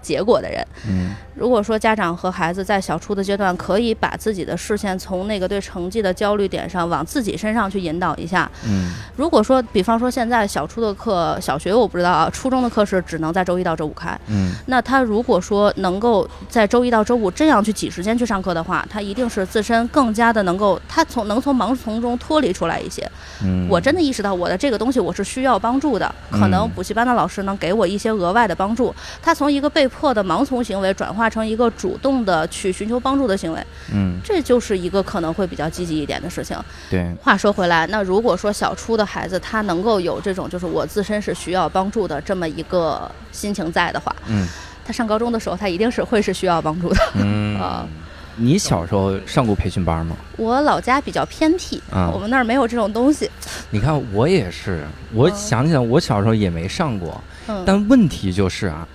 [SPEAKER 5] 结果的人，
[SPEAKER 1] 嗯
[SPEAKER 5] 如果说家长和孩子在小初的阶段，可以把自己的视线从那个对成绩的焦虑点上往自己身上去引导一下。
[SPEAKER 1] 嗯，
[SPEAKER 5] 如果说，比方说现在小初的课，小学我不知道啊，初中的课是只能在周一到周五开。
[SPEAKER 1] 嗯，
[SPEAKER 5] 那他如果说能够在周一到周五这样去挤时间去上课的话，他一定是自身更加的能够，他从能从盲从中脱离出来一些。
[SPEAKER 1] 嗯
[SPEAKER 5] 我真的意识到我的这个东西我是需要帮助的，可能
[SPEAKER 1] 嗯
[SPEAKER 5] 补习班的老师能给我一些额外的帮助。他从一个被迫的盲从行为转化成一个主动的去寻求帮助的行为，
[SPEAKER 1] 嗯，
[SPEAKER 5] 这就是一个可能会比较积极一点的事情。
[SPEAKER 1] 对，
[SPEAKER 5] 话说回来，那如果说小初的孩子他能够有这种就是我自身是需要帮助的这么一个心情在的话，
[SPEAKER 1] 嗯
[SPEAKER 5] 他上高中的时候他一定是会是需要帮助的。
[SPEAKER 1] 嗯
[SPEAKER 5] 啊，
[SPEAKER 1] 你小时候上过培训班吗？
[SPEAKER 5] 我老家比较偏僻，
[SPEAKER 1] 啊
[SPEAKER 5] 我们那儿没有这种东西。
[SPEAKER 1] 你看我也是，我
[SPEAKER 5] 嗯
[SPEAKER 1] 想起来我小时候也没上过，
[SPEAKER 5] 嗯，
[SPEAKER 1] 但问题就是啊，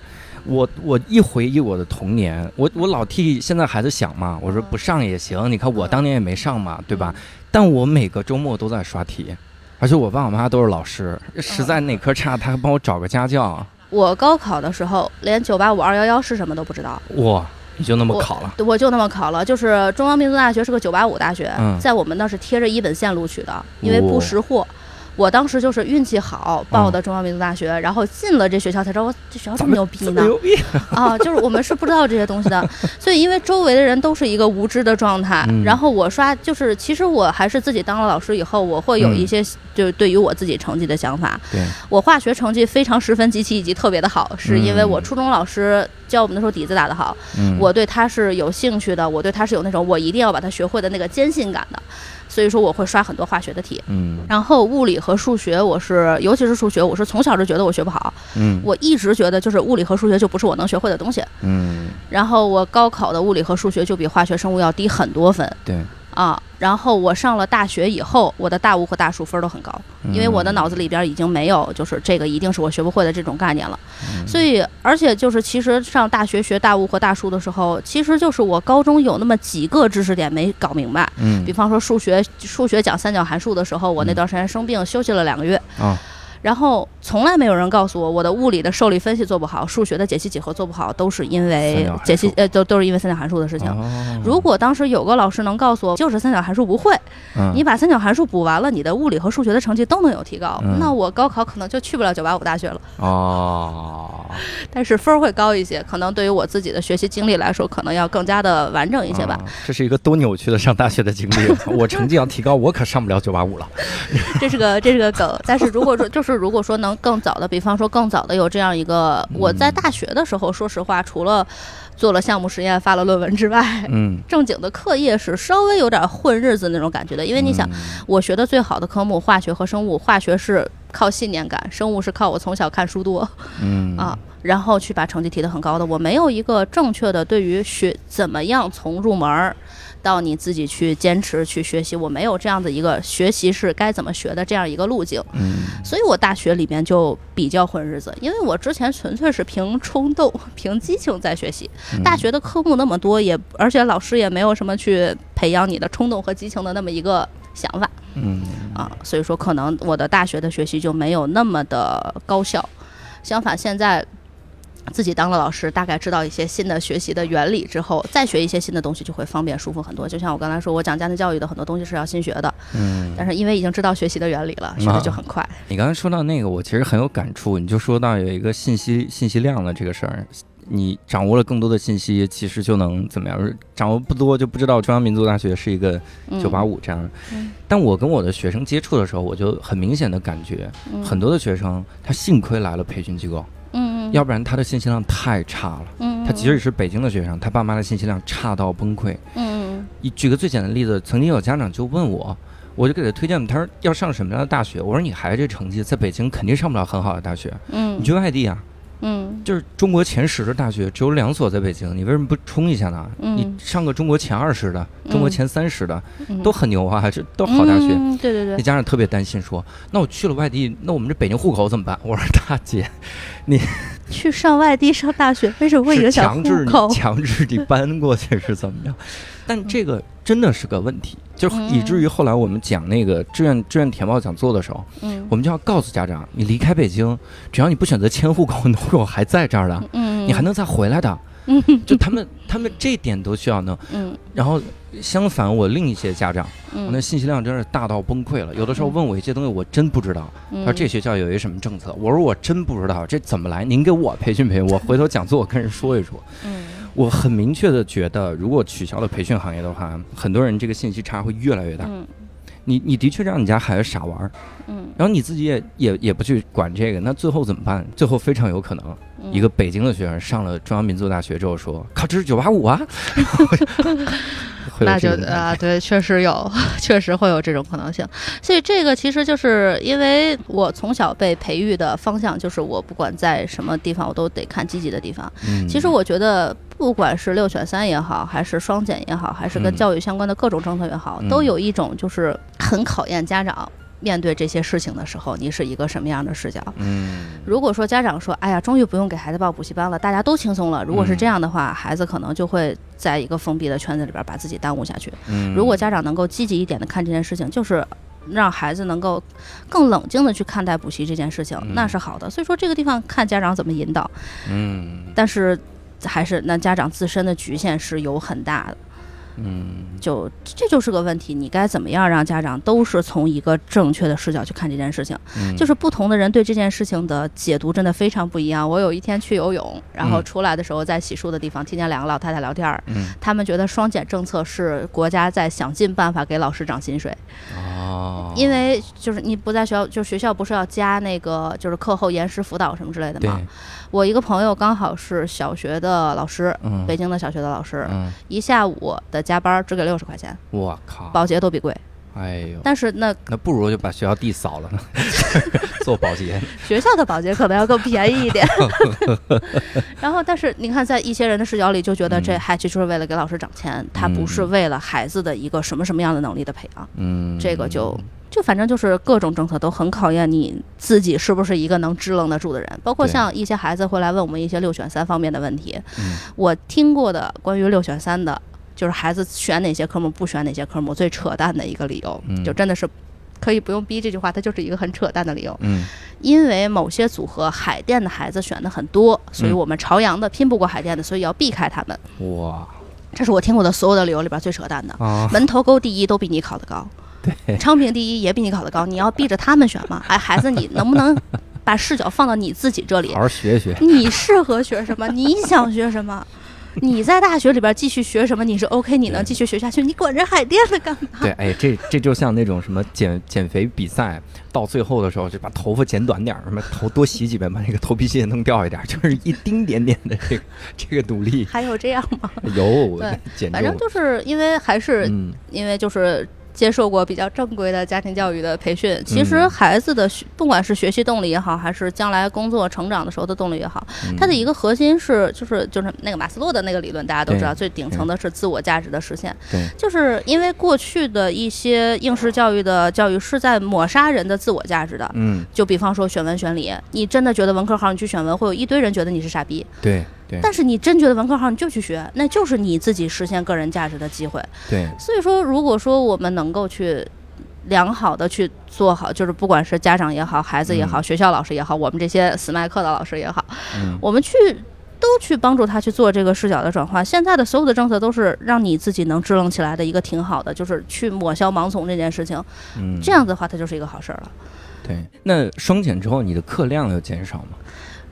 [SPEAKER 1] 我我一回忆我的童年，我我老替现在孩子想嘛，我说
[SPEAKER 5] 嗯
[SPEAKER 1] 不上也行，你看我
[SPEAKER 5] 嗯
[SPEAKER 1] 当年也没上嘛，对吧？但我每个周末都在刷题，而且我爸我妈都是老师，
[SPEAKER 5] 嗯
[SPEAKER 1] 实在哪科差，他还帮我找个家教，
[SPEAKER 5] 我高考的时候连九八五二幺幺是什么都不知道。
[SPEAKER 1] 哇，你就那么考了，
[SPEAKER 5] 我就那么考了，就是中央民族大学是个九八五大学，
[SPEAKER 1] 嗯
[SPEAKER 5] 在我们那是贴着一本线录取的，因为
[SPEAKER 1] 哦
[SPEAKER 5] 不识货。我当时就是运气好报
[SPEAKER 1] 嗯
[SPEAKER 5] 的中央民族大学，然后进了这学校才知道哇这学校这么牛逼
[SPEAKER 1] 这么
[SPEAKER 5] 呢
[SPEAKER 1] 牛逼，
[SPEAKER 5] 啊！就是我们是不知道这些东西的，所以因为周围的人都是一个无知的状态，
[SPEAKER 1] 嗯
[SPEAKER 5] 然后我刷就是其实我还是自己当了老师以后，我会有一些、就是对于我自己成绩的想法，
[SPEAKER 1] 嗯对，
[SPEAKER 5] 我化学成绩非常十分及其以及特别的好，是因为我
[SPEAKER 1] 嗯
[SPEAKER 5] 初中老师教我们的时候底子打得好，
[SPEAKER 1] 嗯，
[SPEAKER 5] 我对他是有兴趣的，我对他是有那种我一定要把它学会的那个坚信感的，所以说我会刷很多化学的题。
[SPEAKER 1] 嗯
[SPEAKER 5] 然后物理和数学，我是尤其是数学，我是从小就觉得我学不好，
[SPEAKER 1] 嗯
[SPEAKER 5] 我一直觉得就是物理和数学就不是我能学会的东西。
[SPEAKER 1] 嗯，
[SPEAKER 5] 然后我高考的物理和数学就比化学、生物要低很多分
[SPEAKER 1] 对，
[SPEAKER 5] 啊。然后我上了大学以后，我的大物和大数分都很高，
[SPEAKER 1] 嗯
[SPEAKER 5] 因为我的脑子里边已经没有就是这个一定是我学不会的这种概念了。
[SPEAKER 1] 嗯，
[SPEAKER 5] 所以，而且就是，其实上大学学大物和大数的时候，其实就是我高中有那么几个知识点没搞明白。
[SPEAKER 1] 嗯，
[SPEAKER 5] 比方说数学，数学讲三角函数的时候，我那段时间生病休息了两个月，
[SPEAKER 1] 啊，
[SPEAKER 5] 然后从来没有人告诉我我的物理的受力分析做不好，数学的解析几何做不好，都是因
[SPEAKER 1] 三
[SPEAKER 5] 为
[SPEAKER 1] 角函数
[SPEAKER 5] 解析呃都都是因为三角函数的事情。
[SPEAKER 1] 哦
[SPEAKER 5] 如果当时有个老师能告诉我，就是三角函数不会，
[SPEAKER 1] 嗯
[SPEAKER 5] 你把三角函数补完了，你的物理和数学的成绩都能有提高，
[SPEAKER 1] 嗯
[SPEAKER 5] 那我高考可能就去不了九八五大学了。
[SPEAKER 1] 哦，
[SPEAKER 5] 但是分儿会高一些，可能对于我自己的学习经历来说，可能要更加的完整一些吧。
[SPEAKER 1] 啊这是一个多扭曲的上大学的经历。啊我成绩要提高，我可上不了九八五了。
[SPEAKER 5] 这是个这是个梗，但是如果说就是如果说能更早的，比方说更早的有这样一个，我在大学的时候，说实话，除了做了项目实验、发了论文之外，
[SPEAKER 1] 嗯，
[SPEAKER 5] 正经的课业是稍微有点混日子那种感觉的，因为你想，我学的最好的科目化学和生物，化学是靠信念感，生物是靠我从小看书多
[SPEAKER 1] 嗯，嗯
[SPEAKER 5] 啊，然后去把成绩提得很高的。我没有一个正确的对于学怎么样从入门儿到你自己去坚持去学习，我没有这样的一个学习是该怎么学的这样一个路径。
[SPEAKER 1] 嗯，
[SPEAKER 5] 所以我大学里面就比较混日子，因为我之前纯粹是凭冲动、 凭激情在学习。
[SPEAKER 1] 嗯
[SPEAKER 5] 大学的科目那么多，也而且老师也没有什么去培养你的冲动和激情的那么一个想法
[SPEAKER 1] 嗯，
[SPEAKER 5] 啊，所以说可能我的大学的学习就没有那么的高效。相反，现在。自己当了老师，大概知道一些新的学习的原理之后，再学一些新的东西就会方便舒服很多。就像我刚才说，我讲家庭教育的很多东西是要新学的，
[SPEAKER 1] 嗯，
[SPEAKER 5] 但是因为已经知道学习的原理了，学的就很快。
[SPEAKER 1] 你刚才说到那个，我其实很有感触。你就说到有一个信息信息量的这个事儿，你掌握了更多的信息，其实就能怎么样？掌握不多就不知道中央民族大学是一个
[SPEAKER 5] 嗯
[SPEAKER 1] 九八五这样。
[SPEAKER 5] 嗯
[SPEAKER 1] 但我跟我的学生接触的时候，我就很明显的感觉，
[SPEAKER 5] 嗯
[SPEAKER 1] 很多的学生他幸亏来了培训机构，
[SPEAKER 5] 嗯，
[SPEAKER 1] 要不然他的信息量太差了。
[SPEAKER 5] 嗯，
[SPEAKER 1] 他即使是北京的学生，他爸妈的信息量差到崩溃。
[SPEAKER 5] 嗯
[SPEAKER 1] 一举个最简单的例子，曾经有家长就问我，我就给他推荐，他说要上什么样的大学？我说你孩子这成绩，在北京肯定上不了很好的大学，
[SPEAKER 5] 嗯，
[SPEAKER 1] 你去外地啊，
[SPEAKER 5] 嗯
[SPEAKER 1] 就是中国前十的大学只有两所在北京，你为什么不冲一下呢？
[SPEAKER 5] 嗯
[SPEAKER 1] 你上个中国前二十的、中国
[SPEAKER 5] 嗯
[SPEAKER 1] 前三十的、
[SPEAKER 5] 嗯
[SPEAKER 1] 都很牛啊，这都好大学。
[SPEAKER 5] 嗯对对
[SPEAKER 1] 那
[SPEAKER 5] 对，
[SPEAKER 1] 家长特别担心说，那我去了外地，那我们这北京户口怎么办？我说大姐，
[SPEAKER 5] 去上外地上大学为什么会
[SPEAKER 1] 是
[SPEAKER 5] 影响
[SPEAKER 1] 强制
[SPEAKER 5] 户
[SPEAKER 1] 你
[SPEAKER 5] 口？
[SPEAKER 1] 强制你搬过去是怎 么样？但这个真的是个问题，就
[SPEAKER 5] 嗯
[SPEAKER 1] 以至于后来我们讲那个志愿志愿填报讲座的时候，
[SPEAKER 5] 嗯
[SPEAKER 1] 我们就要告诉家长，你离开北京，只要你不选择迁户口， 你的户口还在这儿的，
[SPEAKER 5] 嗯，
[SPEAKER 1] 你还能再回来的。
[SPEAKER 5] 嗯
[SPEAKER 1] 就他们他们这点都需要弄。
[SPEAKER 5] 嗯
[SPEAKER 1] 然后相反，我另一些家长，我那
[SPEAKER 5] 嗯，
[SPEAKER 1] 信息量真是大到崩溃了。有的时候问我一些东西，我真不知道。
[SPEAKER 5] 嗯
[SPEAKER 1] 他说这学校有一什么政策，我说我真不知道，这怎么来？您给我培训培训，我回头讲座我跟人说一说。
[SPEAKER 5] 嗯
[SPEAKER 1] 我很明确的觉得，如果取消了培训行业的话，很多人这个信息差会越来越大。
[SPEAKER 5] 嗯
[SPEAKER 1] 你你的确让你家孩子傻玩儿，
[SPEAKER 5] 嗯
[SPEAKER 1] 然后你自己也也也不去管这个，那最后怎么办？最后非常有可能，
[SPEAKER 5] 嗯，
[SPEAKER 1] 一个北京的学生上了中央民族大学之后说：“靠，这是九八五啊！” 会有
[SPEAKER 5] 那就
[SPEAKER 1] 这种感觉
[SPEAKER 5] 啊，对，确实有， 确实会有这种可能性。所以这个其实就是因为我从小被培育的方向，就是我不管在什么地方，我都得看积极的地方。
[SPEAKER 1] 嗯
[SPEAKER 5] 其实我觉得，不管是六选三也好，还是双减也好，还是跟
[SPEAKER 1] 嗯
[SPEAKER 5] 教育相关的各种政策也好，
[SPEAKER 1] 嗯
[SPEAKER 5] 都有一种就是很考验家长面对这些事情的时候，你是一个什么样的视角。
[SPEAKER 1] 嗯
[SPEAKER 5] 如果说家长说：“哎呀，终于不用给孩子报补习班了，大家都轻松了。”如
[SPEAKER 1] 嗯
[SPEAKER 5] 果是这样的话，孩子可能就会在一个封闭的圈子里边把自己耽误下去。
[SPEAKER 1] 嗯
[SPEAKER 5] 如果家长能够积极一点的看这件事情，就是让孩子能够更冷静的去看待补习这件事情，那是好的。所以说这个地方看家长怎么引导。
[SPEAKER 1] 嗯
[SPEAKER 5] 但是还是那家长自身的局限是有很大的，
[SPEAKER 1] 嗯
[SPEAKER 5] 就这就是个问题。你该怎么样让家长都是从一个正确的视角去看这件事情？
[SPEAKER 1] 嗯
[SPEAKER 5] 就是不同的人对这件事情的解读真的非常不一样。我有一天去游泳，然后
[SPEAKER 1] 嗯
[SPEAKER 5] 出来的时候在洗漱的地方听见两个老太太聊天儿，
[SPEAKER 1] 嗯
[SPEAKER 5] 她们觉得双减政策是国家在想尽办法给老师涨薪水，
[SPEAKER 1] 哦，
[SPEAKER 5] 因为就是你不在学校，就是学校不是要加那个就是课后延时辅导什么之类的
[SPEAKER 1] 对
[SPEAKER 5] 吗？我一个朋友刚好是小学的老师，
[SPEAKER 1] 嗯
[SPEAKER 5] 北京的小学的老师，
[SPEAKER 1] 嗯，
[SPEAKER 5] 一下午的加班儿只给六十块钱，
[SPEAKER 1] 我靠，
[SPEAKER 5] 保洁都比贵。
[SPEAKER 1] 哎呦，
[SPEAKER 5] 但是那
[SPEAKER 1] 那不如就把学校地扫了呢， 做保洁。
[SPEAKER 5] 学校的保洁可能要更便宜一点。 然后，但是你看，在一些人的视角里，就觉得这
[SPEAKER 1] 嗯
[SPEAKER 5] 还就是为了给老师涨钱，他不是为了孩子的一个什么什么样的能力的培养。
[SPEAKER 1] 嗯，
[SPEAKER 5] 这个就就反正就是各种政策都很考验你自己是不是一个能支棱得住的人，包括
[SPEAKER 1] 对
[SPEAKER 5] 像一些孩子会来问我们一些六选三方面的问题，
[SPEAKER 1] 嗯
[SPEAKER 5] 我听过的关于六选三的，就是孩子选哪些科目不选哪些科目最扯淡的一个理由，
[SPEAKER 1] 嗯
[SPEAKER 5] 就真的是。可以不用逼这句话，它就是一个很扯淡的理由。
[SPEAKER 1] 嗯
[SPEAKER 5] 因为某些组合海淀的孩子选的很多，所以
[SPEAKER 1] 嗯
[SPEAKER 5] 我们朝阳的拼不过海淀的，所以要避开他们。
[SPEAKER 1] 哇
[SPEAKER 5] 这是我听过的所有的理由里边最扯淡 的。
[SPEAKER 1] 啊，
[SPEAKER 5] 门头沟第一都比你考得高，
[SPEAKER 1] 对，
[SPEAKER 5] 昌平第一也比你考得高，你要逼着他们选吗？哎，孩子，你能不能把视角放到你自己这 里
[SPEAKER 1] 好？好学一学。
[SPEAKER 5] 你适合学什么？你想学什么？你在大学里边继续学什么？你是 OK，你能继续学下去？你管人海淀的干嘛？
[SPEAKER 1] 对，哎，这这就像那种什么减减肥比赛，到最后的时候就把头发剪短点儿，什么头多洗几遍，把那个头皮屑弄掉一点儿，就是一丁点点的这个这个努 力
[SPEAKER 5] 还有这样吗？
[SPEAKER 1] 有
[SPEAKER 5] 对
[SPEAKER 1] 减
[SPEAKER 5] 反正
[SPEAKER 1] 重，
[SPEAKER 5] 就是因为还是
[SPEAKER 1] 嗯
[SPEAKER 5] 因为就是接受过比较正规的家庭教育的培训。其实
[SPEAKER 1] 嗯
[SPEAKER 5] 孩子的学不管是学习动力也好，还是将来工作成长的时候的动力也好，它的一
[SPEAKER 1] 个
[SPEAKER 5] 个核心是就是就是那个马斯洛的那个理论，大家都知道，
[SPEAKER 1] 对
[SPEAKER 5] 最顶层的是自我价值的实现
[SPEAKER 1] 对。
[SPEAKER 5] 就是因为过去的一些应试教育的教育是在抹杀人的自我价值的。
[SPEAKER 1] 嗯，
[SPEAKER 5] 就比方说选文选理，你真的觉得文科好，你去选文，会有一堆人觉得你是傻逼。
[SPEAKER 1] 对对
[SPEAKER 5] 但是你真觉得文科好，你就去学，那就是你自己实现个人价值的机会。
[SPEAKER 1] 对，
[SPEAKER 5] 所以说，如果说我们能够去良好的去做好，就是不管是家长也好，孩子也好，学校老师也好，我们这些死麦克的老师也好，
[SPEAKER 1] 嗯
[SPEAKER 5] 我们去。都去帮助他去做这个视角的转化。现在的所有的政策都是让你自己能支棱起来的一个挺好的，就是去抹消盲从这件事情。
[SPEAKER 1] 嗯，
[SPEAKER 5] 这样子的话，它就是一个好事儿了。
[SPEAKER 1] 对。那双减之后，你的课量有减少吗？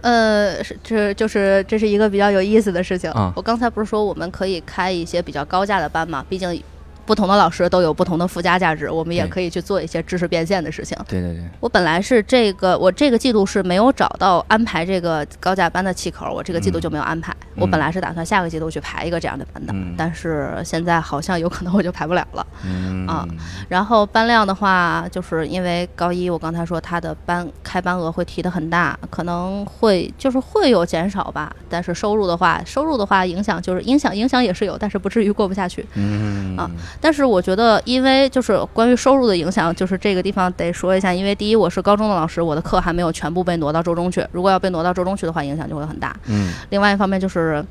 [SPEAKER 5] 呃，是这就是这是一个比较有意思的事情。
[SPEAKER 1] 啊
[SPEAKER 5] 我刚才不是说我们可以开一些比较高价的班嘛？毕竟不同的老师都有不同的附加价值，我们也
[SPEAKER 1] 对
[SPEAKER 5] 可以去做一些知识变现的事情。
[SPEAKER 1] 对对对，
[SPEAKER 5] 我本来是这个，我这个季度是没有找到安排这个高价班的气口，我这个季度
[SPEAKER 1] 嗯
[SPEAKER 5] 就没有安排。我
[SPEAKER 1] 嗯
[SPEAKER 5] 本来是打算下个季度去排一个这样的班的，
[SPEAKER 1] 嗯
[SPEAKER 5] 但是现在好像有可能我就排不了了。
[SPEAKER 1] 嗯
[SPEAKER 5] 啊然后班量的话，就是因为高一我刚才说他的班开班额会提的很大，可能会就是会有减少吧。但是收入的话，收入的话影响就是影响影响也是有，但是不至于过不下去。
[SPEAKER 1] 嗯
[SPEAKER 5] 啊但是我觉得，因为就是关于收入的影响，就是这个地方得说一下，因为第一我是高中的老师，我的课还没有全部被挪到周中去，如果要被挪到周中去的话，影响就会很大。
[SPEAKER 1] 嗯，
[SPEAKER 5] 另外一方面就是。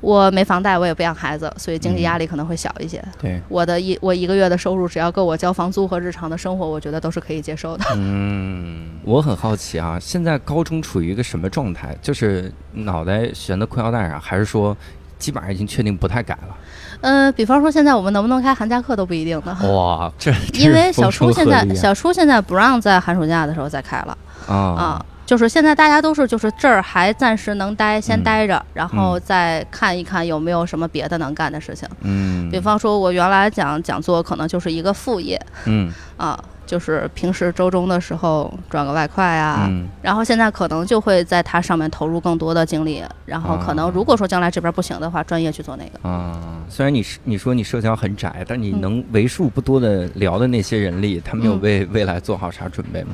[SPEAKER 5] 我没房贷，我也不养孩子，所以经济压力可能会小一些。
[SPEAKER 1] 对，
[SPEAKER 5] 我的一我一个月的收入只要够我交房租和日常的生活，我觉得都是可以接受的。
[SPEAKER 1] 嗯，我很好奇啊，现在高中处于一个什么状态？就是脑袋悬在裤腰带上，还是说基本上已经确定不太改了？
[SPEAKER 5] 嗯，比方说现在我们能不能开寒假课都不一定呢，
[SPEAKER 1] 哇，这
[SPEAKER 5] 因为小
[SPEAKER 1] 初
[SPEAKER 5] 初现在小初现在不让在寒暑假的时候再开了啊
[SPEAKER 1] 啊，。
[SPEAKER 5] 就是现在大家都是，就是这儿还暂时能待，先待
[SPEAKER 1] 嗯
[SPEAKER 5] 着，然后再看一看有没有什么别的能干的事情。
[SPEAKER 1] 嗯，
[SPEAKER 5] 比方说，我原来讲讲座可能就是一个副业
[SPEAKER 1] 嗯
[SPEAKER 5] 啊，就是平时周中的时候赚个外快啊，
[SPEAKER 1] 嗯
[SPEAKER 5] 然后现在可能就会在它上面投入更多的精力，然后可能如果说将来这边不行的话，专业去做那个。
[SPEAKER 1] 啊，虽然你是你说你社交很窄，但你
[SPEAKER 5] 嗯
[SPEAKER 1] 能为数不多的聊的那些人里，他们有
[SPEAKER 5] 嗯
[SPEAKER 1] 为未来做好啥准备吗？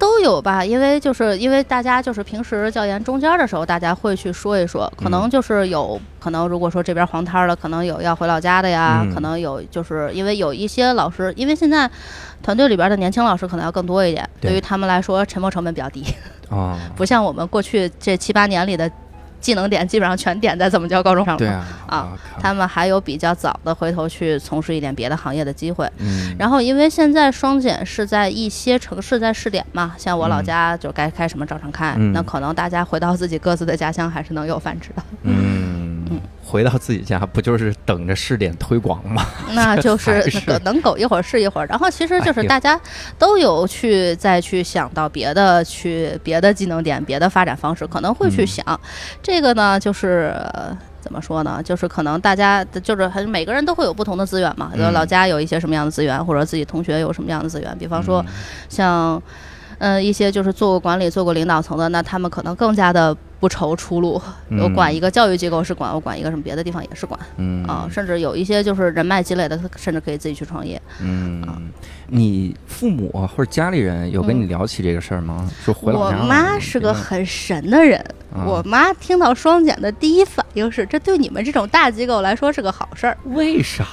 [SPEAKER 5] 都有吧，因为就是因为大家就是平时教研中间的时候，大家会去说一说，可
[SPEAKER 1] 嗯
[SPEAKER 5] 能就是有、可能如果说这边黄摊儿了，可能有要回老家的呀，
[SPEAKER 1] 嗯
[SPEAKER 5] 可能有就是因为有一些老师，因为现在团队里边的年轻老师可能要更多一点，
[SPEAKER 1] 对
[SPEAKER 5] 对于他们来说沉没成本比较低，
[SPEAKER 1] 啊，
[SPEAKER 5] 不像我们过去这七八年里的技能点基本上全点在怎么教高中上了。
[SPEAKER 1] 对啊
[SPEAKER 5] 啊，
[SPEAKER 1] 靠
[SPEAKER 5] 他们还有比较早的回头去从事一点别的行业的机会。
[SPEAKER 1] 嗯，
[SPEAKER 5] 然后，因为现在双减是在一些城市在试点嘛，像我老
[SPEAKER 1] 嗯
[SPEAKER 5] 家就该开什么照常开，
[SPEAKER 1] 嗯
[SPEAKER 5] 那可能大家回到自己各自的家乡还是能有饭吃的，
[SPEAKER 1] 嗯， 回到自己家不就是等着试点推广吗？
[SPEAKER 5] 那就是
[SPEAKER 1] 还是
[SPEAKER 5] 那个能苟一会儿是一会儿。然后其实就
[SPEAKER 1] 哎
[SPEAKER 5] 是
[SPEAKER 1] 呦
[SPEAKER 5] 大家都有去再去想到别的去别的技能点、别的发展方式，可能会去
[SPEAKER 1] 嗯
[SPEAKER 5] 想、这个呢，就是。呃怎么说呢？就是可能大家就是还是每个人都会有不同的资源嘛，就是
[SPEAKER 1] 嗯
[SPEAKER 5] 老家有一些什么样的资源，或者自己同学有什么样的资源。比方说，
[SPEAKER 1] 嗯
[SPEAKER 5] 像，呃，一些就是做过管理、做过领导层的，那他们可能更加的不愁出路。
[SPEAKER 1] 嗯
[SPEAKER 5] 我管一个教育机构是管，我管一个什么别的地方也是管
[SPEAKER 1] 嗯
[SPEAKER 5] 啊、甚至有一些就是人脉积累的，甚至可以自己去创业。
[SPEAKER 1] 嗯，你父母或者家里人有跟你
[SPEAKER 5] 啊嗯
[SPEAKER 1] 聊起这个事儿吗？说回老
[SPEAKER 5] 我
[SPEAKER 1] 家了
[SPEAKER 5] 妈是个很神的人，
[SPEAKER 1] 啊
[SPEAKER 5] 我妈听到双减的第一反应是，这对你们这种大机构来说是个好事儿，
[SPEAKER 1] 为啥？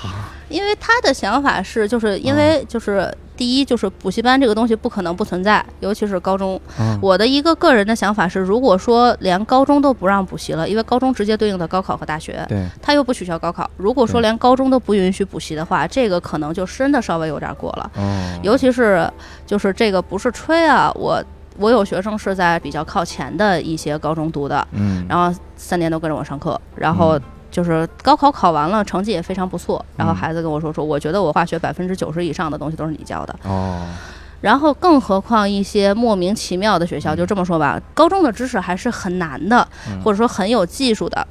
[SPEAKER 5] 因为她的想法是，就是因为
[SPEAKER 1] 嗯
[SPEAKER 5] 就是。第一就是补习班这个东西不可能不存在，尤其是高中，
[SPEAKER 1] 啊
[SPEAKER 5] 我的一个个人的想法是，如果说连高中都不让补习了，因为高中直接对应的高考和大学，
[SPEAKER 1] 对，
[SPEAKER 5] 他又不取消高考。如果
[SPEAKER 1] 对
[SPEAKER 5] 说连高中都不允许补习的话，这个可能就真的稍微有点过了。
[SPEAKER 1] 哦，
[SPEAKER 5] 尤其是就是这个不是吹啊，我我有学生是在比较靠前的一些高中读的，
[SPEAKER 1] 嗯，
[SPEAKER 5] 然后三年都跟着我上课，然后
[SPEAKER 1] 嗯。
[SPEAKER 5] 就是高考考完了，成绩也非常不错。然后
[SPEAKER 1] 嗯
[SPEAKER 5] 孩子跟我说说，我觉得我化学百分之九十以上的东西都是你教的。
[SPEAKER 1] 哦，
[SPEAKER 5] 然后，更何况一些莫名其妙的学校，就这么说吧，高中的知识还是很难的，
[SPEAKER 1] 嗯嗯
[SPEAKER 5] 或者说很有技术的。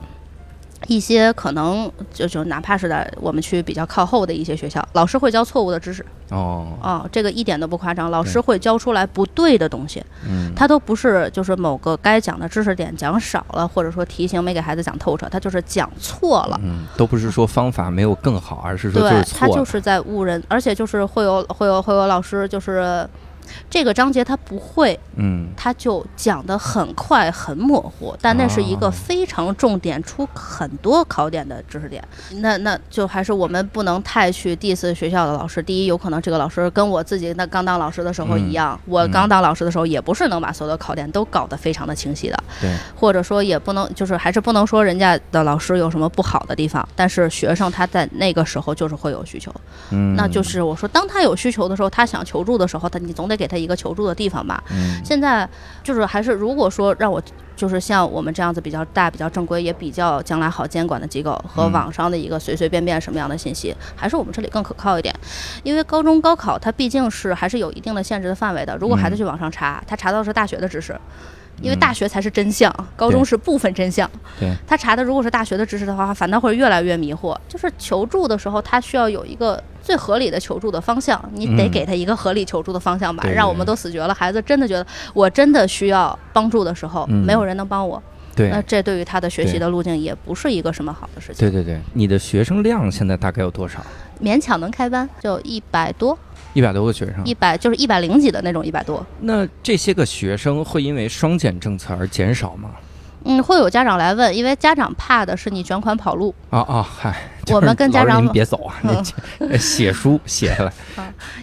[SPEAKER 5] 一些可能就就哪怕是在我们去比较靠后的一些学校，老师会教错误的知识
[SPEAKER 1] 哦，
[SPEAKER 5] 啊、这个一点都不夸张，老师会教出来不对的东西，
[SPEAKER 1] 嗯，
[SPEAKER 5] 他都不是就是某个该讲的知识点讲少了，或者说题型没给孩子讲透彻，他就是讲错了。
[SPEAKER 1] 嗯，都不是说方法没有更好，而是说就
[SPEAKER 5] 对
[SPEAKER 1] 是
[SPEAKER 5] 他
[SPEAKER 1] 错
[SPEAKER 5] 就
[SPEAKER 1] 了，
[SPEAKER 5] 是在误人，而且就是会有会有会有老师就是这个章节他不会，
[SPEAKER 1] 嗯，
[SPEAKER 5] 他就讲得很快很模糊，但那是一
[SPEAKER 1] 哦
[SPEAKER 5] 个非常重点出很多考点的知识点。那那就还是我们不能太去 diss 学校的老师。第一，有可能这个老师跟我自己那刚当老师的时候一样，我刚当老师的时候也不是能把所有的考点都搞得非常的清晰的，
[SPEAKER 1] 对，
[SPEAKER 5] 或者说也不能就是还是不能说人家的老师有什么不好的地方，但是学生他在那个时候就是会有需求。
[SPEAKER 1] 嗯，
[SPEAKER 5] 那就是我说，当他有需求的时候，他想求助的时候，他你总得给他一个求助的地方吧。
[SPEAKER 1] 嗯
[SPEAKER 5] 现在就是还是如果说让我就是像我们这样子比较大、比较正规，也比较将来好监管的机构和
[SPEAKER 1] 嗯
[SPEAKER 5] 网上的一个随随便便什么样的信息，还是我们这里更可靠一点。因为高中高考它毕竟是还是有一定的限制的范围的。如果孩子去网上查，
[SPEAKER 1] 嗯
[SPEAKER 5] 他查到的是大学的知识。因为大学才是真相，高中
[SPEAKER 1] 对
[SPEAKER 5] 是部分真相。
[SPEAKER 1] 对
[SPEAKER 5] 他查的如果是大学的知识的话，反倒会越来越迷惑。就是求助的时候，他需要有一个最合理的求助的方向，你得
[SPEAKER 1] 嗯
[SPEAKER 5] 给他一个合理求助的方向吧，
[SPEAKER 1] 对对
[SPEAKER 5] 让我们
[SPEAKER 1] 对
[SPEAKER 5] 都死绝了。孩子真的觉得我真的需要帮助的时候，
[SPEAKER 1] 嗯
[SPEAKER 5] 没有人能帮我，
[SPEAKER 1] 对
[SPEAKER 5] 那这对于他的学习
[SPEAKER 1] 对
[SPEAKER 5] 的路径也不是一个什么好的事
[SPEAKER 1] 对
[SPEAKER 5] 情。
[SPEAKER 1] 对对，你的学生量现在大概有多少？
[SPEAKER 5] 勉强能开班，就一百多，
[SPEAKER 1] 一百多个学生
[SPEAKER 5] 一，百就是一百零几的那种一百多。
[SPEAKER 1] 那这些个学生会因为双减政策而减少吗？
[SPEAKER 5] 嗯，会有家长来问，因为家长怕的是你卷款跑路，
[SPEAKER 1] 啊啊，嗨，
[SPEAKER 5] 我们跟
[SPEAKER 1] 就是
[SPEAKER 5] 家
[SPEAKER 1] 老师
[SPEAKER 5] 长
[SPEAKER 1] 您别走啊，
[SPEAKER 5] 嗯
[SPEAKER 1] 你写书写下来，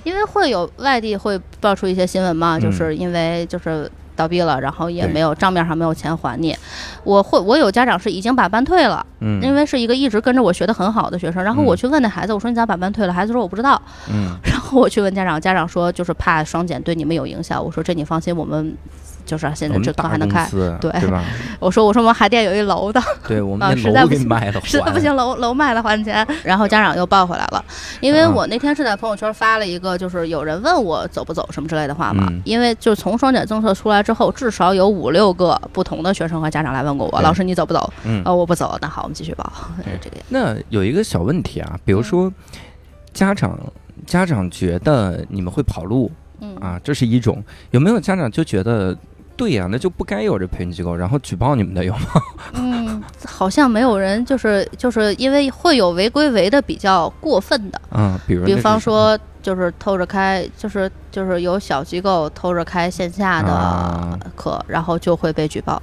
[SPEAKER 5] 因为会有外地会爆出一些新闻嘛，
[SPEAKER 1] 嗯
[SPEAKER 5] 就是因为就是倒闭了，然后也
[SPEAKER 1] 对
[SPEAKER 5] 没有账面上没有钱还你。我会我有家长是已经把班退了，
[SPEAKER 1] 嗯，
[SPEAKER 5] 因为是一个一直跟着我学的很好的学生，然后
[SPEAKER 1] 嗯
[SPEAKER 5] 我去问那孩子，我说你咋把班退了？孩子说我不知道。
[SPEAKER 1] 嗯
[SPEAKER 5] 然后 我去问家长，家长说就是怕双减对你们有影响。我说这你放心，我们就是现
[SPEAKER 1] 我
[SPEAKER 5] 在
[SPEAKER 1] 们
[SPEAKER 5] 这课
[SPEAKER 1] 大
[SPEAKER 5] 还能
[SPEAKER 1] 公
[SPEAKER 5] 开。
[SPEAKER 1] 司
[SPEAKER 5] 对
[SPEAKER 1] 对吧？
[SPEAKER 5] 我说我说我们海淀有一楼的，
[SPEAKER 1] 对我
[SPEAKER 5] 啊
[SPEAKER 1] 们
[SPEAKER 5] 实
[SPEAKER 1] 那
[SPEAKER 5] 在
[SPEAKER 1] 楼
[SPEAKER 5] 不
[SPEAKER 1] 给
[SPEAKER 5] 行
[SPEAKER 1] 卖了，
[SPEAKER 5] 实在不
[SPEAKER 1] 还
[SPEAKER 5] 行楼楼卖了还钱。然后家长又抱回来了，因为
[SPEAKER 1] 啊
[SPEAKER 5] 我那天是在朋友圈发了一个，就是有人问我走不走什么之类的话嘛。
[SPEAKER 1] 嗯
[SPEAKER 5] 因为就从双减政策出来之后，至少有五六个不同的学生和家长来问过我，
[SPEAKER 1] 对
[SPEAKER 5] 老师你走不走？
[SPEAKER 1] 嗯
[SPEAKER 5] 呃，我不走，那好，我们继续报。
[SPEAKER 1] 对
[SPEAKER 5] 这个也
[SPEAKER 1] 那有一个小问题啊，比如
[SPEAKER 5] 嗯
[SPEAKER 1] 说家长家长觉得你们会跑路
[SPEAKER 5] 嗯
[SPEAKER 1] 啊，这是一种；有没有家长就觉得对呀、那就不该有这培训机构，然后举报你们的有吗？
[SPEAKER 5] 嗯，好像没有人就是就是因为会有违规违的比较过分的，
[SPEAKER 1] 嗯，比如
[SPEAKER 5] 比
[SPEAKER 1] 那
[SPEAKER 5] 方
[SPEAKER 1] 是什么
[SPEAKER 5] 说就是偷着开，就是就是有小机构偷着开线下
[SPEAKER 1] 啊
[SPEAKER 5] 的课，然后就会被举报。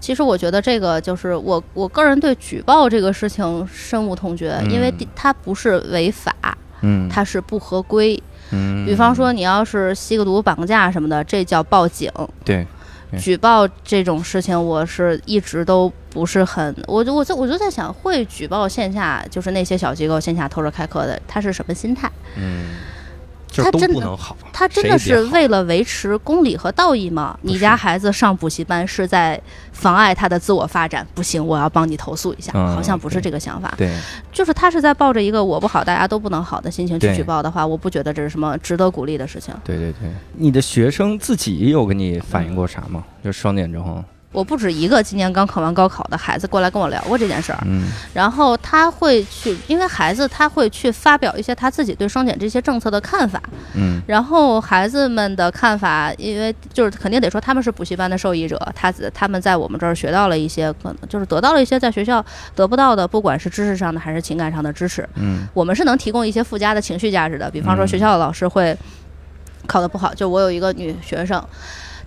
[SPEAKER 5] 其实我觉得这个就是我我个人对举报这个事情深恶痛绝，因为
[SPEAKER 1] 嗯
[SPEAKER 5] 第它不是违法，
[SPEAKER 1] 嗯，
[SPEAKER 5] 它是不合规。
[SPEAKER 1] 嗯，
[SPEAKER 5] 比方说你要是吸个毒、绑架什么的，这叫报警。
[SPEAKER 1] 对，对
[SPEAKER 5] 举报这种事情，我是一直都不是很，我就我就我就在想，会举报线下就是那些小机构线下偷着开课的，他是什么心态？
[SPEAKER 1] 嗯，就是
[SPEAKER 5] 他
[SPEAKER 1] 都
[SPEAKER 5] 真
[SPEAKER 1] 不
[SPEAKER 5] 的
[SPEAKER 1] 能好，
[SPEAKER 5] 他真
[SPEAKER 1] 谁
[SPEAKER 5] 的
[SPEAKER 1] 也
[SPEAKER 5] 是
[SPEAKER 1] 别好
[SPEAKER 5] 为了维持公理和道义吗？
[SPEAKER 1] 是
[SPEAKER 5] 你家孩子上补习班是在妨碍他的自我发展，不行，我要帮你投诉一下，
[SPEAKER 1] 嗯
[SPEAKER 5] 好像不是
[SPEAKER 1] 对
[SPEAKER 5] 这个想法。
[SPEAKER 1] 对，
[SPEAKER 5] 就是他是在抱着一个我不好，大家都不能好的心情去
[SPEAKER 1] 对
[SPEAKER 5] 举报的话，我不觉得这是什么值得鼓励的事情。
[SPEAKER 1] 对对对，你的学生自己有跟你反
[SPEAKER 5] 嗯
[SPEAKER 1] 映过啥吗？就双减之后，
[SPEAKER 5] 我不止一个今年刚考完高考的孩子过来跟我聊过这件事儿，
[SPEAKER 1] 嗯
[SPEAKER 5] 然后他会去，因为孩子他会去发表一些他自己对双减这些政策的看法，
[SPEAKER 1] 嗯
[SPEAKER 5] 然后孩子们的看法，因为就是肯定得说他们是补习班的受益者，他他们在我们这儿学到了一些，可能就是得到了一些在学校得不到的，不管是知识上的还是情感上的支持，
[SPEAKER 1] 嗯
[SPEAKER 5] 我们是能提供一些附加的情绪价值的，比方说
[SPEAKER 1] 嗯
[SPEAKER 5] 学校的老师会考得不好，就我有一个女学生。
[SPEAKER 1] 嗯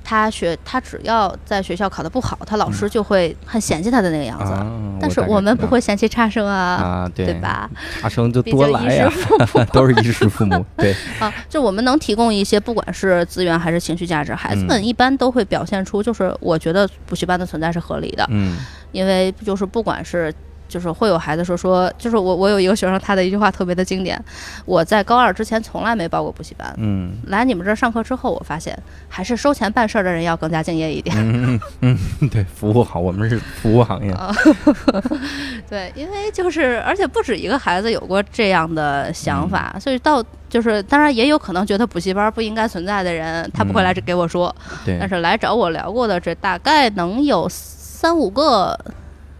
[SPEAKER 5] 她学，她只要在学校考得不好，她老师就会很嫌弃她的那个样子。
[SPEAKER 1] 嗯啊，
[SPEAKER 5] 但是
[SPEAKER 1] 大概
[SPEAKER 5] 我们
[SPEAKER 1] 知
[SPEAKER 5] 不
[SPEAKER 1] 道
[SPEAKER 5] 会嫌弃差生啊，
[SPEAKER 1] 啊，对
[SPEAKER 5] 对？吧？
[SPEAKER 1] 差生就
[SPEAKER 5] 毕
[SPEAKER 1] 多
[SPEAKER 5] 竟衣
[SPEAKER 1] 来
[SPEAKER 5] 食
[SPEAKER 1] 呀，
[SPEAKER 5] 父母
[SPEAKER 1] 都是衣食父母， 对，
[SPEAKER 5] 啊，就我们能提供一些，不管是资源还是情绪价值，孩子
[SPEAKER 1] 嗯
[SPEAKER 5] 们一般都会表现出，就是我觉得补习班的存在是合理的，
[SPEAKER 1] 嗯
[SPEAKER 5] 因为就是不管是。就是会有孩子说说，就是我我有一个学生，他的一句话特别的经典，我在高二之前从来没报过补习班，
[SPEAKER 1] 嗯
[SPEAKER 5] 来你们这儿上课之后，我发现还是收钱办事儿的人要更加敬业一点。
[SPEAKER 1] 嗯嗯嗯， 对，服务好，我们是服务行业，
[SPEAKER 5] 啊， 对，因为就是，而且不止一个孩子有过这样的
[SPEAKER 1] 嗯
[SPEAKER 5] 想法，所以到就是，当然也有可能觉得补习班不应该存在的人，他
[SPEAKER 1] 嗯
[SPEAKER 5] 不会来这给我说，
[SPEAKER 1] 对
[SPEAKER 5] 但，是来找我聊过的，这大概能有三五个。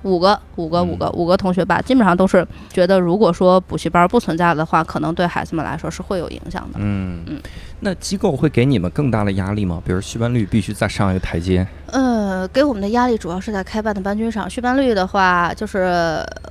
[SPEAKER 5] 五个，五个，
[SPEAKER 1] 嗯
[SPEAKER 5] 五个，五个同学吧，基本上都是觉得，如果说补习班不存在的话，可能对孩子们来说是会有影响的。
[SPEAKER 1] 嗯
[SPEAKER 5] 嗯，
[SPEAKER 1] 那机构会给你们更大的压力吗？比如续班率必须再上一个台阶，
[SPEAKER 5] 呃，给我们的压力主要是在开办的班均上，续班率的话，就是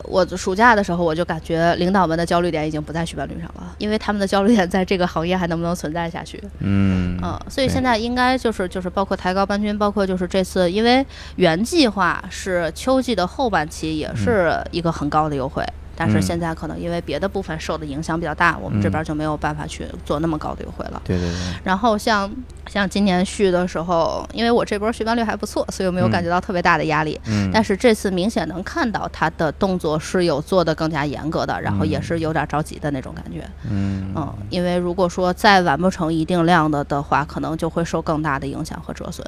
[SPEAKER 5] 我暑假的时候，我就感觉领导们的焦虑点已经不在续班率上了，因为他们的焦虑点在这个行业还能不能存在下去。
[SPEAKER 1] 嗯
[SPEAKER 5] 嗯，所以
[SPEAKER 1] 对
[SPEAKER 5] 现在应该就是就是包括抬高班均，包括就是这次，因为原计划是秋季的后半期，也是一个很高的优惠。但是
[SPEAKER 1] 嗯
[SPEAKER 5] 现在可能因为别的部分受的影响比较大，我们这边就没有办法去做那么高的优惠了。
[SPEAKER 1] 对对对，
[SPEAKER 5] 然后像像今年续的时候，因为我这波续班率还不错，所以我没有
[SPEAKER 1] 嗯
[SPEAKER 5] 感觉到特别大的压力。
[SPEAKER 1] 嗯，
[SPEAKER 5] 但是这次明显能看到他的动作是有做的更加严格的，然后也
[SPEAKER 1] 嗯
[SPEAKER 5] 是有点着急的那种感觉。
[SPEAKER 1] 嗯
[SPEAKER 5] 嗯，因为如果说再完不成一定量的的话，可能就会受更大的影响和折损。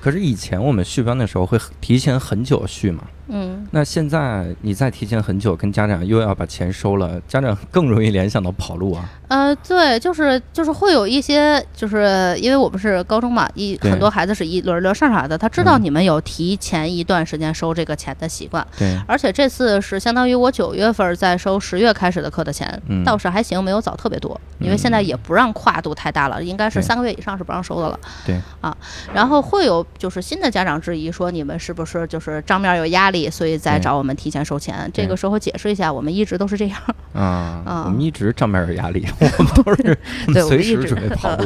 [SPEAKER 1] 可是以前我们续班的时候会提前很久续嘛，
[SPEAKER 5] 嗯，
[SPEAKER 1] 那现在你再提前很久跟家长又要把钱收了，家长更容易联想到跑路 啊。
[SPEAKER 5] 呃，对，就是就是会有一些，就是因为我们是高中嘛，一
[SPEAKER 1] 对
[SPEAKER 5] 很多孩子是一轮轮上上来的，他知道
[SPEAKER 1] 嗯
[SPEAKER 5] 你们有提前一段时间收这个钱的习惯，
[SPEAKER 1] 对，
[SPEAKER 5] 而且这次是相当于我九月份再收十月开始的课的钱，
[SPEAKER 1] 嗯
[SPEAKER 5] 倒是还行，没有早特别多，因为现在
[SPEAKER 1] 嗯
[SPEAKER 5] 也不让跨度太大了，应该是
[SPEAKER 1] 对
[SPEAKER 5] 三个月以上是不让收的了。
[SPEAKER 1] 对
[SPEAKER 5] 啊，然后会有就是新的家长质疑说你们是不是就是账面有压力，所以再
[SPEAKER 1] 对
[SPEAKER 5] 找我们提前收钱？这
[SPEAKER 1] 对
[SPEAKER 5] 个时候解释一下，我们一直都是这样，
[SPEAKER 1] 啊，
[SPEAKER 5] 啊
[SPEAKER 1] 我们一直账面有压力，我们都是我
[SPEAKER 5] 对
[SPEAKER 1] 们
[SPEAKER 5] 我们
[SPEAKER 1] 随
[SPEAKER 5] 一
[SPEAKER 1] 时
[SPEAKER 5] 直
[SPEAKER 1] 准备跑路，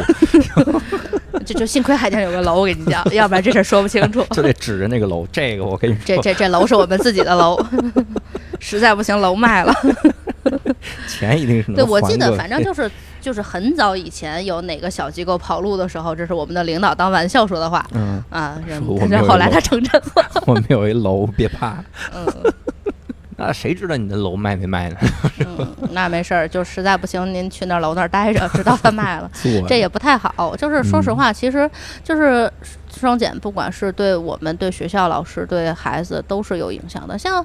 [SPEAKER 5] 这 就幸亏海淀有个楼，我跟你 讲，要不然这事儿说不清楚。
[SPEAKER 1] 就得指着那个楼。这个我跟你
[SPEAKER 5] 这
[SPEAKER 1] 说，
[SPEAKER 5] 这这楼是我们自己的楼， 实在不行楼卖了。
[SPEAKER 1] 钱一定是能
[SPEAKER 5] 对，我记
[SPEAKER 1] 还
[SPEAKER 5] 得
[SPEAKER 1] 过
[SPEAKER 5] 反正就是就是很早以前有哪个小机构跑路的时候，这是我们的领导当玩笑说的话
[SPEAKER 1] 嗯，
[SPEAKER 5] 啊。然
[SPEAKER 1] 说我没
[SPEAKER 5] 然
[SPEAKER 1] 有
[SPEAKER 5] 后后来
[SPEAKER 1] 楼
[SPEAKER 5] 他成真了，
[SPEAKER 1] 我们有一楼，别怕。
[SPEAKER 5] 嗯
[SPEAKER 1] 那谁知道你的楼卖没卖呢？
[SPEAKER 5] 嗯，那没事儿，就实在不行您去那楼那儿待着，直到他 卖了。
[SPEAKER 1] 做
[SPEAKER 5] 这也不太好。就是说
[SPEAKER 1] 嗯
[SPEAKER 5] 实话，其实就是双减，不管是对我们、对学校老师、对孩子都是有影响的。像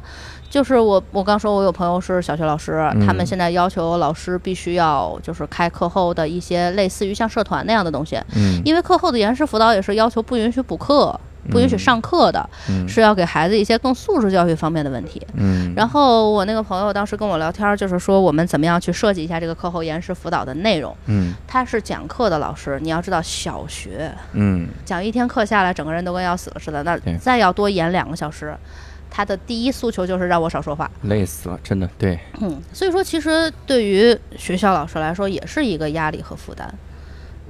[SPEAKER 5] 就是我我刚说，我有朋友是小学老师，他们
[SPEAKER 1] 嗯
[SPEAKER 5] 现在要求老师必须要就是开课后的一些类似于像社团那样的东西，
[SPEAKER 1] 嗯
[SPEAKER 5] 因为课后的延时辅导也是要求不允许补课。不允许上课的，
[SPEAKER 1] 嗯
[SPEAKER 5] 是要给孩子一些更素质教育方面的问题。
[SPEAKER 1] 嗯，
[SPEAKER 5] 然后我那个朋友当时跟我聊天儿，就是说我们怎么样去设计一下这个课后延时辅导的内容。
[SPEAKER 1] 嗯
[SPEAKER 5] 他是讲课的老师，你要知道小学
[SPEAKER 1] 嗯
[SPEAKER 5] 讲一天课下来，整个人都跟要死了似的。那
[SPEAKER 1] 对
[SPEAKER 5] 再要多演两个小时，他的第一诉求就是让我少说话。
[SPEAKER 1] 累死了，真的对，
[SPEAKER 5] 嗯，所以说其实对于学校老师来说也是一个压力和负担。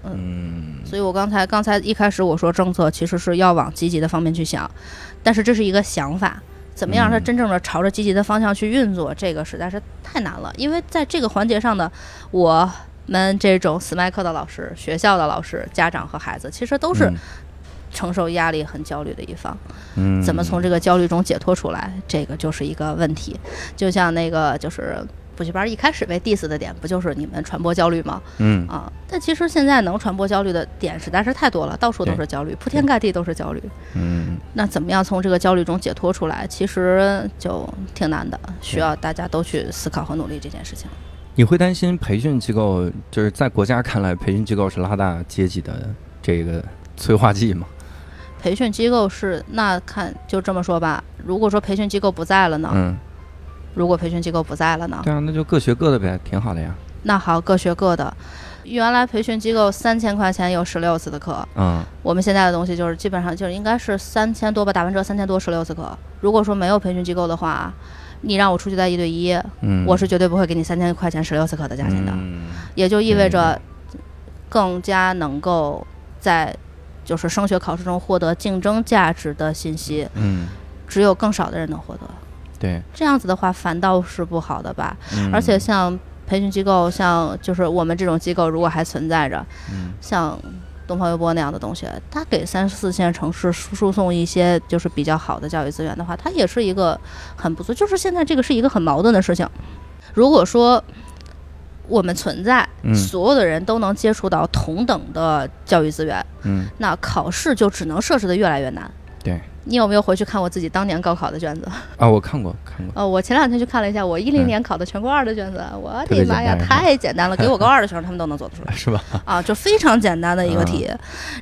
[SPEAKER 1] 嗯
[SPEAKER 5] 所以我刚才刚才一开始我说政策其实是要往积极的方面去想，但是这是一个想法。怎么样，它
[SPEAKER 1] 嗯
[SPEAKER 5] 真正的朝着积极的方向去运作，这个实在是太难了。因为在这个环节上呢，我们这种斯麦克的老师、学校的老师、家长和孩子，其实都是承受压力、很焦虑的一方。
[SPEAKER 1] 嗯
[SPEAKER 5] 怎么从这个焦虑中解脱出来，这个就是一个问题。就像那个就是补习班一开始被 diss 的点，不就是你们传播焦虑吗？
[SPEAKER 1] 嗯
[SPEAKER 5] 啊，但其实现在能传播焦虑的点实在是太多了，到处都是焦虑，铺天盖地都是焦虑。
[SPEAKER 1] 嗯
[SPEAKER 5] 那怎么样从这个焦虑中解脱出来，其实就挺难的，需要大家都去思考和努力这件事情。
[SPEAKER 1] 你会担心培训机构，就是在国家看来，培训机构是拉大阶级的这个催化剂吗？
[SPEAKER 5] 培训机构是那看就这么说吧，如果说培训机构不在了呢，
[SPEAKER 1] 嗯，
[SPEAKER 5] 如果培训机构不在了呢，
[SPEAKER 1] 对啊，那就各学各的呗，挺好的呀。
[SPEAKER 5] 那好，各学各的。原来培训机构三千块钱有十六次的课，
[SPEAKER 1] 嗯
[SPEAKER 5] 我们现在的东西就是基本上就是应该是三千多吧，打完折三千多十六次课。如果说没有培训机构的话，你让我出去带一对一，
[SPEAKER 1] 嗯，
[SPEAKER 5] 我是绝对不会给你三千块钱十六次课的价钱的，
[SPEAKER 1] 嗯
[SPEAKER 5] 也就意味着更加能够在就是升学考试中获得竞争价值的信息，
[SPEAKER 1] 嗯，
[SPEAKER 5] 只有更少的人能获得。
[SPEAKER 1] 对，
[SPEAKER 5] 这样子的话，反倒是不好的吧？
[SPEAKER 1] 嗯
[SPEAKER 5] 而且像培训机构，像就是我们这种机构，如果还存在着，
[SPEAKER 1] 嗯
[SPEAKER 5] 像东方微波那样的东西，它给三四线城市输输送一些就是比较好的教育资源的话，它也是一个很不错。就是现在这个是一个很矛盾的事情。如果说我们存在，
[SPEAKER 1] 嗯
[SPEAKER 5] 所有的人都能接触到同等的教育资源，
[SPEAKER 1] 嗯
[SPEAKER 5] 那考试就只能设置的越来越难。
[SPEAKER 1] 对，
[SPEAKER 5] 你有没有回去看我自己当年高考的卷子？
[SPEAKER 1] 啊，我看过看过，
[SPEAKER 5] 呃，我前两天去看了一下，我一零
[SPEAKER 1] 嗯
[SPEAKER 5] 年考的全国二的卷子，我
[SPEAKER 1] 特别
[SPEAKER 5] 的妈呀，
[SPEAKER 1] 简单是吧
[SPEAKER 5] 太简单了，给我高二的学生他们都能做得出来
[SPEAKER 1] 是吧？
[SPEAKER 5] 啊，就非常简单的一个
[SPEAKER 1] 啊
[SPEAKER 5] 题。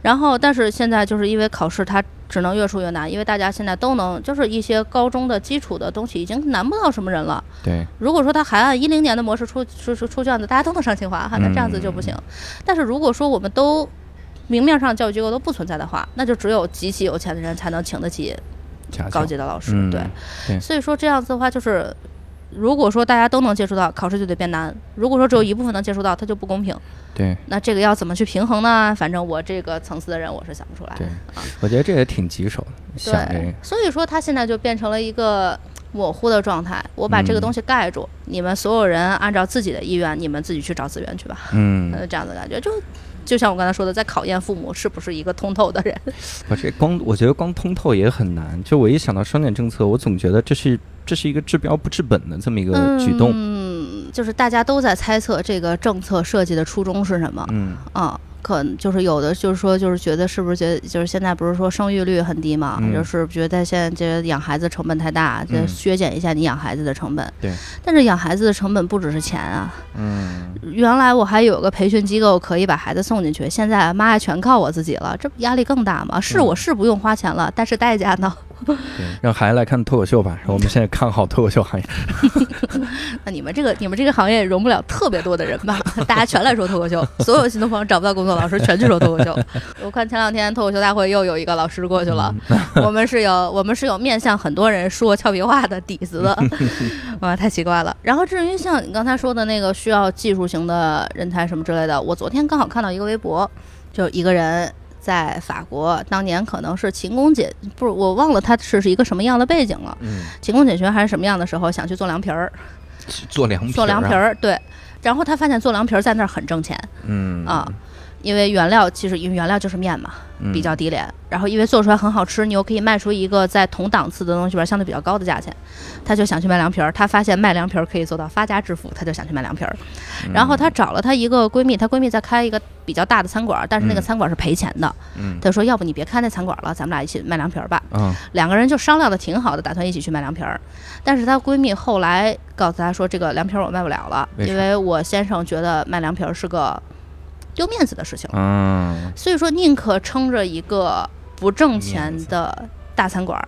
[SPEAKER 5] 然后，但是现在就是因为考试它只能越出越难，因为大家现在都能，就是一些高中的基础的东西已经难不到什么人了。
[SPEAKER 1] 对，
[SPEAKER 5] 如果说他还按一零年的模式出出出出卷子，大家都能上清华哈，那这样子就不行。
[SPEAKER 1] 嗯
[SPEAKER 5] 但是如果说我们都明面上教育机构都不存在的话，那就只有极其有钱的人才能请得起
[SPEAKER 1] 家
[SPEAKER 5] 高
[SPEAKER 1] 教
[SPEAKER 5] 级的老师，
[SPEAKER 1] 嗯
[SPEAKER 5] 对。
[SPEAKER 1] 对
[SPEAKER 5] 所以说这样子的话，就是如果说大家都能接触到，考试就得变难；如果说只有一部分能接触到，它就不公平。
[SPEAKER 1] 对
[SPEAKER 5] 那这个要怎么去平衡呢？反正我这个层次的人，我是想不出来。
[SPEAKER 1] 对，我觉得这也挺棘手的，想这
[SPEAKER 5] 啊对
[SPEAKER 1] 个，，
[SPEAKER 5] 所以说他现在就变成了一个模糊的状态。我把这个
[SPEAKER 1] 嗯
[SPEAKER 5] 东西盖住，你们所有人按照自己的意愿，你们自己去找资源去吧。
[SPEAKER 1] 嗯，
[SPEAKER 5] 呃，这样的感觉就。就像我刚才说的，在考验父母是不是一个通透的人。
[SPEAKER 1] 我这光我觉得光通透也很难，就我一想到双减政策，我总觉得这是这是一个治标不治本的这么一个举动，
[SPEAKER 5] 嗯，就是大家都在猜测这个政策设计的初衷是什么。
[SPEAKER 1] 嗯
[SPEAKER 5] 啊，可能就是有的就是说就是觉得是不是觉得就是现在不是说生育率很低嘛，
[SPEAKER 1] 嗯
[SPEAKER 5] 就是觉得现在这养孩子成本太大，就
[SPEAKER 1] 嗯
[SPEAKER 5] 削减一下你养孩子的成本。
[SPEAKER 1] 对，
[SPEAKER 5] 但是养孩子的成本不只是钱啊，
[SPEAKER 1] 嗯，
[SPEAKER 5] 原来我还有个培训机构可以把孩子送进去，现在妈呀全靠我自己了，这不压力更大吗？是
[SPEAKER 1] 嗯
[SPEAKER 5] 我是不用花钱了，但是代价呢？
[SPEAKER 1] 让孩子来看脱口秀吧，我们现在看好脱口秀行业，
[SPEAKER 5] 那你们这个你们这个行业也容不了特别多的人吧？ 大家全来说脱口秀，所有新东方找不到工作老师全去说脱口秀。 我看前两天脱口秀大会又有一个老师过去
[SPEAKER 1] 嗯
[SPEAKER 5] 了，我们是有我们是有面向很多人说俏皮话的底子 的，哇，太奇怪了。然后至于像你刚才说的那个需要技术型的人才什么之类的，我昨天刚好看到一个微博，就一个人。在法国，当年可能是勤工俭，不是我忘了他是是一个什么样的背景了。
[SPEAKER 1] 嗯，
[SPEAKER 5] 勤工俭学还是什么样的时候，想去做凉皮儿，
[SPEAKER 1] 做凉皮、啊
[SPEAKER 5] 做凉皮，儿，对。然后他发现做凉皮儿在那儿很挣钱
[SPEAKER 1] 嗯
[SPEAKER 5] 啊，因为原料其实因为原料就是面嘛，
[SPEAKER 1] 嗯
[SPEAKER 5] 比较低廉。然后因为做出来很好吃，你又可以卖出一个在同档次的东西里边相对比较高的价钱，他就想去卖凉皮儿。他发现卖凉皮儿可以做到发家致富，他就想去卖凉皮儿。
[SPEAKER 1] 嗯
[SPEAKER 5] 然后她找了她一个闺蜜，她闺蜜在开一个比较大的餐馆儿，但是那个
[SPEAKER 1] 嗯
[SPEAKER 5] 餐馆儿是赔钱的。
[SPEAKER 1] 嗯
[SPEAKER 5] 她说：“要不你别开那餐馆儿了，咱们俩一起卖凉皮儿吧。”
[SPEAKER 1] 啊，
[SPEAKER 5] 两个人就商量的挺好的，打算一起去买凉皮儿。但是她闺蜜后来告诉她说，这个凉皮儿我卖不了了，
[SPEAKER 1] 为啥
[SPEAKER 5] 因为我先生觉得卖凉皮儿是个丢面子的事情，
[SPEAKER 1] 嗯，
[SPEAKER 5] 所以说宁可撑着一个不挣钱
[SPEAKER 1] 面子
[SPEAKER 5] 的大餐馆儿。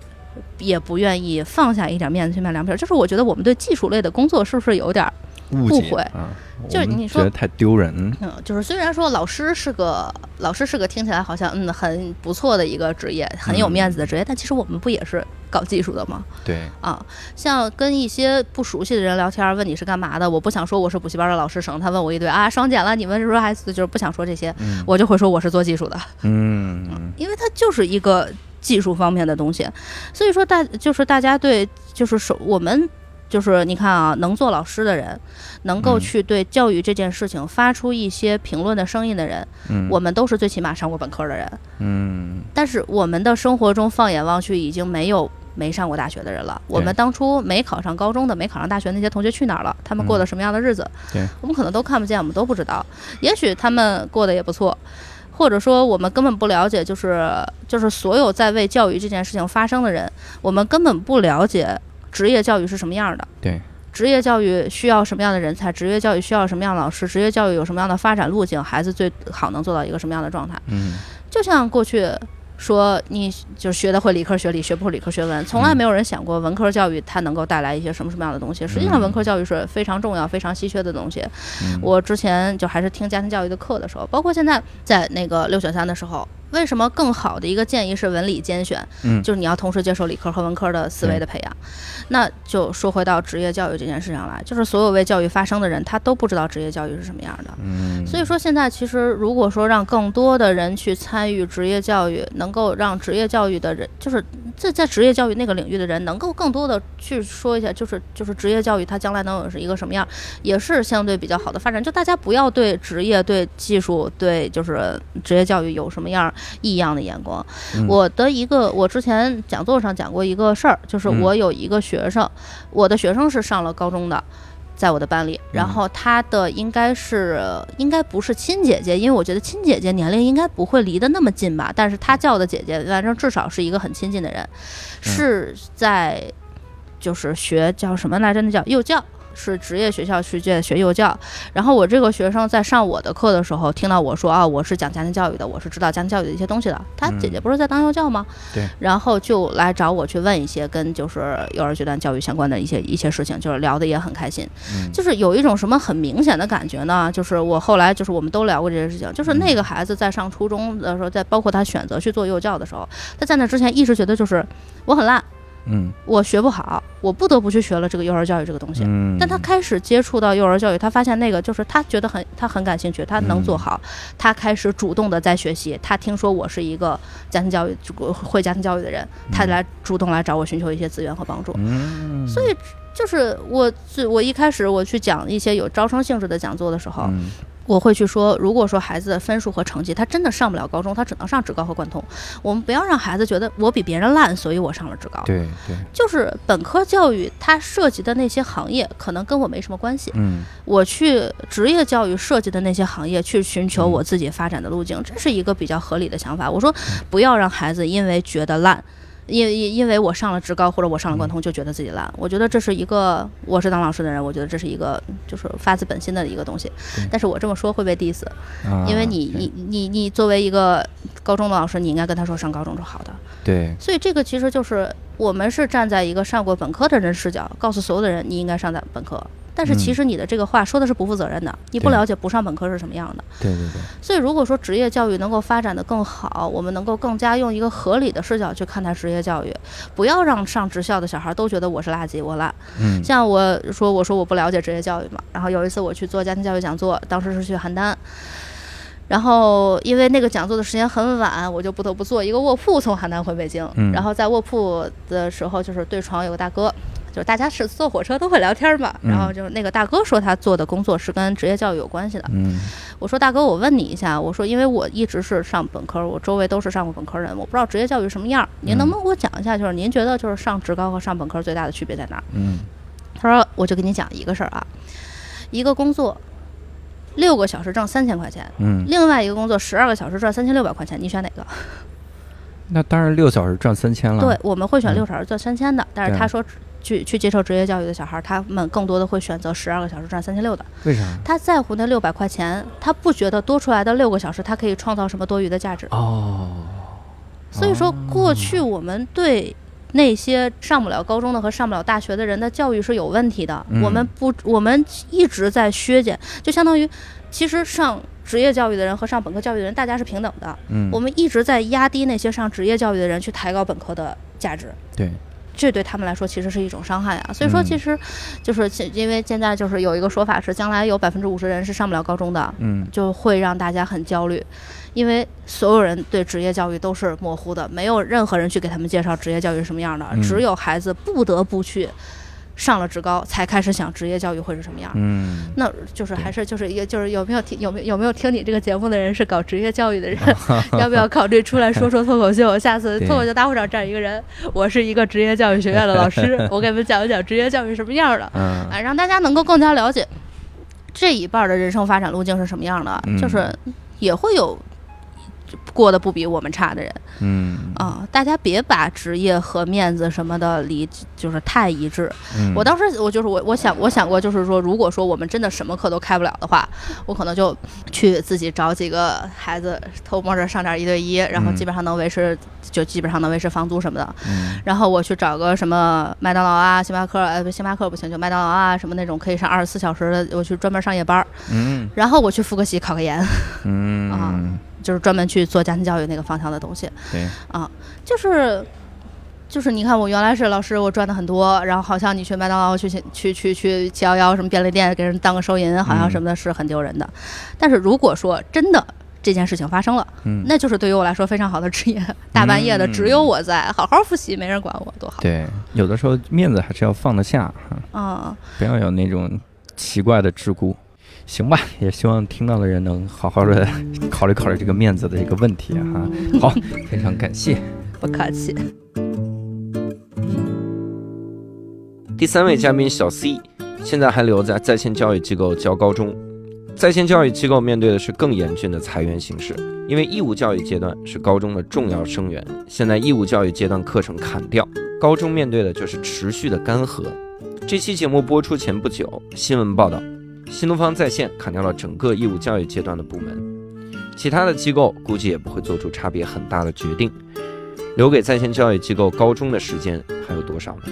[SPEAKER 5] 也不愿意放下一点面子去卖凉皮儿，就是我觉得我们对技术类的工作是不是有点儿，
[SPEAKER 1] 误
[SPEAKER 5] 误
[SPEAKER 1] 解
[SPEAKER 5] 会
[SPEAKER 1] 啊，
[SPEAKER 5] 就是
[SPEAKER 1] 我们
[SPEAKER 5] 你说
[SPEAKER 1] 觉得太丢人，
[SPEAKER 5] 嗯，就是虽然说老师是个老师是个听起来好像嗯很不错的一个职业，很有
[SPEAKER 1] 嗯
[SPEAKER 5] 面子的职业，但其实我们不也是搞技术的吗？
[SPEAKER 1] 对，
[SPEAKER 5] 啊，像跟一些不熟悉的人聊天儿，问你是干嘛的，我不想说我是补习班的老师，省得他问我一堆啊，双减了，你们是不是还就是不想说这些，
[SPEAKER 1] 嗯
[SPEAKER 5] 我就会说我是做技术的，
[SPEAKER 1] 嗯，
[SPEAKER 5] 因为它就是一个技术方面的东西，所以说大就是大家对就是手我们。就是你看啊，能做老师的人，能够
[SPEAKER 1] 嗯
[SPEAKER 5] 去对教育这件事情发出一些评论的声音的人，
[SPEAKER 1] 嗯
[SPEAKER 5] 我们都是最起码上过本科的人。
[SPEAKER 1] 嗯
[SPEAKER 5] 但是我们的生活中放眼望去，已经没有没上过大学的人了。我们当初没考上高中的、没考上大学那些同学去哪儿了？他们过的什么样的日子？
[SPEAKER 1] 嗯对
[SPEAKER 5] 我们可能都看不见，我们都不知道。也许他们过得也不错，或者说我们根本不了解，就是就是所有在为教育这件事情发声的人，我们根本不了解职业教育是什么样的。
[SPEAKER 1] 对。
[SPEAKER 5] 职业教育需要什么样的人才？职业教育需要什么样的老师？职业教育有什么样的发展路径？孩子最好能做到一个什么样的状态？
[SPEAKER 1] 嗯
[SPEAKER 5] 就像过去说，你就是学的会理科学理，学不会理科学文，从来没有人想过文科教育它能够带来一些什么什么样的东西。实际上，
[SPEAKER 1] 嗯嗯
[SPEAKER 5] 文科教育是非常重要、非常稀缺的东西。
[SPEAKER 1] 嗯，
[SPEAKER 5] 我之前就还是听家庭教育的课的时候，包括现在在那个六选三的时候，为什么更好的一个建议是文理兼选？
[SPEAKER 1] 嗯
[SPEAKER 5] 就是你要同时接受理科和文科的思维的培养。那就说回到职业教育这件事上来，就是所有为教育发声的人，他都不知道职业教育是什么样的。
[SPEAKER 1] 嗯，
[SPEAKER 5] 所以说，现在其实如果说让更多的人去参与职业教育，能够让职业教育的人，就是这在职业教育那个领域的人，能够更多的去说一下，就是就是职业教育它将来能有是一个什么样，也是相对比较好的发展。就大家不要对职业、对技术、对就是职业教育有什么样异样的眼光。
[SPEAKER 1] 嗯
[SPEAKER 5] 我的一个，我之前讲座上讲过一个事儿，就是
[SPEAKER 1] 嗯
[SPEAKER 5] 我有一个学生，我的学生是上了高中的。在我的班里，然
[SPEAKER 1] 嗯
[SPEAKER 5] 后她的应该是应该不是亲姐姐，因为我觉得亲姐姐年龄应该不会离得那么近吧，但是她叫的姐姐，反正至少是一个很亲近的人，
[SPEAKER 1] 嗯
[SPEAKER 5] 是在就是学叫什么来着？那叫幼教。是职业学校去学学幼教，然后我这个学生在上我的课的时候，听到我说啊，我是讲家庭教育的，我是知道家庭教育的一些东西的。他姐姐不是在当幼教吗？
[SPEAKER 1] 对。
[SPEAKER 5] 然后就来找我去问一些跟就是幼儿阶段教育相关的一些一些事情，就是聊的也很开心。
[SPEAKER 1] 嗯
[SPEAKER 5] 就是有一种什么很明显的感觉呢？就是我后来就是我们都聊过这件事情，就是那个孩子在上初中的时候，在包括他选择去做幼教的时候，他在那之前一直觉得就是我很烂，
[SPEAKER 1] 嗯
[SPEAKER 5] 我学不好，我不得不去学了这个幼儿教育这个东西。
[SPEAKER 1] 嗯，
[SPEAKER 5] 但他开始接触到幼儿教育，他发现那个就是他觉得很他很感兴趣，他能
[SPEAKER 1] 嗯
[SPEAKER 5] 做好，他开始主动的在学习。他听说我是一个家庭教育会家庭教育的人，他来主动来找我寻求一些资源和帮助。
[SPEAKER 1] 嗯，
[SPEAKER 5] 所以就是我最我一开始我去讲一些有招生性质的讲座的时候，
[SPEAKER 1] 嗯
[SPEAKER 5] 我会去说，如果说孩子的分数和成绩他真的上不了高中，他只能上职高和贯通，我们不要让孩子觉得我比别人烂，所以我上了职高。
[SPEAKER 1] 对对，
[SPEAKER 5] 就是本科教育它涉及的那些行业，可能跟我没什么关系。
[SPEAKER 1] 嗯
[SPEAKER 5] 我去职业教育设计的那些行业去寻
[SPEAKER 1] 嗯
[SPEAKER 5] 求我自己发展的路径，这是一个比较合理的想法。我说，不要让孩子因为觉得烂，因因因为我上了职高或者我上
[SPEAKER 1] 嗯
[SPEAKER 5] 了贯通就觉得自己烂。我觉得这是一个，我是当老师的人，我觉得这是一个就是发自本心的一个东西
[SPEAKER 1] 对。
[SPEAKER 5] 但是我这么说会被 diss，
[SPEAKER 1] 啊
[SPEAKER 5] 因为你
[SPEAKER 1] 对
[SPEAKER 5] 你你你作为一个高中的老师，你应该跟他说上高中是好的。
[SPEAKER 1] 对
[SPEAKER 5] 所以这个其实就是我们是站在一个上过本科的人视角，告诉所有的人你应该上在本科。但是其实你的这个话说的是不负责任的，你不
[SPEAKER 1] 对
[SPEAKER 5] 了解不上本科是什么样的。
[SPEAKER 1] 对对对，
[SPEAKER 5] 所以如果说职业教育能够发展的更好，我们能够更加用一个合理的视角去看待职业教育，不要让上职校的小孩都觉得我是垃圾，我烂。
[SPEAKER 1] 嗯
[SPEAKER 5] 像我说，我说我不了解职业教育嘛，然后有一次我去做家庭教育讲座，当时是去邯郸。然后，因为那个讲座的时间很晚，我就不得不坐一个卧铺从邯郸回北京。
[SPEAKER 1] 嗯
[SPEAKER 5] 然后在卧铺的时候，就是对床有个大哥，就是大家是坐火车都会聊天嘛。
[SPEAKER 1] 嗯
[SPEAKER 5] 然后就是那个大哥说他做的工作是跟职业教育有关系的。
[SPEAKER 1] 嗯
[SPEAKER 5] 我说大哥，我问你一下，我说因为我一直是上本科，我周围都是上过本科人，我不知道职业教育什么样儿，您
[SPEAKER 1] 嗯
[SPEAKER 5] 能不能给我讲一下？就是您觉得就是上职高和上本科最大的区别在哪儿？
[SPEAKER 1] 嗯
[SPEAKER 5] 他说：“我就跟你讲一个事儿啊，一个工作六个小时挣三千块钱，
[SPEAKER 1] 嗯，
[SPEAKER 5] 另外一个工作十二个小时赚三千六百块钱，你选哪个？”
[SPEAKER 1] 那当然六小时赚三千了，
[SPEAKER 5] 对，我们会选
[SPEAKER 1] 嗯
[SPEAKER 5] 六小时赚三千的，但是
[SPEAKER 1] 对
[SPEAKER 5] 他说去去接受职业教育的小孩儿，他们更多的会选择十二个小时赚三千六的。
[SPEAKER 1] 为啥？
[SPEAKER 5] 他在乎那六百块钱，他不觉得多出来的六个小时，他可以创造什么多余的价值。
[SPEAKER 1] 哦，
[SPEAKER 5] 所以说，过去我们对那些上不了高中的和上不了大学的人的教育是有问题的。
[SPEAKER 1] 嗯
[SPEAKER 5] 我们不，我们一直在削减，就相当于，其实上职业教育的人和上本科教育的人，大家是平等的。
[SPEAKER 1] 嗯，
[SPEAKER 5] 我们一直在压低那些上职业教育的人，去抬高本科的价值。
[SPEAKER 1] 对，
[SPEAKER 5] 这对他们来说其实是一种伤害啊。所以说，
[SPEAKER 1] 嗯
[SPEAKER 5] 其实就是现因为现在就是有一个说法是，将来有百分之五十人是上不了高中的。
[SPEAKER 1] 嗯
[SPEAKER 5] 就会让大家很焦虑，因为所有人对职业教育都是模糊的，没有任何人去给他们介绍职业教育是什么样的，
[SPEAKER 1] 嗯
[SPEAKER 5] 只有孩子不得不去上了职高，才开始想职业教育会是什么样。
[SPEAKER 1] 嗯，
[SPEAKER 5] 那就是还是就是也就是有没有听有没有有没有听你这个节目的人是搞职业教育 的人，要不要考虑出来说说脱口秀？下次
[SPEAKER 1] 对
[SPEAKER 5] 脱口秀大会上站一个人，我是一个职业教育学院的 老师，我给你们讲一讲职业教育是什么样的。
[SPEAKER 1] 嗯
[SPEAKER 5] 啊，让大家能够更加了解这一半儿的人生发展路径是什么样的，
[SPEAKER 1] 嗯
[SPEAKER 5] 就是也会有过得不比我们差的人
[SPEAKER 1] 嗯
[SPEAKER 5] 啊、大家别把职业和面子什么的离就是太一致。
[SPEAKER 1] 嗯
[SPEAKER 5] 我当时我就是我我想我想过，就是说，如果说我们真的什么课都开不了的话，我可能就去自己找几个孩子偷摸着上点儿一对一，然后
[SPEAKER 1] 嗯
[SPEAKER 5] 基本上能维持就基本上能维持房租什么的。
[SPEAKER 1] 嗯
[SPEAKER 5] 然后我去找个什么麦当劳啊、星巴克，呃，不，星巴克不行，就麦当劳啊，什么那种可以上二十四小时的，我去专门上夜班儿。
[SPEAKER 1] 嗯
[SPEAKER 5] 然后我去复个习，考个研，
[SPEAKER 1] 嗯
[SPEAKER 5] 啊就是专门去做家庭教育那个方向的东西。
[SPEAKER 1] 对，
[SPEAKER 5] 啊，就是。就是你看，我原来是老师，我赚的很多，然后好像你去麦当劳、去去去去七幺幺什么便利店给人当个收银，好像什么的是很丢人的。但是如果说真的这件事情发生了，
[SPEAKER 1] 嗯
[SPEAKER 5] 那就是对于我来说非常好的职业。大半夜的，只有我在，好好复习，没人管我，多好。
[SPEAKER 1] 对，有的时候面子还是要放得下，嗯
[SPEAKER 5] 嗯。
[SPEAKER 1] 不要有那种奇怪的桎梏。行吧， 也希望听到的人能好好的考虑考虑这个面子的这个问题啊。好，非常感谢。
[SPEAKER 5] 不客气。
[SPEAKER 4] 第三位嘉宾小 C，现在还留在在线教育机构教高中。在线教育机构面对的是更严峻的裁员形势，因为义务教育阶段是高中的重要生源，现在义务教育阶段课程砍掉，高中面对的就是持续的干涸。这期节目播出前不久，新闻报道，新东方在线砍掉了整个义务教育阶段的部门，其他的机构估计也不会做出差别很大的决定。留给在线教育机构高中的时间还有多少呢？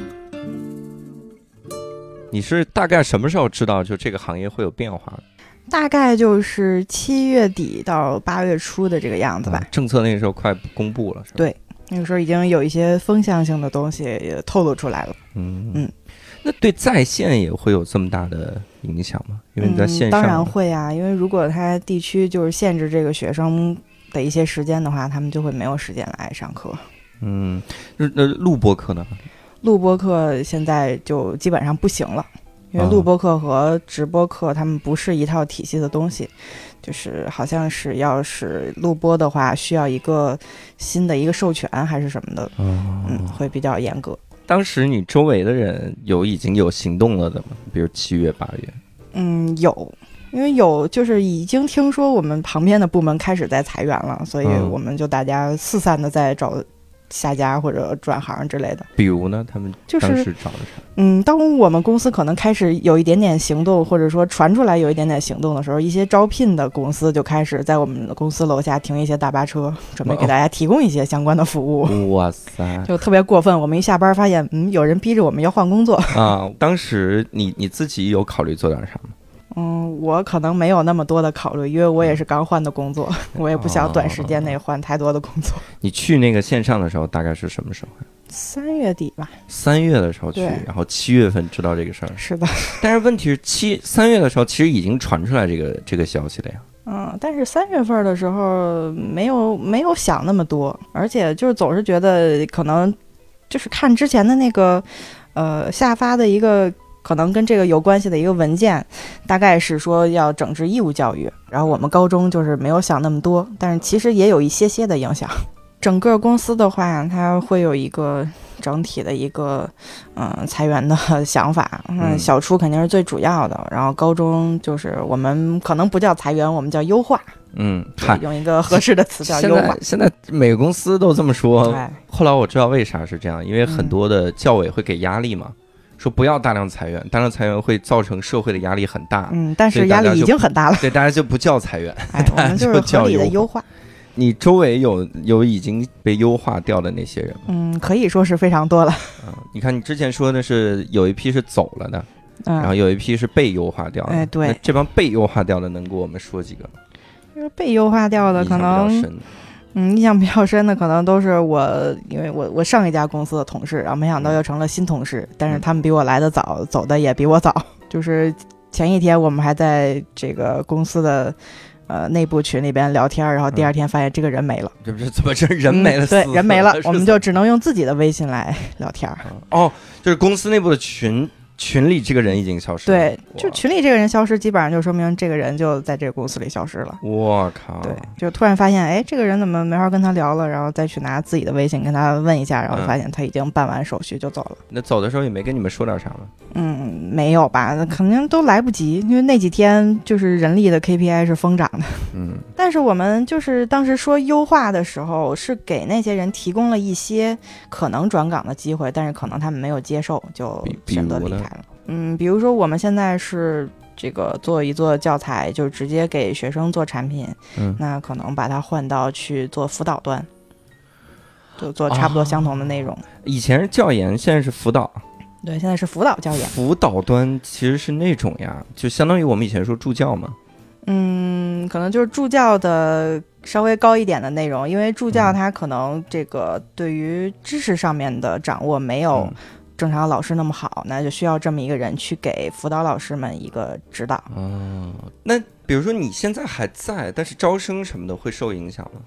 [SPEAKER 1] 你是大概什么时候知道就这个行业会有变化
[SPEAKER 6] 大概就是七月底到八月初的这个样子
[SPEAKER 1] 的
[SPEAKER 6] 吧。
[SPEAKER 1] 吧？政策那个时候快公布了，是吧？
[SPEAKER 6] 对
[SPEAKER 1] 嗯
[SPEAKER 6] 那个时候已经有一些风向性的东西也透露出来了。
[SPEAKER 1] 嗯
[SPEAKER 6] 嗯，
[SPEAKER 1] 那对在线也会有这么大的影响吗？因为你在线上，
[SPEAKER 6] 嗯、当然会啊，因为如果他地区就是限制这个学生嗯的一些时间的话，他们就会没有时间来上课。
[SPEAKER 1] 嗯，那那录播课呢？
[SPEAKER 6] 录播课现在就基本上不行了，因
[SPEAKER 1] 啊
[SPEAKER 6] 为录播课和直播课他们不是一套体系的东西，就是好像是要是录播的话，需要一个新的一个授权还是什么的，
[SPEAKER 1] 哦
[SPEAKER 6] 嗯，会比较严格。
[SPEAKER 1] 当时你周围的人有已经有行动了的吗？比如七月、八月，
[SPEAKER 6] 嗯，有，因为有就是已经听说我们旁边的部门开始在裁员了，所以
[SPEAKER 1] 嗯
[SPEAKER 6] 我们就大家四散的在找下家或者转行之类的。
[SPEAKER 1] 比如呢，他们
[SPEAKER 6] 就
[SPEAKER 1] 当
[SPEAKER 6] 是
[SPEAKER 1] 时找的 啥？
[SPEAKER 6] 嗯，当我们公司可能开始有一点点行动，或者说传出来有一点点行动的时候，一些招聘的公司就开始在我们的公司楼下停一些大巴车，准
[SPEAKER 1] 哦
[SPEAKER 6] 备给大家提供一些相关的服务。
[SPEAKER 1] 哇塞
[SPEAKER 6] 就特别过分，我们一下班发现，嗯，有人逼着我们要换工作。
[SPEAKER 1] 啊！当时你你自己有考虑做点啥吗？
[SPEAKER 6] 嗯，我可能没有那么多的考虑，因为我也是刚换的工 作，我也不想短时间内换太多的工作。
[SPEAKER 1] 你去那个线上的时候大概是什么时候呀？
[SPEAKER 6] 三月底吧，
[SPEAKER 1] 三月的时候去，
[SPEAKER 6] 对
[SPEAKER 1] 然后七月份知道这个事儿，
[SPEAKER 6] 是的，
[SPEAKER 1] 但是问题是七三月的时候其实已经传出来这个这个消息了呀。
[SPEAKER 6] 嗯，但是三月份的时候没有没有想那么多，而且就是总是觉得可能就是看之前的那个呃下发的一个可能跟这个有关系的一个文件，大概是说要整治义务教育，然后我们高中就是没有想那么多，但是其实也有一些些的影响。 整个公司的话，它会有一个整体的一个嗯、呃裁员的 想法。嗯，
[SPEAKER 1] 嗯
[SPEAKER 6] 小初肯定是最主要的，然后高中就是我们可能不叫裁员，我们叫优化，
[SPEAKER 1] 嗯，嗨，
[SPEAKER 6] 用一个合适的词叫
[SPEAKER 1] 现
[SPEAKER 6] 优化哎
[SPEAKER 1] 在。现在每个公司都这么说，
[SPEAKER 6] 对，嗯
[SPEAKER 1] 后来我知道为啥是这样，因为很多的教委会给压力嘛，说不要大量裁员，大量裁员会造成社会的压力很大，
[SPEAKER 6] 嗯，但
[SPEAKER 1] 所
[SPEAKER 6] 是
[SPEAKER 1] 以大
[SPEAKER 6] 压
[SPEAKER 1] 家
[SPEAKER 6] 力已
[SPEAKER 1] 就
[SPEAKER 6] 经很 大了。
[SPEAKER 1] 对，大家就不叫裁 员。
[SPEAKER 6] 哎，我们就是
[SPEAKER 1] 就叫
[SPEAKER 6] 合理的
[SPEAKER 1] 优
[SPEAKER 6] 优化。
[SPEAKER 1] 你周围有有已经被优化掉的那些人吗？
[SPEAKER 6] 嗯，可以说是非常多了。
[SPEAKER 1] 嗯，你看你之前说的是有一批是走了的，
[SPEAKER 6] 嗯，
[SPEAKER 1] 然后有一批是被优化掉的。
[SPEAKER 6] 哎对
[SPEAKER 1] 那这帮被优化掉的能给我们说几个吗？
[SPEAKER 6] 就是被优化掉的，
[SPEAKER 1] 印象比
[SPEAKER 6] 可
[SPEAKER 1] 较深
[SPEAKER 6] 能
[SPEAKER 1] 的
[SPEAKER 6] 嗯，印象比较深的可能都是我，因为我我上一家公司的同事，然后没想
[SPEAKER 1] 嗯
[SPEAKER 6] 到又成了新同事，但是他们比我来的早，走的也比我早。就是前一天我们还在这个公司的呃内部群里边聊天，然后第二天发现这个人没了，
[SPEAKER 1] 这不是怎么这嗯人没了
[SPEAKER 6] 嗯
[SPEAKER 1] 死了、
[SPEAKER 6] 对，人没了
[SPEAKER 1] 是，
[SPEAKER 6] 我们
[SPEAKER 1] 死
[SPEAKER 6] 就只能用自己的微信来聊天。
[SPEAKER 1] 啊哦，就是公司内部的群群里这个人已经消失了。
[SPEAKER 6] 对，就
[SPEAKER 1] 哇
[SPEAKER 6] 群里这个人消失，基本上就说明这个人就在这个公司里消失了。
[SPEAKER 1] 我靠，
[SPEAKER 6] 对，就突然发现，哎，这个人怎么没法跟他聊了？然后再去拿自己的微信跟他问一下，然后发现他已经办完手续就走了。
[SPEAKER 1] 那走的时候也没跟你们说点啥吗？
[SPEAKER 6] 嗯，没有吧？那肯定都来不及，因为那几天就是人力的 KPI 是疯涨的。
[SPEAKER 1] 嗯，
[SPEAKER 6] 但是我们就是当时说优化的时候，是给那些人提供了一些可能转岗的机会，但是可能他们没有接受，就
[SPEAKER 1] 比比
[SPEAKER 6] 选择
[SPEAKER 1] 如
[SPEAKER 6] 离
[SPEAKER 1] 呢
[SPEAKER 6] 开了。嗯，比如说我们现在是这个做一做教材，就直接给学生做产品，
[SPEAKER 1] 嗯
[SPEAKER 6] 那可能把它换到去做辅导端，就做
[SPEAKER 1] 啊
[SPEAKER 6] 差不多相同的内容。
[SPEAKER 1] 以前是教研，现在是辅导。
[SPEAKER 6] 对，现在是辅导教研。
[SPEAKER 1] 辅导端其实是那种呀，就相当于我们以前说助教嘛。
[SPEAKER 6] 嗯，可能就是助教的稍微高一点的内容，因为助教
[SPEAKER 1] 嗯
[SPEAKER 6] 他可能这个对于知识上面的掌握没有
[SPEAKER 1] 嗯
[SPEAKER 6] 正常老师那么好，那就需要这么一个人去给辅导老师们一个指导。
[SPEAKER 1] 哦，那比如说你现在还在，但是招生什么的会受影响吗？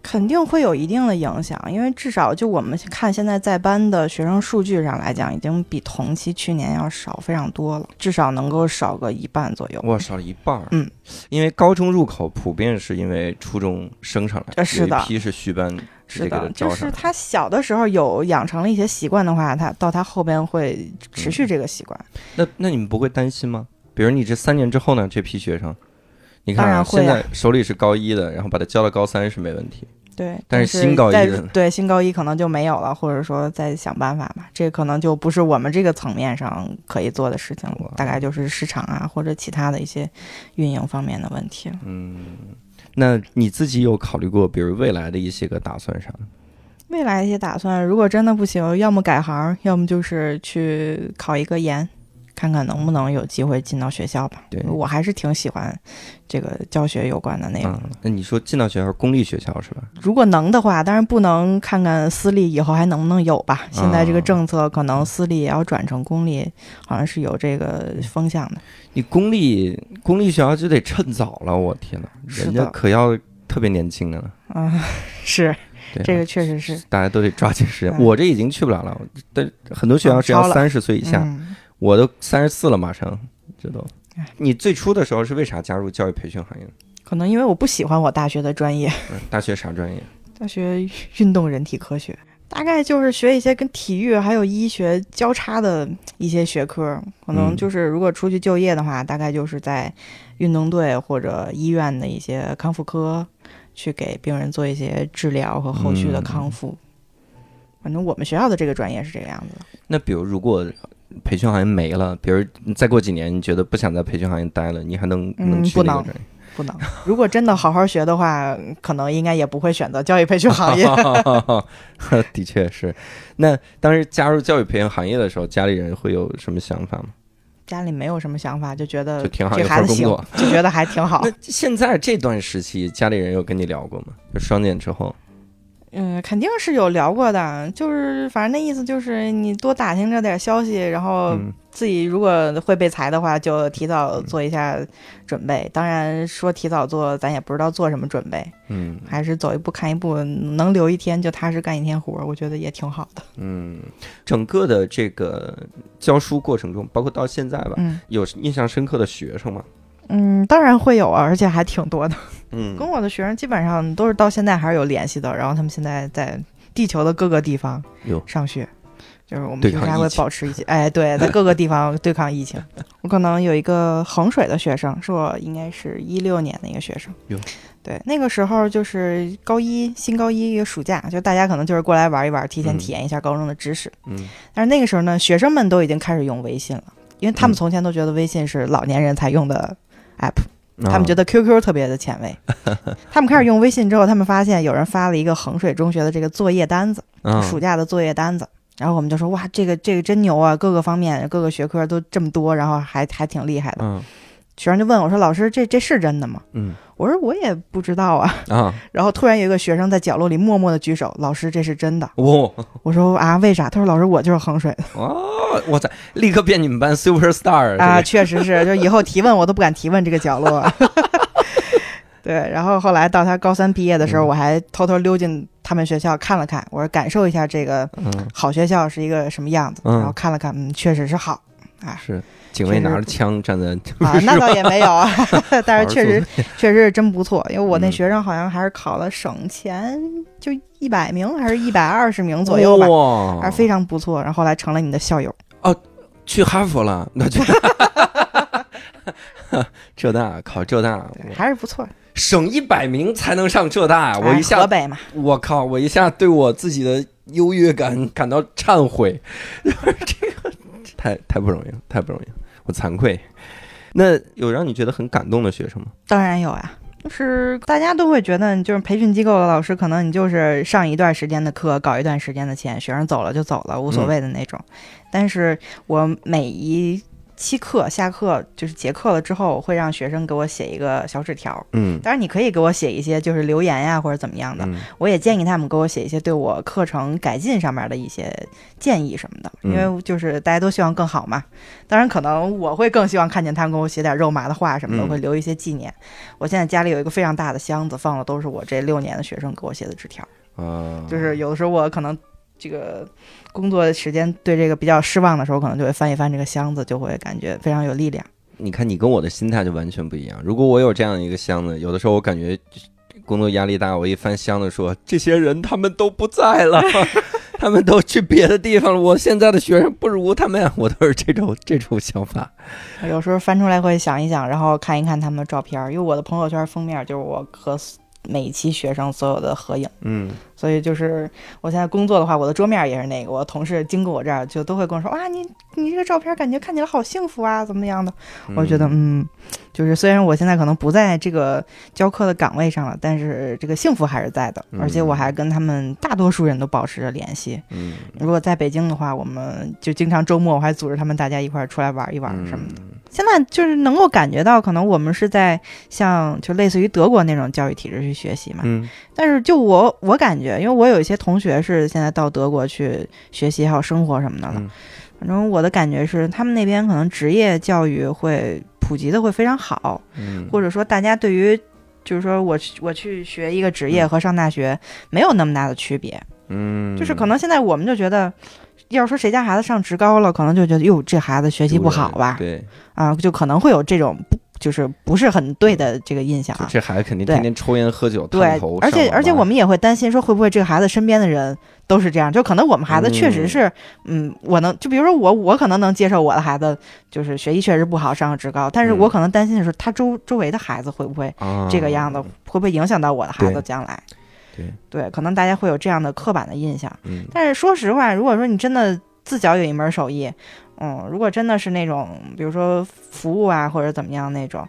[SPEAKER 6] 肯定会有一定的影响，因为至少就我们看现在在班的学生数据上来讲，已经比同期去年要少非常多了，至少能够少个一半左右。
[SPEAKER 1] 哇，少了一半儿。
[SPEAKER 6] 嗯，
[SPEAKER 1] 因为高中入口普遍是因为初中升上来，
[SPEAKER 6] 呃是的
[SPEAKER 1] 有一批是续班直接
[SPEAKER 6] 是
[SPEAKER 1] 给他
[SPEAKER 6] 的，
[SPEAKER 1] 交
[SPEAKER 6] 就
[SPEAKER 1] 上
[SPEAKER 6] 是。他小的时候有养成了一些习惯的话，他到他后边会
[SPEAKER 1] 嗯
[SPEAKER 6] 持续这个习惯。
[SPEAKER 1] 那那你们不会担心吗？比如你这三年之后呢，这批学生，你看、
[SPEAKER 6] 当然会
[SPEAKER 1] 现
[SPEAKER 6] 啊
[SPEAKER 1] 在手里是高一的，然后把他教到高三是没问题。
[SPEAKER 6] 对，
[SPEAKER 1] 但是新高一
[SPEAKER 6] 在
[SPEAKER 1] 的
[SPEAKER 6] 对新高一可能就没有了，或者说再想办法吧，这可能就不是我们这个层面上可以做的事情
[SPEAKER 1] 哇
[SPEAKER 6] 了，大概就是市场啊或者其他的一些运营方面的问题了。
[SPEAKER 1] 嗯，那你自己有考虑过，比如未来的一些个打算啥的？
[SPEAKER 6] 未来一些打算，如果真的不行，要么改行，要么就是去考一个研，看看能不能有机会进到学校吧。
[SPEAKER 1] 对
[SPEAKER 6] 我还是挺喜欢这个教学有关的内容。
[SPEAKER 1] 嗯，那你说进到学校公立学校是吧？
[SPEAKER 6] 如果能的话，当然不能看看私立以后还能不能有吧。现在这个政策可能私立也要转成公立，好像是有这个风向的。
[SPEAKER 1] 你公立公立学校就得趁早了，我天呐，
[SPEAKER 6] 是
[SPEAKER 1] 人家
[SPEAKER 6] 的
[SPEAKER 1] 可要特别年轻的了。
[SPEAKER 6] 啊、是
[SPEAKER 1] 对，
[SPEAKER 6] 这个确实是。
[SPEAKER 1] 大家都得抓紧时间。
[SPEAKER 6] 嗯
[SPEAKER 1] 我这已经去不了了，但很多学校是要
[SPEAKER 6] 嗯超了
[SPEAKER 1] 三十岁以下，
[SPEAKER 6] 嗯
[SPEAKER 1] 我都三十四了，马上这都
[SPEAKER 6] 哎。
[SPEAKER 1] 你最初的时候是为啥加入教育培训行业呢？
[SPEAKER 6] 可能因为我不喜欢我大学的专业，
[SPEAKER 1] 嗯大学啥专业？
[SPEAKER 6] 大学运动人体科学，大概就是学一些跟体育还有医学交叉的一些学科。可能
[SPEAKER 1] 嗯
[SPEAKER 6] 就是如果出去就业的话，大概就是在运动队或者医院的一些康复科，去给病人做一些治疗和后
[SPEAKER 1] 嗯
[SPEAKER 6] 续的康复。反正我们学校的这个专业是这个样子的。
[SPEAKER 1] 那比如如果培训行业没了，比如你再过几年你觉得不想在培训行业待了，你还能
[SPEAKER 6] 嗯
[SPEAKER 1] 能去
[SPEAKER 6] 不
[SPEAKER 1] 那个
[SPEAKER 6] 能
[SPEAKER 1] 专业？
[SPEAKER 6] 不能，如果真的好好学的话，可能应该也不会选择教育培训 行业。
[SPEAKER 1] 的确是。那当时加入教育培训行业的时候，家里人会有什么想法吗？
[SPEAKER 6] 家里没有什么想法，就觉得
[SPEAKER 1] 就挺好
[SPEAKER 6] 呃这
[SPEAKER 1] 有
[SPEAKER 6] 孩
[SPEAKER 1] 份
[SPEAKER 6] 子
[SPEAKER 1] 工
[SPEAKER 6] 行
[SPEAKER 1] 作，
[SPEAKER 6] 就觉得还挺好
[SPEAKER 1] 那。现在这段时期，家里人有跟你聊过吗？就双减之后，
[SPEAKER 6] 嗯，肯定是有聊过的，就是反正那意思就是你多打听着点消息，然后
[SPEAKER 1] 嗯，
[SPEAKER 6] 自己如果会被裁的话，就提早做一下准备。当然说提早做，咱也不知道做什么准备，
[SPEAKER 1] 嗯
[SPEAKER 6] 还是走一步看一步，能留一天就踏实干一天活儿，我觉得也挺好的。
[SPEAKER 1] 嗯，整个的这个教书过程中，包括到现在吧，
[SPEAKER 6] 嗯
[SPEAKER 1] 有印象深刻的学生吗？
[SPEAKER 6] 嗯，当然会有啊，而且还挺多的。
[SPEAKER 1] 嗯
[SPEAKER 6] 跟我的学生基本上都是到现在还是有联系的，然后他们现在在地球的各个地方
[SPEAKER 1] 哟
[SPEAKER 6] 上学，就是我们
[SPEAKER 1] 对
[SPEAKER 6] 平
[SPEAKER 1] 抗
[SPEAKER 6] 时还会
[SPEAKER 1] 疫情
[SPEAKER 6] 保持一些，哎，对，在各个地方对抗 疫情。我可能有一个衡水的学生，是我应该是一六年的一个学生
[SPEAKER 1] 哟，
[SPEAKER 6] 对，那个时候就是高一新高一一个暑假，就大家可能就是过来玩一玩，提前
[SPEAKER 1] 嗯
[SPEAKER 6] 体验一下高中的知识。
[SPEAKER 1] 嗯，
[SPEAKER 6] 但是那个时候呢，学生们都已经开始用微信了，因为他们
[SPEAKER 1] 嗯
[SPEAKER 6] 从前都觉得微信是老年人才用的 app。他们觉
[SPEAKER 1] 得
[SPEAKER 6] 得 QQ 特别的前卫。他们开始用微信之后，他们发现有人发了一个衡水中学的这个作业单子，
[SPEAKER 1] 啊嗯
[SPEAKER 6] 暑假的作业单子。然后我们就说哇，这个这个真牛啊，各个方面各个学科都这么多，然后还还挺厉害的。
[SPEAKER 1] 嗯
[SPEAKER 6] 学生就问我说：“老师，这这是真的吗
[SPEAKER 1] 嗯？”
[SPEAKER 6] 我说：“我也不知道啊。
[SPEAKER 1] 啊，”
[SPEAKER 6] 然后突然有一个学生在角落里默默的举手：“老师，这是真的。
[SPEAKER 1] 哇”
[SPEAKER 6] 我说：“啊，为啥？”他说：“老师，我就是衡水的
[SPEAKER 1] 哇，我操，立刻变你们班 super star
[SPEAKER 6] 啊，确实是，就以后提问我都不敢提问这个角落。 对，然后后来到他高三毕业的时候，
[SPEAKER 1] 嗯
[SPEAKER 6] 我还偷偷溜进他们学校看了看，我说感受一下这个
[SPEAKER 1] 嗯，
[SPEAKER 6] 好学校是一个什么样子，
[SPEAKER 1] 嗯
[SPEAKER 6] 然后看了看，嗯，确实是 好
[SPEAKER 1] 是警卫拿着枪站在
[SPEAKER 6] 啊，那倒也没有， 但是确
[SPEAKER 1] 好
[SPEAKER 6] 实确实是真不错，因为我那
[SPEAKER 1] 嗯
[SPEAKER 6] 学生好像还是考了省前就一百名还是一百二十名左
[SPEAKER 1] 哦
[SPEAKER 6] 右吧，
[SPEAKER 1] 哇，
[SPEAKER 6] 还是非常不错，然后后来成了你的校友。
[SPEAKER 1] 去哈佛了，那去。 浙大考浙大，
[SPEAKER 6] 对，
[SPEAKER 1] 我
[SPEAKER 6] 还是不错。
[SPEAKER 1] 省一百名才能上浙大，我
[SPEAKER 6] 哎
[SPEAKER 1] 一下
[SPEAKER 6] 河北嘛，
[SPEAKER 1] 我靠！我一下对我自己的优越感感到忏悔， 这个太太不容易了，太不容易了，我惭愧。那有让你觉得很感动的学生吗？
[SPEAKER 6] 当然有呀、就是大家都会觉得，就是培训机构的老师，可能你就是上一段时间的课，搞一段时间的钱，学生走了就走了，无所谓的那种。但是我每一期课下课就是结课了之后，我会让学生给我写一个小纸条。
[SPEAKER 1] 嗯
[SPEAKER 6] 当然，你可以给我写一些就是留言呀、或者怎么样的。
[SPEAKER 1] 嗯
[SPEAKER 6] 我也建议他们给我写一些对我课程改进上面的一些建议什么的，因为就是大家都希望更好嘛。当然，可能我会更希望看见他们给我写点肉麻的话什么的，
[SPEAKER 1] 嗯
[SPEAKER 6] 会留一些纪念。我现在家里有一个非常大的箱子，放的都是我这六年的学生给我写的纸条，
[SPEAKER 1] 啊，
[SPEAKER 6] 嗯就是有的时候我可能。这个工作时间对这个比较失望的时候，可能就会翻一翻这个箱子，就会感觉非常有力量。
[SPEAKER 1] 你看你跟我的心态就完全不一样。如果我有这样一个箱子，有的时候我感觉工作压力大，我一翻箱子说，这些人他们都不在 了，他们都去别的地方了。我现在的学生不如他们，我都是这种这种想法。
[SPEAKER 6] 有时候翻出来会想一想，然后看一看他们的照片儿，因为我的朋友圈封面就是我和 s- 每一期学生所有的合影，
[SPEAKER 1] 嗯，
[SPEAKER 6] 所以就是我现在工作的话，我的桌面也是那个，我同事经过我这儿就都会跟我说，哇，你你这个照片感觉看起来好幸福啊，怎么样的？我觉得嗯，就是虽然我现在可能不在这个教课的岗位上了，但是这个幸福还是在的，而且我还跟他们大多数人都保持着联系。
[SPEAKER 1] 嗯，
[SPEAKER 6] 如果在北京的话，我们就经常周末我还组织他们大家一块儿出来玩一玩
[SPEAKER 1] 嗯
[SPEAKER 6] 什么的。现在就是能够感觉到，可能我们是在像就类似于德国那种教育体制去学习嘛。
[SPEAKER 1] 嗯
[SPEAKER 6] 但是就我我感觉，因为我有一些同学是现在到德国去学习还有生活什么的了，
[SPEAKER 1] 嗯
[SPEAKER 6] 反正我的感觉是，他们那边可能职业教育会普及的会非常好，
[SPEAKER 1] 嗯，
[SPEAKER 6] 或者说大家对于就是说我去我去学一个职业和上大学没有那么大的区别，
[SPEAKER 1] 嗯，
[SPEAKER 6] 就是可能现在我们就觉得。要说谁家孩子上职高了，可能就觉得哟，这孩子学习不好吧？
[SPEAKER 1] 对，
[SPEAKER 6] 啊，就可能会有这种不就是不是很对的这个印象
[SPEAKER 1] 就
[SPEAKER 6] 啊。
[SPEAKER 1] 这孩子肯定
[SPEAKER 6] 对
[SPEAKER 1] 天天抽烟喝酒，
[SPEAKER 6] 对
[SPEAKER 1] 烫头，
[SPEAKER 6] 而且
[SPEAKER 1] 上网
[SPEAKER 6] 而且
[SPEAKER 1] 吧
[SPEAKER 6] 我们也会担心说会不会这个孩子身边的人都是这样，就可能我们孩子确实
[SPEAKER 1] 嗯
[SPEAKER 6] 是，嗯我能就比如说我我可能能接受我的孩子就是学习确实不好，上了职高，但是
[SPEAKER 1] 嗯
[SPEAKER 6] 我可能担心的是他周周围的孩子会不会
[SPEAKER 1] 啊
[SPEAKER 6] 这个样子，会不会影响到我的孩子
[SPEAKER 1] 对
[SPEAKER 6] 将来？
[SPEAKER 1] 对
[SPEAKER 6] 对，可能大家会有这样的刻板的印象。
[SPEAKER 1] 嗯
[SPEAKER 6] 但是说实话，如果说你真的自脚有一门手艺，嗯，如果真的是那种比如说服务啊或者怎么样那种，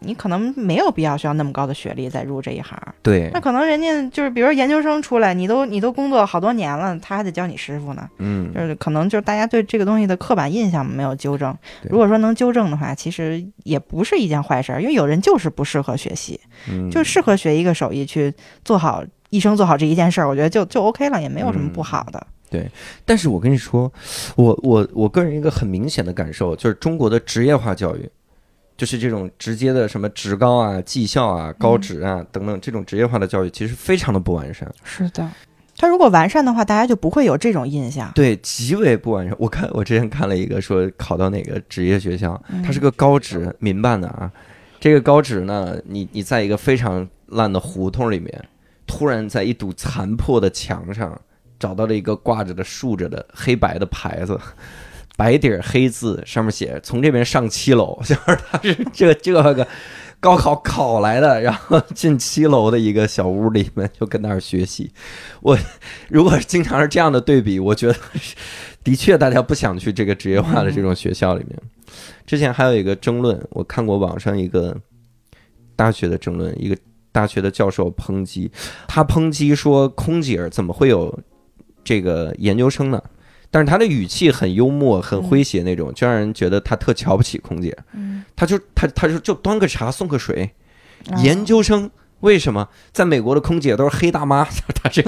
[SPEAKER 6] 你可能没有必要需要那么高的学历再入这一行。
[SPEAKER 1] 对
[SPEAKER 6] 那，可能人家就是比如说研究生出来，你都你都工作好多年了，他还得教你师傅呢。
[SPEAKER 1] 嗯
[SPEAKER 6] 就是可能就是大家对这个东西的刻板印象没有纠正。
[SPEAKER 1] 对
[SPEAKER 6] 如果说能纠正的话，其实也不是一件坏事儿，因为有人就是不适合学习，
[SPEAKER 1] 嗯
[SPEAKER 6] 就适合学一个手艺去做好。一生做好这一件事儿，我觉得就就 OK 了，也没有什么不
[SPEAKER 1] 嗯
[SPEAKER 6] 好的。
[SPEAKER 1] 但是我跟你说，我我我个人一个很明显的感受就是中国的职业化教育，就是这种直接的什么职高啊、技校啊、
[SPEAKER 6] 嗯
[SPEAKER 1] 高职啊、等等这种职业化的教育，其实非常的不完善，
[SPEAKER 6] 是的，他如果完善的话，大家就不会有这种印象。
[SPEAKER 1] 对，极为不完善。我看我之前看了一个说考到哪个职业学校，它是个高职，民办的啊。这个高职呢，你你在一个非常烂的胡同里面，突然在一堵残破的墙上找到了一个挂着的竖着的黑白的牌子，白底儿黑字，上面写“从这边上七楼”， 就是他是这这个高考考来的，然后进七楼的一个小屋里面就跟那儿学习。我如果经常是这样的对比，我觉得是的确大家不想去这个职业化的这种学校里面。之前还有一个争论，我看过网上一个大学的争论，一个大学的教授抨击，他抨击说空姐儿怎么会有这个研究生呢？但是他的语气很幽默、很诙谐那种，就让人觉得他特瞧不起空姐。
[SPEAKER 6] 嗯，
[SPEAKER 1] 他就他他就就端个茶送个水，
[SPEAKER 6] 啊
[SPEAKER 1] 研究生为什么在美国的空姐都是黑大妈？ 他这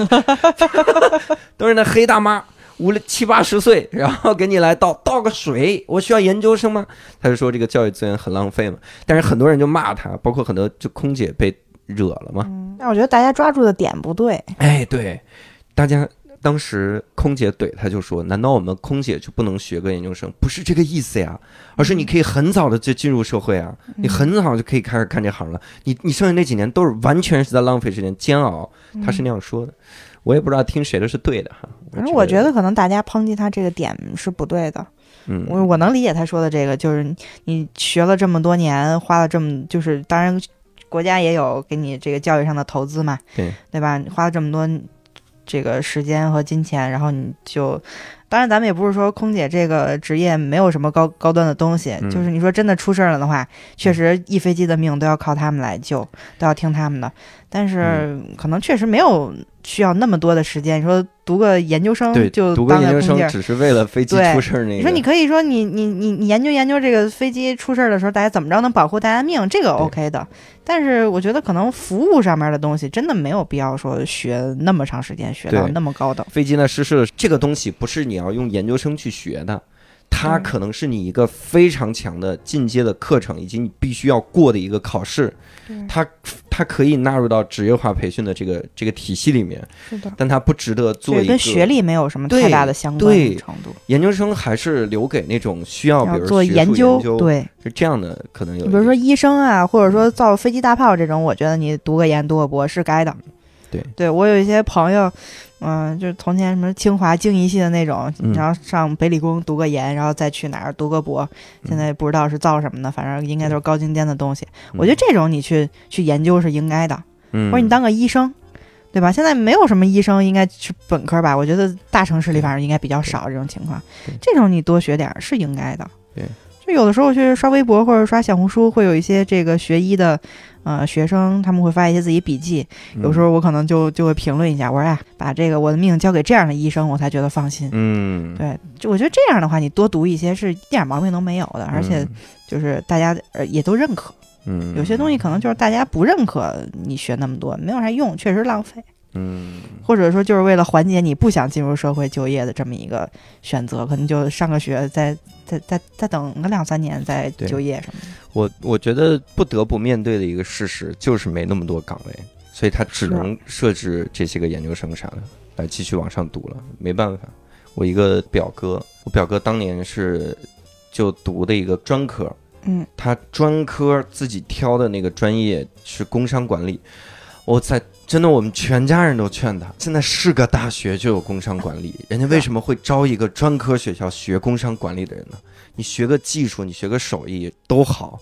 [SPEAKER 1] 都是那黑大妈，五六七八十岁，然后给你来倒倒个水，我需要研究生吗？他就说这个教育资源很浪费嘛。但是很多人就骂他，包括很多就空姐被惹了嘛。
[SPEAKER 6] 但我觉得大家抓住的点不对。
[SPEAKER 1] 哎，对，大家当时空姐怼他就说：“难道我们空姐就不能学个研究生？不是这个意思呀，而
[SPEAKER 6] 嗯
[SPEAKER 1] 是你可以很早的就进入社会啊，你很早就可以开始干这行了。你你剩下那几年都是完全是在浪费时间、煎熬。”他是那样说的，我也不知道听谁的是对的哈。
[SPEAKER 6] 嗯反正我觉得，可能大家抨击他这个点是不对的。
[SPEAKER 1] 嗯，
[SPEAKER 6] 我我能理解他说的这个，就是你你学了这么多年，花了这么，就是当然国家也有给你这个教育上的投资嘛，
[SPEAKER 1] 对
[SPEAKER 6] 对吧？你花了这么多这个时间和金钱，然后你就，当然咱们也不是说空姐这个职业没有什么高高端的东西，
[SPEAKER 1] 嗯
[SPEAKER 6] 就是你说真的出事儿了的话，确实一飞机的命都要靠他们来救，都要听他们的，但是
[SPEAKER 1] 嗯
[SPEAKER 6] 可能确实没有需要那么多的时间，你说读个研究生
[SPEAKER 1] 对，
[SPEAKER 6] 就
[SPEAKER 1] 读个
[SPEAKER 6] 当
[SPEAKER 1] 研
[SPEAKER 6] 个
[SPEAKER 1] 究
[SPEAKER 6] 空姐
[SPEAKER 1] 生
[SPEAKER 6] 儿。
[SPEAKER 1] 只是为了飞机
[SPEAKER 6] 对
[SPEAKER 1] 出事儿那个。
[SPEAKER 6] 你说你可以说你你你你研究研究这个飞机出事儿的时候，大家怎么着能保护大家命，这个 OK 的。但是我觉得可能服务上面的东西真的没有必要说学那么长时间，学到
[SPEAKER 1] 对
[SPEAKER 6] 那么高等。
[SPEAKER 1] 飞机呢失事了，这个东西不是你要用研究生去学的，它
[SPEAKER 6] 嗯
[SPEAKER 1] 可能是你一个非常强的进阶的课程，以及你必须要过的一个考试
[SPEAKER 6] 对。
[SPEAKER 1] 它它可以纳入到职业化培训的这个这个体系里面，
[SPEAKER 6] 是的，
[SPEAKER 1] 但它不值得做
[SPEAKER 6] 对，
[SPEAKER 1] 一个
[SPEAKER 6] 跟学历没有什么太
[SPEAKER 1] 对
[SPEAKER 6] 大的相关
[SPEAKER 1] 对
[SPEAKER 6] 的程度，
[SPEAKER 1] 研究生，还是留给那种需要，比
[SPEAKER 6] 要
[SPEAKER 1] 如
[SPEAKER 6] 做
[SPEAKER 1] 学术研
[SPEAKER 6] 究，对，
[SPEAKER 1] 是这样的，可能有一嗯
[SPEAKER 6] 比
[SPEAKER 1] 点。
[SPEAKER 6] 如说医生啊，或者说造飞机大炮这种，我觉得你读个研、读个博是该的。
[SPEAKER 1] 对，
[SPEAKER 6] 对我有一些朋友，嗯、就是从前什么清华经一系的那种，
[SPEAKER 1] 嗯
[SPEAKER 6] 然后上北理工读个研，然后再去哪儿读个博，
[SPEAKER 1] 嗯
[SPEAKER 6] 现在不知道是造什么的，反正应该都是高精尖的东西。我觉得这种你去去研究是应该的，
[SPEAKER 1] 嗯，
[SPEAKER 6] 或者你当个医生。对吧？现在没有什么医生应该是本科吧？我觉得大城市里反正应该比较少这种情况
[SPEAKER 1] 对。
[SPEAKER 6] 这种你多学点儿是应该的。
[SPEAKER 1] 对，
[SPEAKER 6] 就有的时候去刷微博或者刷小红书，会有一些这个学医的呃学生，他们会发一些自己笔记。
[SPEAKER 1] 嗯
[SPEAKER 6] 有时，候我可能就就会评论一下，我说啊，把这个我的命交给这样的医生，我才觉得放心。
[SPEAKER 1] 嗯，
[SPEAKER 6] 对，就我觉得这样的话，你多读一些是一点毛病都没有
[SPEAKER 1] 嗯
[SPEAKER 6] 的，而且就是大家呃也都认可。
[SPEAKER 1] 嗯，嗯，
[SPEAKER 6] 有些东西可能就是大家不认可你学那么多没有啥用，确实浪费，
[SPEAKER 1] 嗯，
[SPEAKER 6] 或者说就是为了缓解你不想进入社会就业的这么一个选择，可能就上个学，再再再再等个两三年再
[SPEAKER 1] 对
[SPEAKER 6] 就业什么的。
[SPEAKER 1] 我我觉得不得不面对的一个事实就是没那么多岗位，所以他只
[SPEAKER 6] 是啊
[SPEAKER 1] 能设置这些个研究生啥的来继续往上读了，没办法。我一个表哥，我表哥当年是就读的一个专科，
[SPEAKER 6] 嗯，
[SPEAKER 1] 他专科自己挑的那个专业是工商管理，我在真的我们全家人都劝他，现在是个大学就有工商管理，人家为什么会招一个专科学校学工商管理的人呢？你学个技术，你学个手艺都好，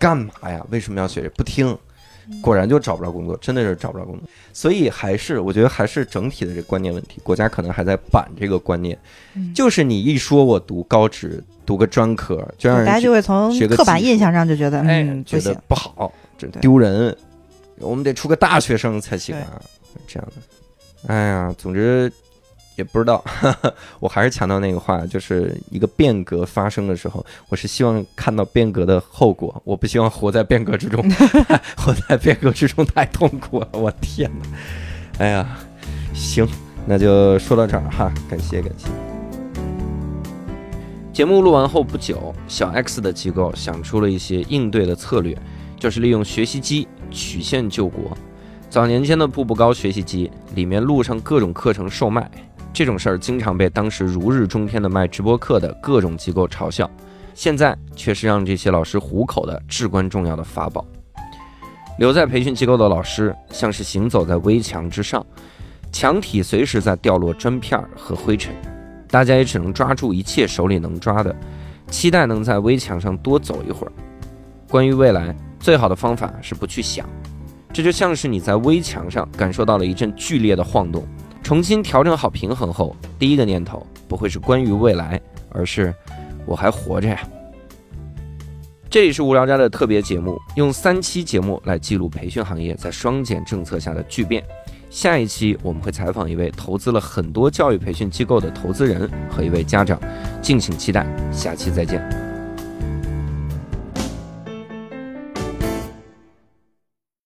[SPEAKER 1] 干嘛呀？为什么要学这？不听，
[SPEAKER 6] 嗯
[SPEAKER 1] 果然就找不着工作，真的是找不着工作。所以还是我觉得还是整体的这观念问题，国家可能还在板这个观念，
[SPEAKER 6] 嗯
[SPEAKER 1] 就是你一说我读高职，读个专科，就让
[SPEAKER 6] 大
[SPEAKER 1] 人
[SPEAKER 6] 家
[SPEAKER 1] 觉
[SPEAKER 6] 就会从
[SPEAKER 1] 学个
[SPEAKER 6] 刻板
[SPEAKER 1] 技术
[SPEAKER 6] 印象上就觉得，
[SPEAKER 1] 哎
[SPEAKER 6] 嗯，不
[SPEAKER 1] 觉
[SPEAKER 6] 行
[SPEAKER 1] 得。不好，这
[SPEAKER 6] 对
[SPEAKER 1] 丢人，我们得出个大学生才行啊，这样的。哎呀，总之也不知道， 我还是强调那个话，就是一个变革发生的时候，我是希望看到变革的后果，我不希望活在变革之 中， 活在变革之中太痛苦了，我天哪！哎呀，行，那就说到这儿哈，感谢感谢。节目录完后不久，小 X 的机构想出了一些应对的策略，就是利用学习机曲线救国。早年间的步步高学习机里面录上各种课程售卖，这种事儿经常被当时如日中天的卖直播课的各种机构嘲笑，现在却是让这些老师糊口的至关重要的法宝。留在培训机构的老师像是行走在危墙之上，墙体随时在掉落砖片儿和灰尘。大家也只能抓住一切手里能抓的，期待能在围墙上多走一会儿。关于未来，最好的方法是不去想，这就像是你在围墙上感受到了一阵剧烈的晃动，重新调整好平衡后，第一个念头不会是关于未来，而是我还活着呀。这里是无聊斋的特别节目，用三期节目来记录培训行业在双减政策下的巨变。下一期我们会采访一位投资了很多教育培训机构的投资人和一位家长，敬请期待。下期再见。